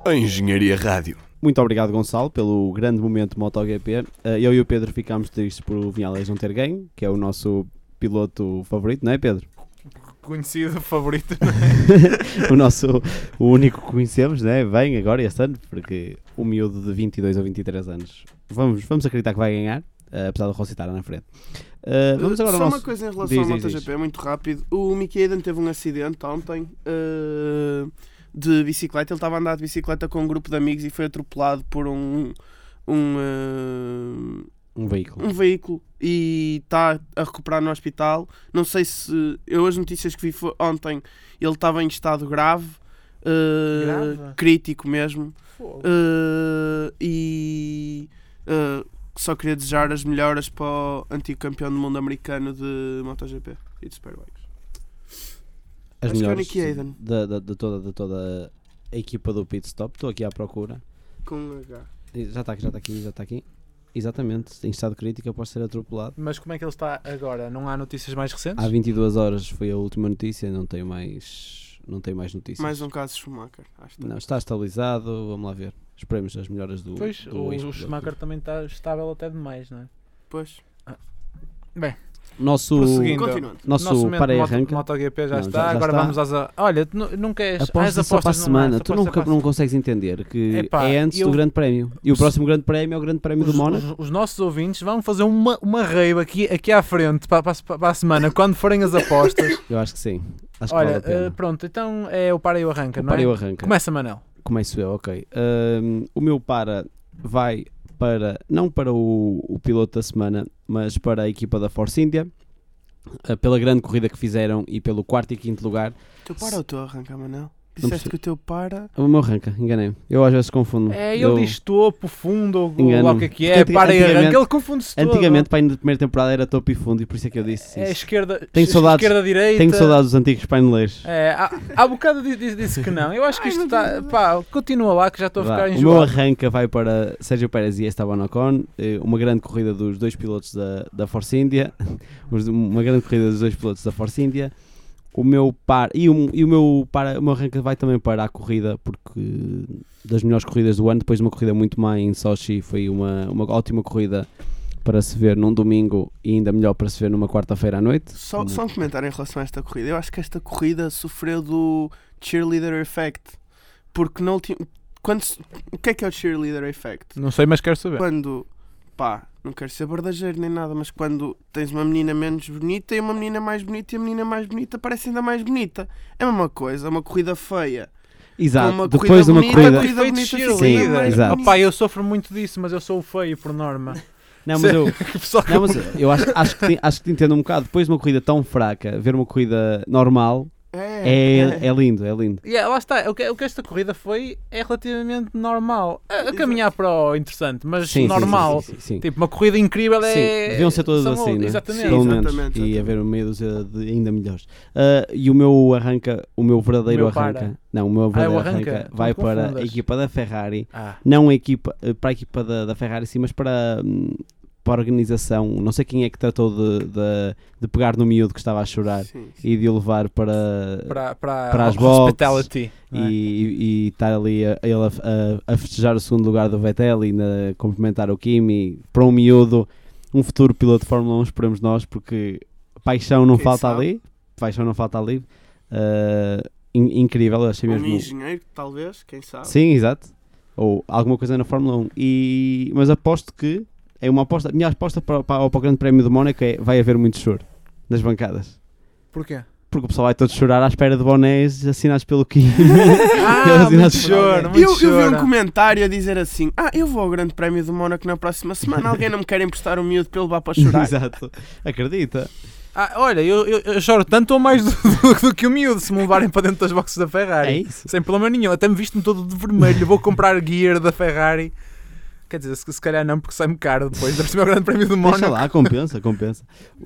[SPEAKER 2] A Engenharia Rádio.
[SPEAKER 3] Muito obrigado, Gonçalo, pelo grande momento MotoGP. Eh, Eu e o Pedro ficámos tristes por o Vinhales não ter ganho, que é o nosso piloto favorito, não é, Pedro?
[SPEAKER 6] Conhecido, favorito.
[SPEAKER 3] o nosso o único que conhecemos, né? Vem agora este ano, porque o miúdo de 22 ou 23 anos. Vamos, vamos acreditar que vai ganhar, eh, apesar do Rossi estar na frente. Eh, vamos agora
[SPEAKER 4] Só
[SPEAKER 3] ao nosso...
[SPEAKER 4] uma coisa em relação
[SPEAKER 3] Diz,
[SPEAKER 4] ao
[SPEAKER 3] diz, diz.
[SPEAKER 4] MotoGP, muito rápido. O Mickey Eden teve um acidente ontem eh, de bicicleta. Ele estava a andar de bicicleta com um grupo de amigos e foi atropelado por um, um, eh,
[SPEAKER 3] um veículo.
[SPEAKER 4] um veículo e está a recuperar no hospital. Não sei se. Eu, as notícias que vi foi, ontem, ele estava em estado grave, eh,
[SPEAKER 6] Grave?
[SPEAKER 4] crítico mesmo.
[SPEAKER 6] Fogo.
[SPEAKER 4] Eh, e eh, só queria desejar as melhoras para o antigo campeão do mundo americano de MotoGP e de Superbikes.
[SPEAKER 3] As
[SPEAKER 4] acho que é o
[SPEAKER 3] melhores
[SPEAKER 4] Nicky Hayden.
[SPEAKER 3] da, da- de toda, de toda a equipa do pit stop. Estou aqui à procura.
[SPEAKER 4] Com um H.
[SPEAKER 3] E Já está aqui, já está aqui, já está aqui. Exatamente, em estado crítico após ser atropelado.
[SPEAKER 5] Mas como é que ele está agora? Não há notícias mais recentes?
[SPEAKER 3] Há 22 horas foi a última notícia, não tenho mais, não tenho mais notícias.
[SPEAKER 4] Mais um caso de Schumacher, acho que
[SPEAKER 3] Não, está estabilizado, vamos lá ver. Esperemos as melhoras do.
[SPEAKER 5] Pois,
[SPEAKER 3] do
[SPEAKER 5] o, o
[SPEAKER 3] ex-piloto.
[SPEAKER 5] Schumacher também está estável até demais, não é?
[SPEAKER 4] depois.
[SPEAKER 3] Nosso,
[SPEAKER 6] Prosseguindo. Ainda.
[SPEAKER 4] Continuando.
[SPEAKER 3] nosso,
[SPEAKER 5] momento
[SPEAKER 3] para e
[SPEAKER 5] moto-
[SPEAKER 3] arranca.
[SPEAKER 5] MotoGP já
[SPEAKER 3] Não,
[SPEAKER 5] está,
[SPEAKER 3] já- já
[SPEAKER 5] agora
[SPEAKER 3] está.
[SPEAKER 5] vamos às. a- Olha, tu nu- nunca és. as
[SPEAKER 3] Aposta só para a
[SPEAKER 5] apostas não há,
[SPEAKER 3] semana,
[SPEAKER 5] as
[SPEAKER 3] tu
[SPEAKER 5] apostas
[SPEAKER 3] nunca um
[SPEAKER 5] para a
[SPEAKER 3] não consegues entender que
[SPEAKER 5] Epá,
[SPEAKER 3] é antes
[SPEAKER 5] eu-
[SPEAKER 3] do Grande Prémio. E o próximo Grande Prémio é o Grande Prémio do
[SPEAKER 5] os,
[SPEAKER 3] Mónaco.
[SPEAKER 5] os- os nossos ouvintes vão fazer uma, uma raiva aqui, aqui à frente para, para, a se- para a semana, quando forem as apostas.
[SPEAKER 3] Eu acho que sim. Acho
[SPEAKER 5] Olha,
[SPEAKER 3] que vale
[SPEAKER 5] eh,
[SPEAKER 3] a pena.
[SPEAKER 5] pronto, então é o para e o arranca,
[SPEAKER 3] O
[SPEAKER 5] não é?
[SPEAKER 3] para e o arranca.
[SPEAKER 5] Começa, Manel.
[SPEAKER 3] Começo eu, ok. Hum, o meu para vai para, não para o, o piloto da semana, mas para a equipa da Force India, eh, pela grande corrida que fizeram e pelo quarto e quinto lugar.
[SPEAKER 4] Teu para ou teu arranca, Manel?
[SPEAKER 3] percebi.
[SPEAKER 4] Disseste que o teu para.
[SPEAKER 3] O meu arranca, enganei-me. Eu às vezes confundo.
[SPEAKER 5] É,
[SPEAKER 3] Hum. Eu-
[SPEAKER 5] ele diz topo, fundo, ou
[SPEAKER 3] Engano-me.
[SPEAKER 5] logo o que é que é,
[SPEAKER 3] Antiga-
[SPEAKER 5] para e arranca,
[SPEAKER 3] antigamente-
[SPEAKER 5] ele confunde-se todo.
[SPEAKER 3] Antigamente, para ainda de primeira temporada, era topo e fundo, e por isso é que eu disse
[SPEAKER 5] É
[SPEAKER 3] isso.
[SPEAKER 5] esquerda,
[SPEAKER 3] Tenho saudades-
[SPEAKER 5] esquerda direita.
[SPEAKER 3] Tenho saudades dos antigos paineleiros.
[SPEAKER 5] É, há, há bocado di- di- disse que não. Eu acho que isto está. Pá, continua lá que já estou a
[SPEAKER 3] Vá,
[SPEAKER 5] ficar
[SPEAKER 3] o meu
[SPEAKER 5] enjoado.
[SPEAKER 3] arranca vai para Sérgio Pérez e Esteban Ocon, eh, uma grande corrida dos dois pilotos da, da Force India, Os- uma grande corrida dos dois pilotos da Force India. O meu par e o, e o meu para o meu arranca vai também para a corrida porque das melhores corridas do ano depois de uma corrida muito má em Sochi foi uma uma ótima corrida para se ver num domingo e ainda melhor para se ver numa quarta-feira à noite.
[SPEAKER 4] Só,
[SPEAKER 3] Não.
[SPEAKER 4] só um comentário em relação a esta corrida. Eu acho que esta corrida sofreu do cheerleader effect. Porque na última. Quando, se- o que é que é o cheerleader effect?
[SPEAKER 5] Não sei, mas quero saber.
[SPEAKER 4] Quando. pá, não quero ser verdadeiro nem nada, mas quando tens uma menina menos bonita e uma menina mais bonita e a menina mais bonita parece ainda mais bonita. É a mesma coisa, uma corrida feia.
[SPEAKER 3] Exato,
[SPEAKER 4] uma corrida
[SPEAKER 3] depois de uma
[SPEAKER 4] bonita,
[SPEAKER 3] corrida.
[SPEAKER 4] corrida
[SPEAKER 5] Efeito
[SPEAKER 4] bonita,
[SPEAKER 5] cheerleader.
[SPEAKER 3] sim, exato.
[SPEAKER 5] Opa, eu sofro muito disso, mas eu sou feio por norma.
[SPEAKER 3] Não, mas eu,
[SPEAKER 5] Que pessoal
[SPEAKER 3] não, mas eu acho, acho, que te, acho que te entendo um bocado. Depois de uma corrida tão fraca, ver uma corrida normal é, é lindo, é lindo.
[SPEAKER 5] Yeah, lá está, o que, o que esta corrida foi é relativamente normal. A, a caminhar para o interessante, mas
[SPEAKER 3] Sim, sim,
[SPEAKER 5] normal.
[SPEAKER 3] sim, sim, sim, sim.
[SPEAKER 5] Tipo, uma corrida incrível é.
[SPEAKER 3] Sim, deviam ser todas
[SPEAKER 5] são
[SPEAKER 3] assim,
[SPEAKER 5] outras,
[SPEAKER 3] né?
[SPEAKER 5] Exatamente.
[SPEAKER 3] Pelo menos.
[SPEAKER 4] Exatamente,
[SPEAKER 3] E
[SPEAKER 4] exatamente.
[SPEAKER 3] haver meia dúzia de ainda melhores. Ah, e o meu arranca, o meu verdadeiro
[SPEAKER 5] O meu
[SPEAKER 3] arranca,
[SPEAKER 5] para.
[SPEAKER 3] não, o meu verdadeiro
[SPEAKER 5] arranca.
[SPEAKER 3] arranca,
[SPEAKER 5] Não
[SPEAKER 3] vai
[SPEAKER 5] te
[SPEAKER 3] para a
[SPEAKER 5] confundas.
[SPEAKER 3] equipa da Ferrari,
[SPEAKER 5] Ah,
[SPEAKER 3] não a equipa, eh, para a equipa da, da Ferrari sim, mas para, hum, para a organização, não sei quem é que tratou de, de, de pegar no miúdo que estava a chorar
[SPEAKER 4] Sim, sim.
[SPEAKER 3] e de o levar para,
[SPEAKER 5] para, para,
[SPEAKER 3] Para as
[SPEAKER 5] hospitality. não é?
[SPEAKER 3] e, e estar ali a, ele a, a, a festejar o segundo lugar do Vettel e na, cumprimentar o Kimi para um miúdo, um futuro piloto de Fórmula 1, esperemos nós, porque paixão não
[SPEAKER 4] Quem
[SPEAKER 3] falta
[SPEAKER 4] sabe?
[SPEAKER 3] ali, paixão não falta ali, Ah, in- incrível, eu achei
[SPEAKER 4] Um
[SPEAKER 3] mesmo.
[SPEAKER 4] engenheiro, talvez, quem sabe.
[SPEAKER 3] Sim, exato. Ou alguma coisa na Fórmula 1. E, mas aposto que é uma aposta. A minha aposta para, para, para o Grande Prémio do Mónaco é vai haver muito choro nas bancadas.
[SPEAKER 5] Porquê?
[SPEAKER 3] Porque o pessoal vai todo chorar à espera de bonés assinados pelo Kim.
[SPEAKER 5] Ah,
[SPEAKER 3] Eles ainda
[SPEAKER 5] muito
[SPEAKER 3] se-
[SPEAKER 5] choro, muito
[SPEAKER 4] Eu, eu vi
[SPEAKER 5] choro.
[SPEAKER 4] um comentário a dizer assim: Ah, eu vou ao Grande Prémio do Mónaco na próxima semana. Alguém não me quer emprestar o miúdo para ele vá para chorar?
[SPEAKER 3] Exato. Acredita.
[SPEAKER 5] Ah, olha, eu, eu, eu choro tanto ou mais do, do- do que o miúdo se me levarem para dentro das boxes da Ferrari.
[SPEAKER 3] É isso.
[SPEAKER 5] Sem problema nenhum. Até me visto-me todo de vermelho. Vou comprar gear da Ferrari. Quer dizer, se, se calhar não, porque sai-me caro depois. Deve ser o meu grande prémio do
[SPEAKER 3] Deixa
[SPEAKER 5] Mónaco.
[SPEAKER 3] lá, compensa, compensa.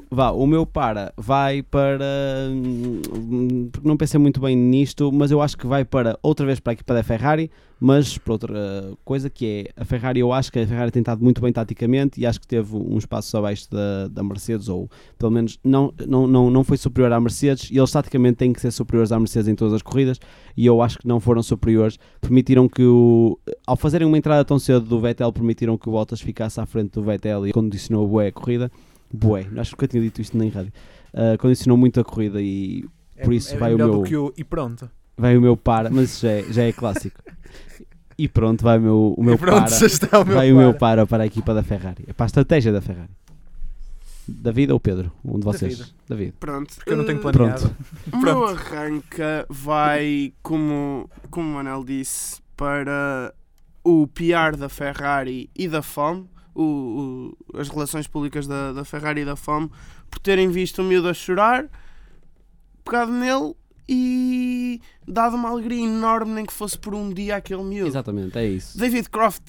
[SPEAKER 3] Vá, o meu para vai para. hum, Porque não pensei muito bem nisto, mas eu acho que vai para outra vez para a equipa da Ferrari, mas para outra coisa que é a Ferrari. Eu acho que a Ferrari tem estado muito bem taticamente e acho que teve uns passos abaixo da, da Mercedes, ou pelo menos não, não, não, não foi superior à Mercedes. E eles taticamente têm que ser superiores à Mercedes em todas as corridas e eu acho que não foram superiores. Permitiram que o. Ao fazerem uma entrada tão cedo do Vettel, permitiram que o Bottas ficasse à frente do Vettel e condicionou bué a corrida. Bué, acho que nunca tinha dito isto nem rádio. Ah, condicionou muito a corrida e Por isso vai o
[SPEAKER 5] É, melhor do
[SPEAKER 3] meu-
[SPEAKER 5] que o- E pronto.
[SPEAKER 3] vai o meu para, mas isso já é, já é clássico. E pronto, vai o meu, o meu
[SPEAKER 5] e pronto,
[SPEAKER 3] para.
[SPEAKER 5] já está o meu
[SPEAKER 3] vai
[SPEAKER 5] para.
[SPEAKER 3] o meu para para a equipa da Ferrari. É para a estratégia da Ferrari. David ou Pedro? Um de vocês?
[SPEAKER 5] David.
[SPEAKER 3] David.
[SPEAKER 4] Pronto.
[SPEAKER 5] Porque eu não tenho
[SPEAKER 4] Eh,
[SPEAKER 5] planeado.
[SPEAKER 4] O meu arranca vai, como, como o Manel disse, para o PR da Ferrari e da FOM, o- o- as relações públicas da, da Ferrari e da FOM, por terem visto o miúdo a chorar, pegado nele e dado uma alegria enorme, nem que fosse por um dia àquele miúdo.
[SPEAKER 3] Exatamente, é isso.
[SPEAKER 4] David Croft.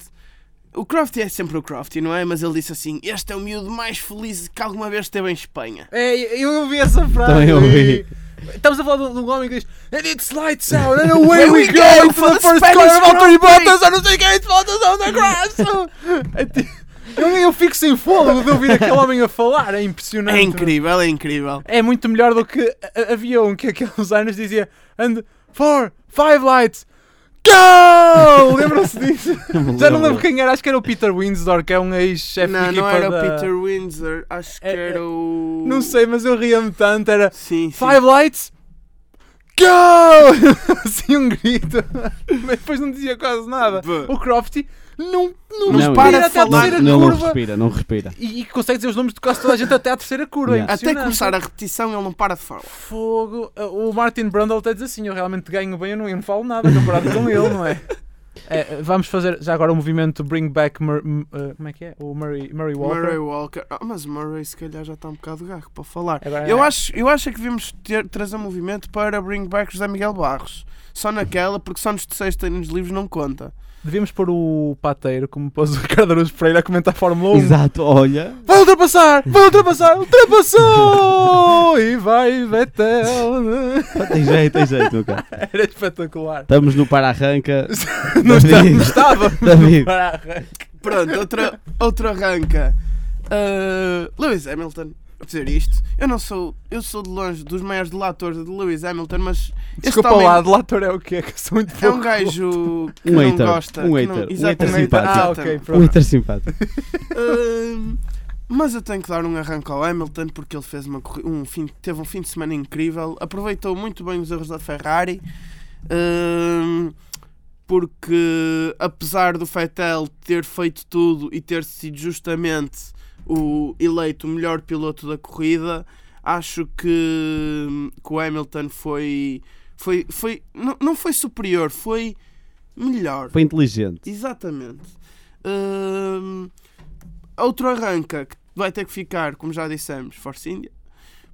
[SPEAKER 4] O Croft é sempre o Croft, não é? Mas ele disse assim: Este é o miúdo mais feliz que alguma vez esteve em Espanha.
[SPEAKER 5] É, eu ouvi essa frase.
[SPEAKER 3] Também ouvi.
[SPEAKER 5] Estamos a falar de um, de um homem que diz And it's lights out and away we
[SPEAKER 4] we
[SPEAKER 5] go
[SPEAKER 4] go
[SPEAKER 5] for the
[SPEAKER 4] for the
[SPEAKER 5] first corner of
[SPEAKER 4] Spanish
[SPEAKER 5] Anthony
[SPEAKER 4] Grand Prix."
[SPEAKER 5] Bottas and não sei quem Bottas on the grass. É ti- eu, eu fico sem fôlego de ouvir aquele homem a falar. É impressionante.
[SPEAKER 4] É incrível, é incrível.
[SPEAKER 5] É muito melhor do que a- a- havia um que aqueles anos dizia And four, five lights. Go! Lembram-se disso? Já não lembro quem era, acho que era o Peter Windsor, que é um ex-chefe de
[SPEAKER 4] não,
[SPEAKER 5] equipa
[SPEAKER 4] não era
[SPEAKER 5] da...
[SPEAKER 4] o Peter Windsor, acho que
[SPEAKER 5] É- é-
[SPEAKER 4] era o.
[SPEAKER 5] Não sei, mas eu ria-me tanto, era
[SPEAKER 4] Sim, sim.
[SPEAKER 5] Five Lights, go! assim um grito. Mas depois não dizia quase nada.
[SPEAKER 4] B.
[SPEAKER 5] O Crofty não, não,
[SPEAKER 3] Não,
[SPEAKER 5] respira
[SPEAKER 4] não.
[SPEAKER 5] até é a
[SPEAKER 4] Não,
[SPEAKER 5] terceira
[SPEAKER 3] não, não
[SPEAKER 5] curva.
[SPEAKER 3] respira, não respira.
[SPEAKER 5] e, e consegue dizer os nomes de quase toda a gente até à terceira curva.
[SPEAKER 3] Yeah.
[SPEAKER 4] Até começar a repetição, ele não para de falar.
[SPEAKER 5] Fogo. O Martin Brundle até diz assim, eu realmente ganho bem, eu não, eu não falo nada comparado com ele, não é? É, vamos fazer já agora o movimento Bring Back Mur- m- eh, como é que é? O Murray, Murray Walker.
[SPEAKER 4] Murray Walker. Ah, mas o Murray, se calhar, já está um bocado gago para falar.
[SPEAKER 5] Agora
[SPEAKER 4] Eu
[SPEAKER 5] é-
[SPEAKER 4] acho, eu acho é que devemos ter, trazer um movimento para Bring Back José Miguel Barros. Só naquela, porque só nos de sexta e nos livros não conta.
[SPEAKER 5] Devíamos pôr o Pateiro, como pôs o Ricardo Araújo Pereira a comentar a Fórmula 1.
[SPEAKER 3] Exato, olha.
[SPEAKER 5] Vai ultrapassar! Vai ultrapassar! Ultrapassou! e vai Vettel! né?
[SPEAKER 3] Tem jeito, tem jeito, meu caro.
[SPEAKER 5] Era espetacular.
[SPEAKER 3] Estamos no para-arranca.
[SPEAKER 5] Não está-
[SPEAKER 3] David.
[SPEAKER 5] não estávamos
[SPEAKER 3] David.
[SPEAKER 5] no para-arranque.
[SPEAKER 4] Pronto, outra, outro arranca. Ah, Lewis Hamilton. Vou dizer isto. Eu não sou. Eu sou de longe dos maiores delatores de Lewis Hamilton, mas. este
[SPEAKER 5] Desculpa
[SPEAKER 4] homem
[SPEAKER 5] lá, delator é o quê? Que eu sou muito
[SPEAKER 4] É um
[SPEAKER 5] pouco.
[SPEAKER 4] gajo que
[SPEAKER 3] Um
[SPEAKER 4] não
[SPEAKER 3] hater,
[SPEAKER 4] gosta.
[SPEAKER 3] um
[SPEAKER 4] que
[SPEAKER 3] hater,
[SPEAKER 4] não-
[SPEAKER 3] um hater
[SPEAKER 4] exatamente,
[SPEAKER 3] simpático.
[SPEAKER 5] Ah,
[SPEAKER 4] exatamente.
[SPEAKER 5] ok,
[SPEAKER 3] Um
[SPEAKER 5] pronto.
[SPEAKER 3] hitter simpático.
[SPEAKER 4] Hum, mas eu tenho que dar um arranque ao Hamilton porque ele fez uma, corri- um fim, teve um fim de semana incrível, aproveitou muito bem os erros da Ferrari. Hum, porque apesar do Fettel ter feito tudo e ter sido justamente o eleito o melhor piloto da corrida, acho que, que o Hamilton foi. foi, foi não, não foi superior, foi melhor.
[SPEAKER 3] Foi inteligente.
[SPEAKER 4] Exatamente. Hum, outro arranca que vai ter que ficar, como já dissemos, Force India,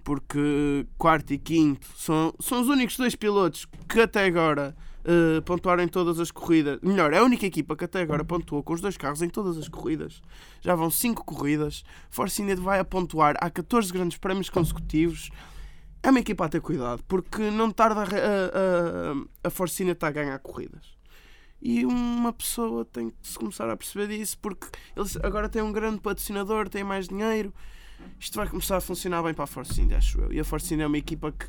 [SPEAKER 4] porque quarto e quinto são, são os únicos dois pilotos que até agora eh, pontuaram em todas as corridas. Melhor, é a única equipa que até agora pontuou com os dois carros em todas as corridas. Já vão cinco corridas. Force India vai a pontuar há 14 grandes prémios consecutivos. É uma equipa a ter cuidado, porque não tarda a, a, a Force India está a ganhar corridas. E uma pessoa tem que se começar a perceber disso porque eles agora têm um grande patrocinador, têm mais dinheiro. Isto vai começar a funcionar bem para a Force India, acho eu. E a Force India é uma equipa que,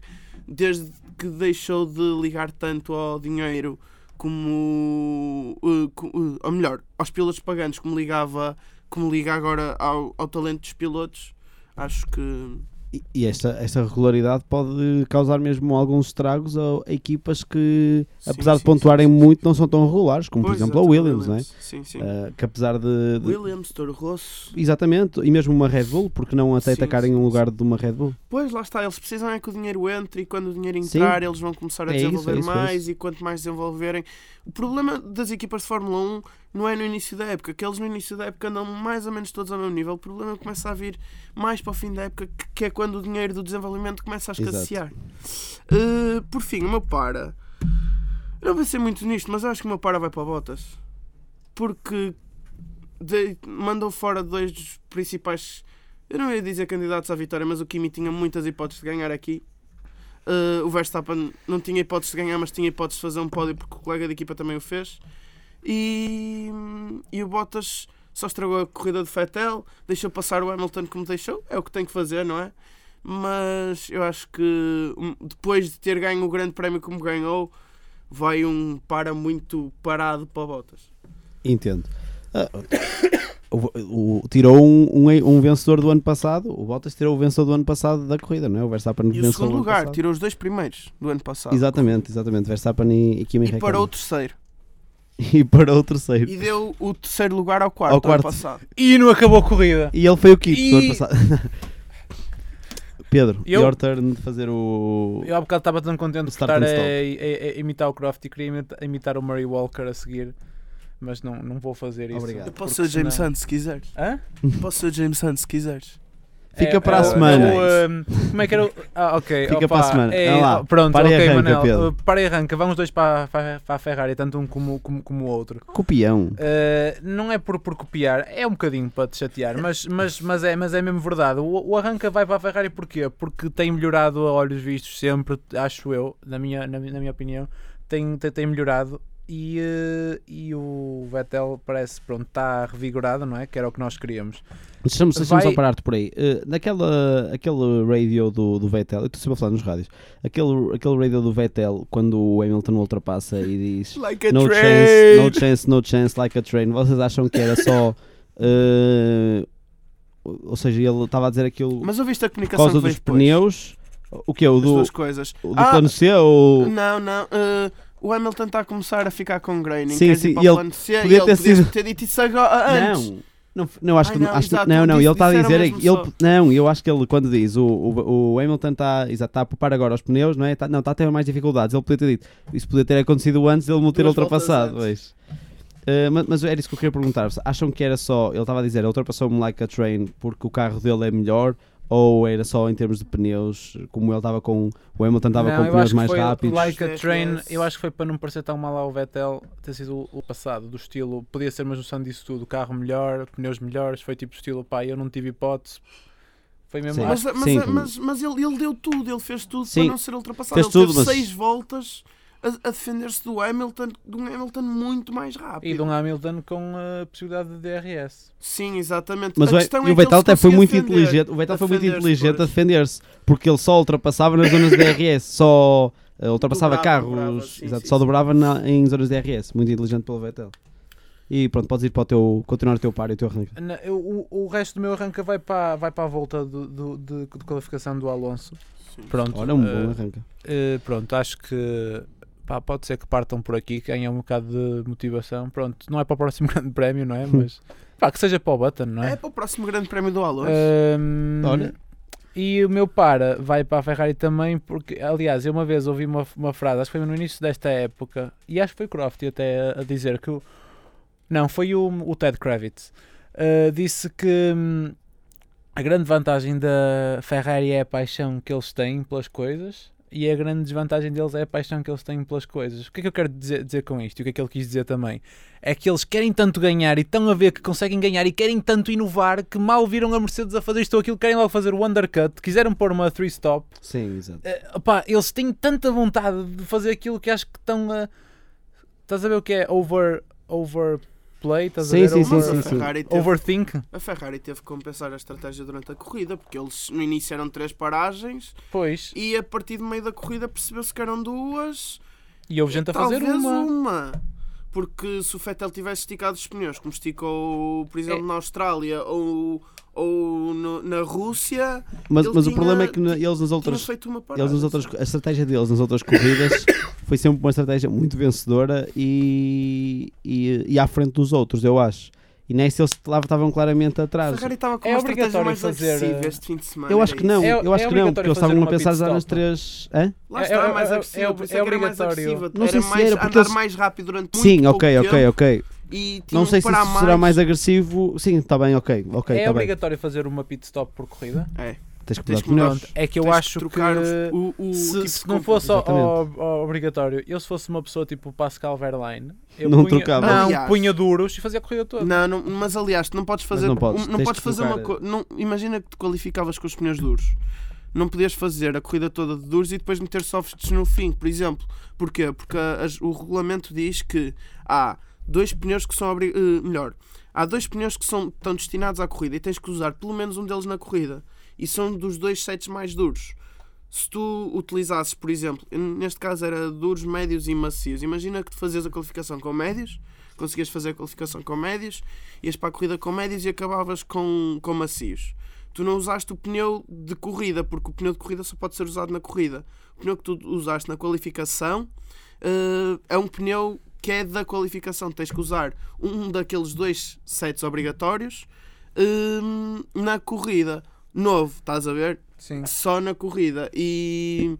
[SPEAKER 4] desde que deixou de ligar tanto ao dinheiro como. eh, co- eh, ou melhor, aos pilotos pagantes, como ligava como liga agora ao, ao talento dos pilotos, acho que.
[SPEAKER 3] E, e esta, esta regularidade pode causar mesmo alguns estragos a, a equipas que,
[SPEAKER 4] Sim,
[SPEAKER 3] apesar de
[SPEAKER 4] sim,
[SPEAKER 3] pontuarem
[SPEAKER 4] sim, sim.
[SPEAKER 3] muito, não são tão regulares, como
[SPEAKER 4] Pois,
[SPEAKER 3] por exemplo a
[SPEAKER 4] exato,
[SPEAKER 3] Williams, não é?
[SPEAKER 4] Sim, sim.
[SPEAKER 3] Ah, que apesar de, de-
[SPEAKER 4] Williams, Toro Rosso.
[SPEAKER 3] Exatamente, e mesmo uma Red Bull, porque não até
[SPEAKER 4] Sim,
[SPEAKER 3] atacarem
[SPEAKER 4] sim,
[SPEAKER 3] um
[SPEAKER 4] sim.
[SPEAKER 3] lugar de uma Red Bull?
[SPEAKER 4] Pois, lá está, eles precisam é que o dinheiro entre e quando o dinheiro
[SPEAKER 3] Sim.
[SPEAKER 4] entrar eles vão começar a
[SPEAKER 3] É isso, é
[SPEAKER 4] desenvolver
[SPEAKER 3] isso, é
[SPEAKER 4] mais
[SPEAKER 3] isso.
[SPEAKER 4] e quanto mais desenvolverem. O problema das equipas de Fórmula 1 não é no início da época, que eles no início da época andam mais ou menos todos ao mesmo nível. O problema começa a vir mais para o fim da época, que, que é quando o dinheiro do desenvolvimento começa a
[SPEAKER 3] Exato.
[SPEAKER 4] escassear. Eh, por fim, o meu para. Eu não pensei muito nisto, mas acho que o meu para vai para Botas. Porque de- mandou fora dois dos principais eu não ia dizer candidatos à vitória, mas o Kimi tinha muitas hipóteses de ganhar aqui. Eh, o Verstappen não tinha hipóteses de ganhar, mas tinha hipóteses de fazer um pódio porque o colega de equipa também o fez. E, e o Bottas só estragou a corrida de Fettel, deixou passar o Hamilton como deixou, é o que tem que fazer, não é? Mas eu acho que hum, depois de ter ganho o Grande Prémio como ganhou, vai um para muito parado para o Bottas.
[SPEAKER 3] Entendo. Ah, o- o- tirou um, um, um vencedor do ano passado, o Bottas tirou o vencedor do ano passado da corrida, não é? O Verstappen
[SPEAKER 4] E
[SPEAKER 3] venceu
[SPEAKER 4] o
[SPEAKER 3] do
[SPEAKER 4] segundo
[SPEAKER 3] ano
[SPEAKER 4] lugar,
[SPEAKER 3] passado.
[SPEAKER 4] tirou os dois primeiros do ano passado.
[SPEAKER 3] Exatamente, é exatamente. Verstappen e, e Kimi
[SPEAKER 4] E
[SPEAKER 3] Räikkönen.
[SPEAKER 4] parou o terceiro.
[SPEAKER 3] E parou o terceiro.
[SPEAKER 4] e
[SPEAKER 3] E,
[SPEAKER 4] deu o terceiro lugar ao quarto,
[SPEAKER 3] Ao quarto.
[SPEAKER 4] ano passado.
[SPEAKER 5] E não acabou a corrida.
[SPEAKER 3] ele foi o quinto do ano
[SPEAKER 5] E-
[SPEAKER 3] passado. Pedro,
[SPEAKER 5] Eu-
[SPEAKER 3] your turn de fazer o.
[SPEAKER 5] Eu há bocado estava tão contente por
[SPEAKER 3] Start and
[SPEAKER 5] estar a,
[SPEAKER 3] stop.
[SPEAKER 5] a- a imitar o Croft e queria imita- imitar o Murray Walker a seguir, mas não, não vou fazer isso.
[SPEAKER 3] Obrigado.
[SPEAKER 4] Eu
[SPEAKER 3] Eu
[SPEAKER 4] posso
[SPEAKER 5] porque
[SPEAKER 4] ser o James
[SPEAKER 5] senão-
[SPEAKER 4] Hunt se quiseres.
[SPEAKER 5] Hã?
[SPEAKER 4] Posso ser o James Hunt se quiseres.
[SPEAKER 3] Fica
[SPEAKER 5] É,
[SPEAKER 3] para
[SPEAKER 5] é
[SPEAKER 3] a
[SPEAKER 5] o-
[SPEAKER 3] semana.
[SPEAKER 5] é o, um, como é que era o. Ah, ok.
[SPEAKER 3] Fica
[SPEAKER 5] opa,
[SPEAKER 3] para a semana.
[SPEAKER 5] É,
[SPEAKER 3] Ah lá,
[SPEAKER 5] pronto,
[SPEAKER 3] para e
[SPEAKER 5] ok,
[SPEAKER 3] arranca,
[SPEAKER 5] Manel.
[SPEAKER 3] Pedro.
[SPEAKER 5] uh, Para e arranca. Vamos dois para, para, para a Ferrari, tanto um como, como, como o outro.
[SPEAKER 3] Copião.
[SPEAKER 5] Uh, não é por, por copiar, é um bocadinho para te chatear, mas, mas, mas, é, mas é mesmo verdade. O, o arranca vai para a Ferrari porquê? Porque tem melhorado a olhos vistos sempre, acho eu, na minha, na, mi- na minha opinião, tem, tem, tem melhorado. E, uh, e o Vettel parece, pronto, está revigorado, não é? Que era o que nós queríamos.
[SPEAKER 3] Deixa-me deixa-me
[SPEAKER 5] Vai-
[SPEAKER 3] só parar-te por aí. Eh, naquela aquele radio do, do Vettel, eu estou sempre a falar nos rádios. Aquele, aquele radio do Vettel, quando o Hamilton o ultrapassa e diz
[SPEAKER 4] Like a
[SPEAKER 3] no chance, no chance, no chance, like a train. Vocês acham que era só. eh, ou ou seja, ele estava a dizer aquilo
[SPEAKER 4] Mas ouviste a
[SPEAKER 3] por
[SPEAKER 4] comunicação
[SPEAKER 3] causa
[SPEAKER 4] que veio
[SPEAKER 3] dos
[SPEAKER 4] depois?
[SPEAKER 3] pneus? O que é? O
[SPEAKER 4] As
[SPEAKER 3] do,
[SPEAKER 4] duas coisas.
[SPEAKER 3] o do
[SPEAKER 4] Ah,
[SPEAKER 3] plano C? Ou...
[SPEAKER 4] Não, não. eh, o Hamilton está a começar a ficar com graining.
[SPEAKER 3] Sim,
[SPEAKER 4] Queres
[SPEAKER 3] sim,
[SPEAKER 4] ir para
[SPEAKER 3] e
[SPEAKER 4] o
[SPEAKER 3] ele
[SPEAKER 4] plano C, e
[SPEAKER 3] podia ter
[SPEAKER 4] podias
[SPEAKER 3] sido-
[SPEAKER 4] ter dito isso agora, antes.
[SPEAKER 3] Não. Não, não, acho
[SPEAKER 4] Ai,
[SPEAKER 3] que não,
[SPEAKER 4] não,
[SPEAKER 3] acho,
[SPEAKER 4] exato,
[SPEAKER 3] não,
[SPEAKER 4] não
[SPEAKER 3] não,
[SPEAKER 4] disse-
[SPEAKER 3] ele está a
[SPEAKER 4] disseram
[SPEAKER 3] dizer é
[SPEAKER 4] mesmo
[SPEAKER 3] que ele, não, eu acho que ele quando diz o, o, o Hamilton está, exato, está a poupar agora os pneus, não é? Tá- não, está a ter mais dificuldades. Ele podia ter dito, isso podia ter acontecido antes de ele me ter
[SPEAKER 4] Duas voltas
[SPEAKER 3] ultrapassado,
[SPEAKER 4] antes.
[SPEAKER 3] vejo. Eh, ma- mas, era isso que eu queria perguntar-vos. Acham que era só, ele estava a dizer, ultrapassou-me like a train porque o carro dele é melhor? Ou era só em termos de pneus, como ele estava com. O Hamilton estava
[SPEAKER 5] Não,
[SPEAKER 3] com
[SPEAKER 5] eu
[SPEAKER 3] pneus
[SPEAKER 5] acho que
[SPEAKER 3] mais
[SPEAKER 5] foi
[SPEAKER 3] rápidos?
[SPEAKER 5] Like a
[SPEAKER 4] Os
[SPEAKER 5] train,
[SPEAKER 4] FPS.
[SPEAKER 5] eu acho que foi para não parecer tão mal ao Vettel ter sido o passado, do estilo, podia ser uma junção disso tudo, carro melhor, pneus melhores, foi tipo estilo, pá, eu não tive hipótese. Foi mesmo.
[SPEAKER 3] Sim.
[SPEAKER 5] acho-
[SPEAKER 4] Mas, mas,
[SPEAKER 3] Sim.
[SPEAKER 4] mas, mas ele, ele deu tudo, ele fez tudo
[SPEAKER 3] Sim.
[SPEAKER 4] para não ser ultrapassado.
[SPEAKER 3] Fez
[SPEAKER 4] ele
[SPEAKER 3] tudo,
[SPEAKER 4] teve
[SPEAKER 3] mas-
[SPEAKER 4] seis voltas a, a defender-se do Hamilton, de um Hamilton muito mais rápido.
[SPEAKER 5] E de um Hamilton com a possibilidade de DRS.
[SPEAKER 4] Sim, exatamente.
[SPEAKER 3] Mas
[SPEAKER 4] a
[SPEAKER 3] o,
[SPEAKER 4] questão
[SPEAKER 3] e
[SPEAKER 4] é
[SPEAKER 3] o
[SPEAKER 4] que ele
[SPEAKER 3] Vettel
[SPEAKER 4] se
[SPEAKER 3] até foi
[SPEAKER 4] conseguia
[SPEAKER 3] muito
[SPEAKER 4] defender.
[SPEAKER 3] inteligente. O Vettel foi muito
[SPEAKER 4] defender-se,
[SPEAKER 3] inteligente a
[SPEAKER 4] pois.
[SPEAKER 3] defender-se porque ele só ultrapassava nas zonas de DRS, só eh, ultrapassava
[SPEAKER 4] Dobrava,
[SPEAKER 3] carros,
[SPEAKER 4] dobrava, sim,
[SPEAKER 3] exato,
[SPEAKER 4] sim,
[SPEAKER 3] só
[SPEAKER 4] sim.
[SPEAKER 3] dobrava na- em zonas de DRS. Muito inteligente pelo Vettel. E pronto, podes ir para o teu continuar o teu par e o teu arranque.
[SPEAKER 5] Na- eu- o, o resto do meu arranca vai para, vai para a volta do, do- de, de qualificação do Alonso. Pronto.
[SPEAKER 3] Olha, um
[SPEAKER 5] eh,
[SPEAKER 3] bom arranque.
[SPEAKER 5] eh, pronto, acho que Pá, pode ser que partam por aqui, que ganhem um bocado de motivação. Pronto, não é para o próximo grande prémio, não é? Mas pá, que seja para o Button, não
[SPEAKER 4] É?
[SPEAKER 5] é?
[SPEAKER 4] para o próximo grande prémio do Alonso.
[SPEAKER 3] Ah,
[SPEAKER 5] Ahm,
[SPEAKER 3] Olha.
[SPEAKER 5] E o meu para vai para a Ferrari também, porque, aliás, eu uma vez ouvi uma, uma frase, acho que foi no início desta época, e acho que foi o Croft até a, a dizer que. o- Não, foi o, o Ted Kravitz. Ah, disse que hum, a grande vantagem da Ferrari é a paixão que eles têm pelas coisas. E a grande desvantagem deles é a paixão que eles têm pelas coisas. O que é que eu quero dizer, dizer com isto? E o que é que ele quis dizer também? é que eles querem tanto ganhar e estão a ver que conseguem ganhar e querem tanto inovar que mal viram a Mercedes a fazer isto ou aquilo, querem logo fazer o undercut, quiseram pôr uma 3-stop.
[SPEAKER 3] Sim, exato.
[SPEAKER 4] eh,
[SPEAKER 5] eles têm tanta vontade de fazer aquilo que acho que estão a. Estás a ver o que é? Over, overplay? Estás
[SPEAKER 3] Sim,
[SPEAKER 5] a ver?
[SPEAKER 3] sim, sim,
[SPEAKER 5] Over-
[SPEAKER 4] Mas
[SPEAKER 3] sim,
[SPEAKER 4] a
[SPEAKER 3] sim.
[SPEAKER 4] Ferrari teve
[SPEAKER 5] Overthink?
[SPEAKER 4] A Ferrari teve que compensar a estratégia durante a corrida, porque eles no início eram três paragens
[SPEAKER 5] Pois.
[SPEAKER 4] e a partir do meio da corrida percebeu-se que eram duas,
[SPEAKER 5] E houve gente a fazer
[SPEAKER 4] talvez um-
[SPEAKER 5] uma.
[SPEAKER 4] Porque se o Fettel tivesse esticado os pneus, como esticou, por
[SPEAKER 5] É.
[SPEAKER 4] exemplo, na Austrália ou, ou no- na Rússia,
[SPEAKER 3] Mas,
[SPEAKER 4] Ele
[SPEAKER 3] mas o
[SPEAKER 4] tinha-
[SPEAKER 3] problema é que na- eles nas
[SPEAKER 4] tinha
[SPEAKER 3] outras
[SPEAKER 4] feito uma paragem.
[SPEAKER 3] Eles nas outras, a estratégia deles nas outras corridas foi sempre uma estratégia muito vencedora e, e, e à frente dos outros, eu acho. E nessa eles lá estavam claramente
[SPEAKER 4] A
[SPEAKER 3] atrás.
[SPEAKER 4] Ferrari estava com
[SPEAKER 5] É
[SPEAKER 4] uma estratégia
[SPEAKER 5] obrigatório
[SPEAKER 4] mais
[SPEAKER 5] fazer,
[SPEAKER 4] agressiva
[SPEAKER 5] eh,
[SPEAKER 4] este fim de semana.
[SPEAKER 3] Eu acho que não,
[SPEAKER 5] É-
[SPEAKER 3] eu acho
[SPEAKER 5] é
[SPEAKER 3] que não, porque
[SPEAKER 5] obrigatório
[SPEAKER 3] eles estavam a
[SPEAKER 5] fazer uma
[SPEAKER 3] pensar já
[SPEAKER 5] pit
[SPEAKER 3] nas
[SPEAKER 5] stop.
[SPEAKER 3] três. Hã?
[SPEAKER 4] Lá
[SPEAKER 5] É-
[SPEAKER 4] está,
[SPEAKER 5] é-
[SPEAKER 4] mais
[SPEAKER 5] é-
[SPEAKER 4] agressiva,
[SPEAKER 5] é-
[SPEAKER 4] por isso
[SPEAKER 5] é
[SPEAKER 4] é que era mais
[SPEAKER 5] obrigatório.
[SPEAKER 4] agressiva.
[SPEAKER 3] Não sei
[SPEAKER 4] era
[SPEAKER 3] se
[SPEAKER 4] mais,
[SPEAKER 3] era, porque
[SPEAKER 4] andar
[SPEAKER 3] eles-
[SPEAKER 4] mais rápido durante muito
[SPEAKER 3] Sim,
[SPEAKER 4] pouco
[SPEAKER 3] ok,
[SPEAKER 4] tempo um
[SPEAKER 3] ok, ok.
[SPEAKER 4] E tinham
[SPEAKER 3] Não sei
[SPEAKER 4] que
[SPEAKER 3] se
[SPEAKER 4] parar
[SPEAKER 3] isso será mais agressivo. Sim, está bem, ok, ok,
[SPEAKER 5] é
[SPEAKER 3] está bem.
[SPEAKER 5] obrigatório fazer uma pit stop por corrida?
[SPEAKER 3] Tens que mudar
[SPEAKER 4] Tens que
[SPEAKER 3] de pneus.
[SPEAKER 5] Pronto, é que eu
[SPEAKER 4] Tens
[SPEAKER 5] acho que.
[SPEAKER 4] trocar o, o
[SPEAKER 5] se,
[SPEAKER 4] tipo de
[SPEAKER 5] se não
[SPEAKER 4] compra.
[SPEAKER 5] fosse o-
[SPEAKER 3] Exatamente.
[SPEAKER 5] o- o- obrigatório, eu se fosse uma pessoa tipo o Pascal Verlaine, eu
[SPEAKER 3] Não
[SPEAKER 5] punha,
[SPEAKER 3] trocava.
[SPEAKER 5] Não,
[SPEAKER 4] Aliás.
[SPEAKER 5] punha duros e fazia a corrida toda.
[SPEAKER 4] Não, não, mas aliás, tu não podes fazer.
[SPEAKER 3] não podes,
[SPEAKER 4] um- não
[SPEAKER 3] tens
[SPEAKER 4] podes
[SPEAKER 3] que
[SPEAKER 4] fazer uma
[SPEAKER 3] colocar-
[SPEAKER 4] co- não Imagina que te qualificavas com os pneus duros. Não podias fazer a corrida toda de duros e depois meter softs no fim, por exemplo. Porquê? Porque a- as- o regulamento diz que há dois pneus que são. obri- eh, melhor, há dois pneus que são, estão destinados à corrida e tens que usar pelo menos um deles na corrida. E são dos dois sets mais duros. Se tu utilizasses, por exemplo, neste caso era duros, médios e macios. Imagina que tu fazias a qualificação com médios, conseguias fazer a qualificação com médios, ias para a corrida com médios e acabavas com, com macios. Tu não usaste o pneu de corrida, porque o pneu de corrida só pode ser usado na corrida. O pneu que tu usaste na qualificação eh, é um pneu que é da qualificação. Tens que usar um daqueles dois sets obrigatórios hum, na corrida. Novo, estás a ver?
[SPEAKER 5] Sim.
[SPEAKER 4] só na corrida e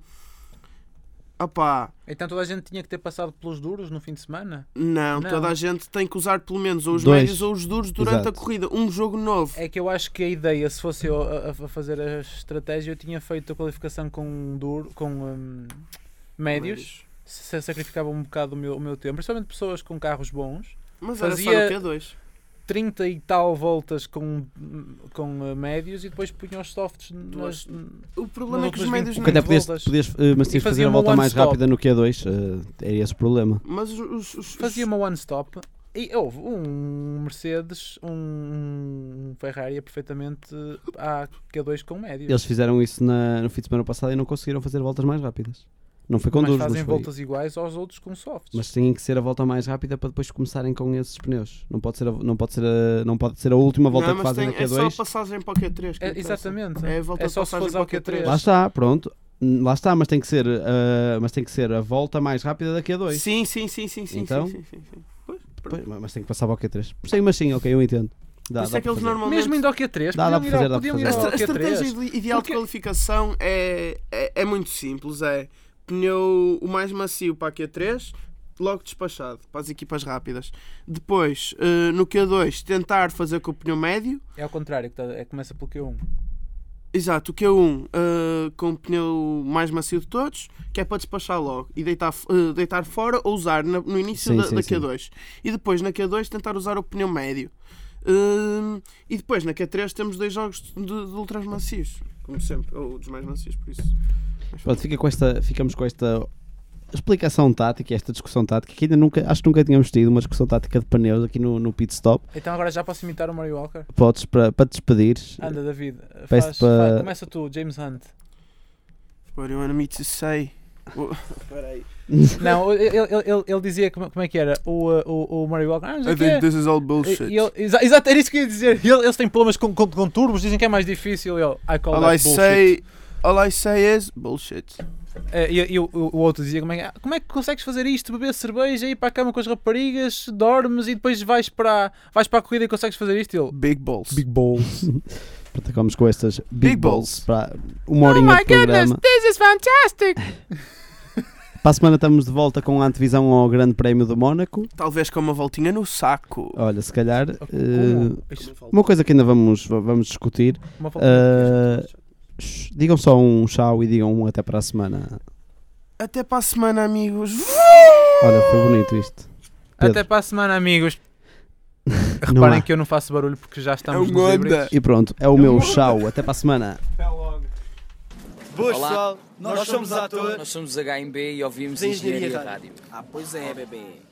[SPEAKER 4] opá,
[SPEAKER 5] Então toda a gente tinha que ter passado pelos duros no fim de semana.
[SPEAKER 4] não,
[SPEAKER 5] Não.
[SPEAKER 4] toda a gente tem que usar pelo menos ou os
[SPEAKER 3] Dois.
[SPEAKER 4] médios ou os duros durante
[SPEAKER 3] Exato.
[SPEAKER 4] a corrida, um jogo novo.
[SPEAKER 5] É que eu acho que a ideia, se fosse eu a, a- a fazer a estratégia, eu tinha feito a qualificação com duro, com hum, médios, se sacrificava um bocado o meu, o meu tempo, principalmente pessoas com carros bons.
[SPEAKER 4] Mas
[SPEAKER 5] Fazia-
[SPEAKER 4] era só no Q2.
[SPEAKER 5] 30 e tal voltas com, com eh, médios e depois punha os softs nas,
[SPEAKER 4] Duas- O problema
[SPEAKER 5] Não,
[SPEAKER 4] é que os
[SPEAKER 5] mas
[SPEAKER 4] médios
[SPEAKER 5] vinte-
[SPEAKER 3] O
[SPEAKER 4] não
[SPEAKER 3] que até
[SPEAKER 5] Muito
[SPEAKER 3] podias,
[SPEAKER 5] voltas.
[SPEAKER 3] podias, eh, mas
[SPEAKER 5] E
[SPEAKER 3] tinhas de fazer
[SPEAKER 5] fazia
[SPEAKER 3] a
[SPEAKER 5] uma
[SPEAKER 3] volta
[SPEAKER 5] one
[SPEAKER 3] mais
[SPEAKER 5] stop.
[SPEAKER 3] rápida no Q2. eh, é esse o problema.
[SPEAKER 4] Mas os, os, os-
[SPEAKER 5] fazia uma one stop e houve um Mercedes, um um Ferrari perfeitamente a Q2 com médios.
[SPEAKER 3] Eles fizeram isso na- no fim de semana passado e não conseguiram fazer voltas mais rápidas. Não foi com
[SPEAKER 5] mas
[SPEAKER 3] duros,
[SPEAKER 5] fazem
[SPEAKER 3] mas foi.
[SPEAKER 5] voltas iguais aos outros com softs.
[SPEAKER 3] Mas têm que ser a volta mais rápida para depois começarem com esses pneus. Não pode ser a, não pode ser a, não pode ser a última volta
[SPEAKER 4] não,
[SPEAKER 3] que
[SPEAKER 4] mas
[SPEAKER 3] fazem
[SPEAKER 4] tem-
[SPEAKER 3] na
[SPEAKER 4] é só a
[SPEAKER 3] Q2.
[SPEAKER 4] passagem para o Q3. que
[SPEAKER 5] É,
[SPEAKER 4] interessa.
[SPEAKER 5] exatamente.
[SPEAKER 4] É a volta
[SPEAKER 5] É
[SPEAKER 4] de
[SPEAKER 5] só se
[SPEAKER 4] passagem
[SPEAKER 5] fores ao
[SPEAKER 4] para o
[SPEAKER 5] Q3.
[SPEAKER 4] Q3.
[SPEAKER 3] Lá está, pronto. Hum, Lá está, mas tem que ser, ah, mas tem que ser a volta mais rápida da Q2.
[SPEAKER 4] Sim, sim, sim, sim, sim,
[SPEAKER 3] Então?
[SPEAKER 4] sim, sim, sim.
[SPEAKER 3] Pois, mas mas tem que passar para o Q3. Sim, mas sim, ok, eu entendo. Dá,
[SPEAKER 4] Por isso
[SPEAKER 3] dá
[SPEAKER 4] é que
[SPEAKER 3] para
[SPEAKER 4] eles
[SPEAKER 3] fazer.
[SPEAKER 4] normalmente
[SPEAKER 5] Mesmo indo ao Q3,
[SPEAKER 3] Dá- dá
[SPEAKER 5] podiam
[SPEAKER 3] para
[SPEAKER 5] ir
[SPEAKER 3] fazer,
[SPEAKER 5] ao,
[SPEAKER 3] dá para
[SPEAKER 5] podiam ir
[SPEAKER 3] fazer.
[SPEAKER 4] A,
[SPEAKER 5] ao
[SPEAKER 4] estra- a estratégia
[SPEAKER 5] Q3.
[SPEAKER 4] ide- ideal
[SPEAKER 5] Porque-
[SPEAKER 4] de qualificação é, é, é muito simples: é pneu o mais macio para a Q3, logo despachado para as equipas rápidas. Depois, eh, no Q2, tentar fazer com o pneu médio.
[SPEAKER 5] É ao contrário, que tá- é, começa pelo Q1.
[SPEAKER 4] Exato, o Q1 eh, com o pneu mais macio de todos, que é para despachar logo e deitar, f- eh, deitar fora ou usar na- no início
[SPEAKER 3] Sim,
[SPEAKER 4] da,
[SPEAKER 3] sim,
[SPEAKER 4] da
[SPEAKER 3] sim.
[SPEAKER 4] Q2. E depois na Q2 tentar usar o pneu médio. Hum, e depois na Q3 temos dois jogos de, de ultras macios, como sempre, ou dos mais macios, por isso. Mas
[SPEAKER 3] Pronto, fica com esta, ficamos com esta explicação tática, esta discussão tática, que ainda nunca, acho que nunca tínhamos tido uma discussão tática de pneus aqui no, no pit stop.
[SPEAKER 5] Então agora já posso imitar o Mario Walker?
[SPEAKER 3] Podes para, para te despedires.
[SPEAKER 5] Anda, David.
[SPEAKER 3] Peço
[SPEAKER 5] Faz,
[SPEAKER 3] para-
[SPEAKER 5] faz- começa tu, James Hunt.
[SPEAKER 4] What do you want me to say? Oh, peraí.
[SPEAKER 5] Não, ele, ele, ele, ele dizia como, como é que era o, uh, o, o Mario Walker. Ah, não sei o que é.
[SPEAKER 4] this is all
[SPEAKER 5] E- e ele- exa- Exato, era isso que eu ia dizer. Ele- eles têm problemas com, com, com turbos, dizem que é mais difícil. Eu, I call that bullshit.
[SPEAKER 4] all I say is bullshit.
[SPEAKER 5] Eh, E, e o, o outro dizia como é, que, "Ah, como é que consegues fazer isto? Beber cerveja, ir para a cama com as raparigas, dormes e depois vais para, vais para a corrida e consegues fazer isto? E ele,
[SPEAKER 4] Big balls.
[SPEAKER 5] Big Balls.
[SPEAKER 3] Portanto, vamos com estas Big,
[SPEAKER 4] Big
[SPEAKER 3] Balls
[SPEAKER 4] balls.
[SPEAKER 3] para
[SPEAKER 4] Oh
[SPEAKER 3] uma horinha de programa.
[SPEAKER 5] this is fantastic!
[SPEAKER 3] Para a semana estamos de volta com a antevisão ao Grande Prémio do Mónaco.
[SPEAKER 4] Talvez com uma voltinha no saco.
[SPEAKER 3] Olha, se calhar. eh,
[SPEAKER 5] Como? Isto-
[SPEAKER 3] uma coisa que ainda vamos, vamos discutir.
[SPEAKER 5] uma falta de
[SPEAKER 3] Eh, shh, digam só um tchau e digam um até para a semana.
[SPEAKER 4] Até para a semana, amigos.
[SPEAKER 3] Olha, foi bonito isto. Pedro.
[SPEAKER 5] Até para a semana, amigos.
[SPEAKER 3] Não
[SPEAKER 5] Reparem
[SPEAKER 3] há.
[SPEAKER 5] que eu não faço barulho porque já estamos
[SPEAKER 4] É um
[SPEAKER 5] nos
[SPEAKER 4] onda.
[SPEAKER 5] híbridos.
[SPEAKER 3] E pronto, é o meu tchau. Até para a semana.
[SPEAKER 7] Boas, Olá.
[SPEAKER 8] pessoal.
[SPEAKER 7] Nós somos atores. Nós somos HMB e ouvimos Engenharia, Rádio.
[SPEAKER 8] Ah, pois é, bebê.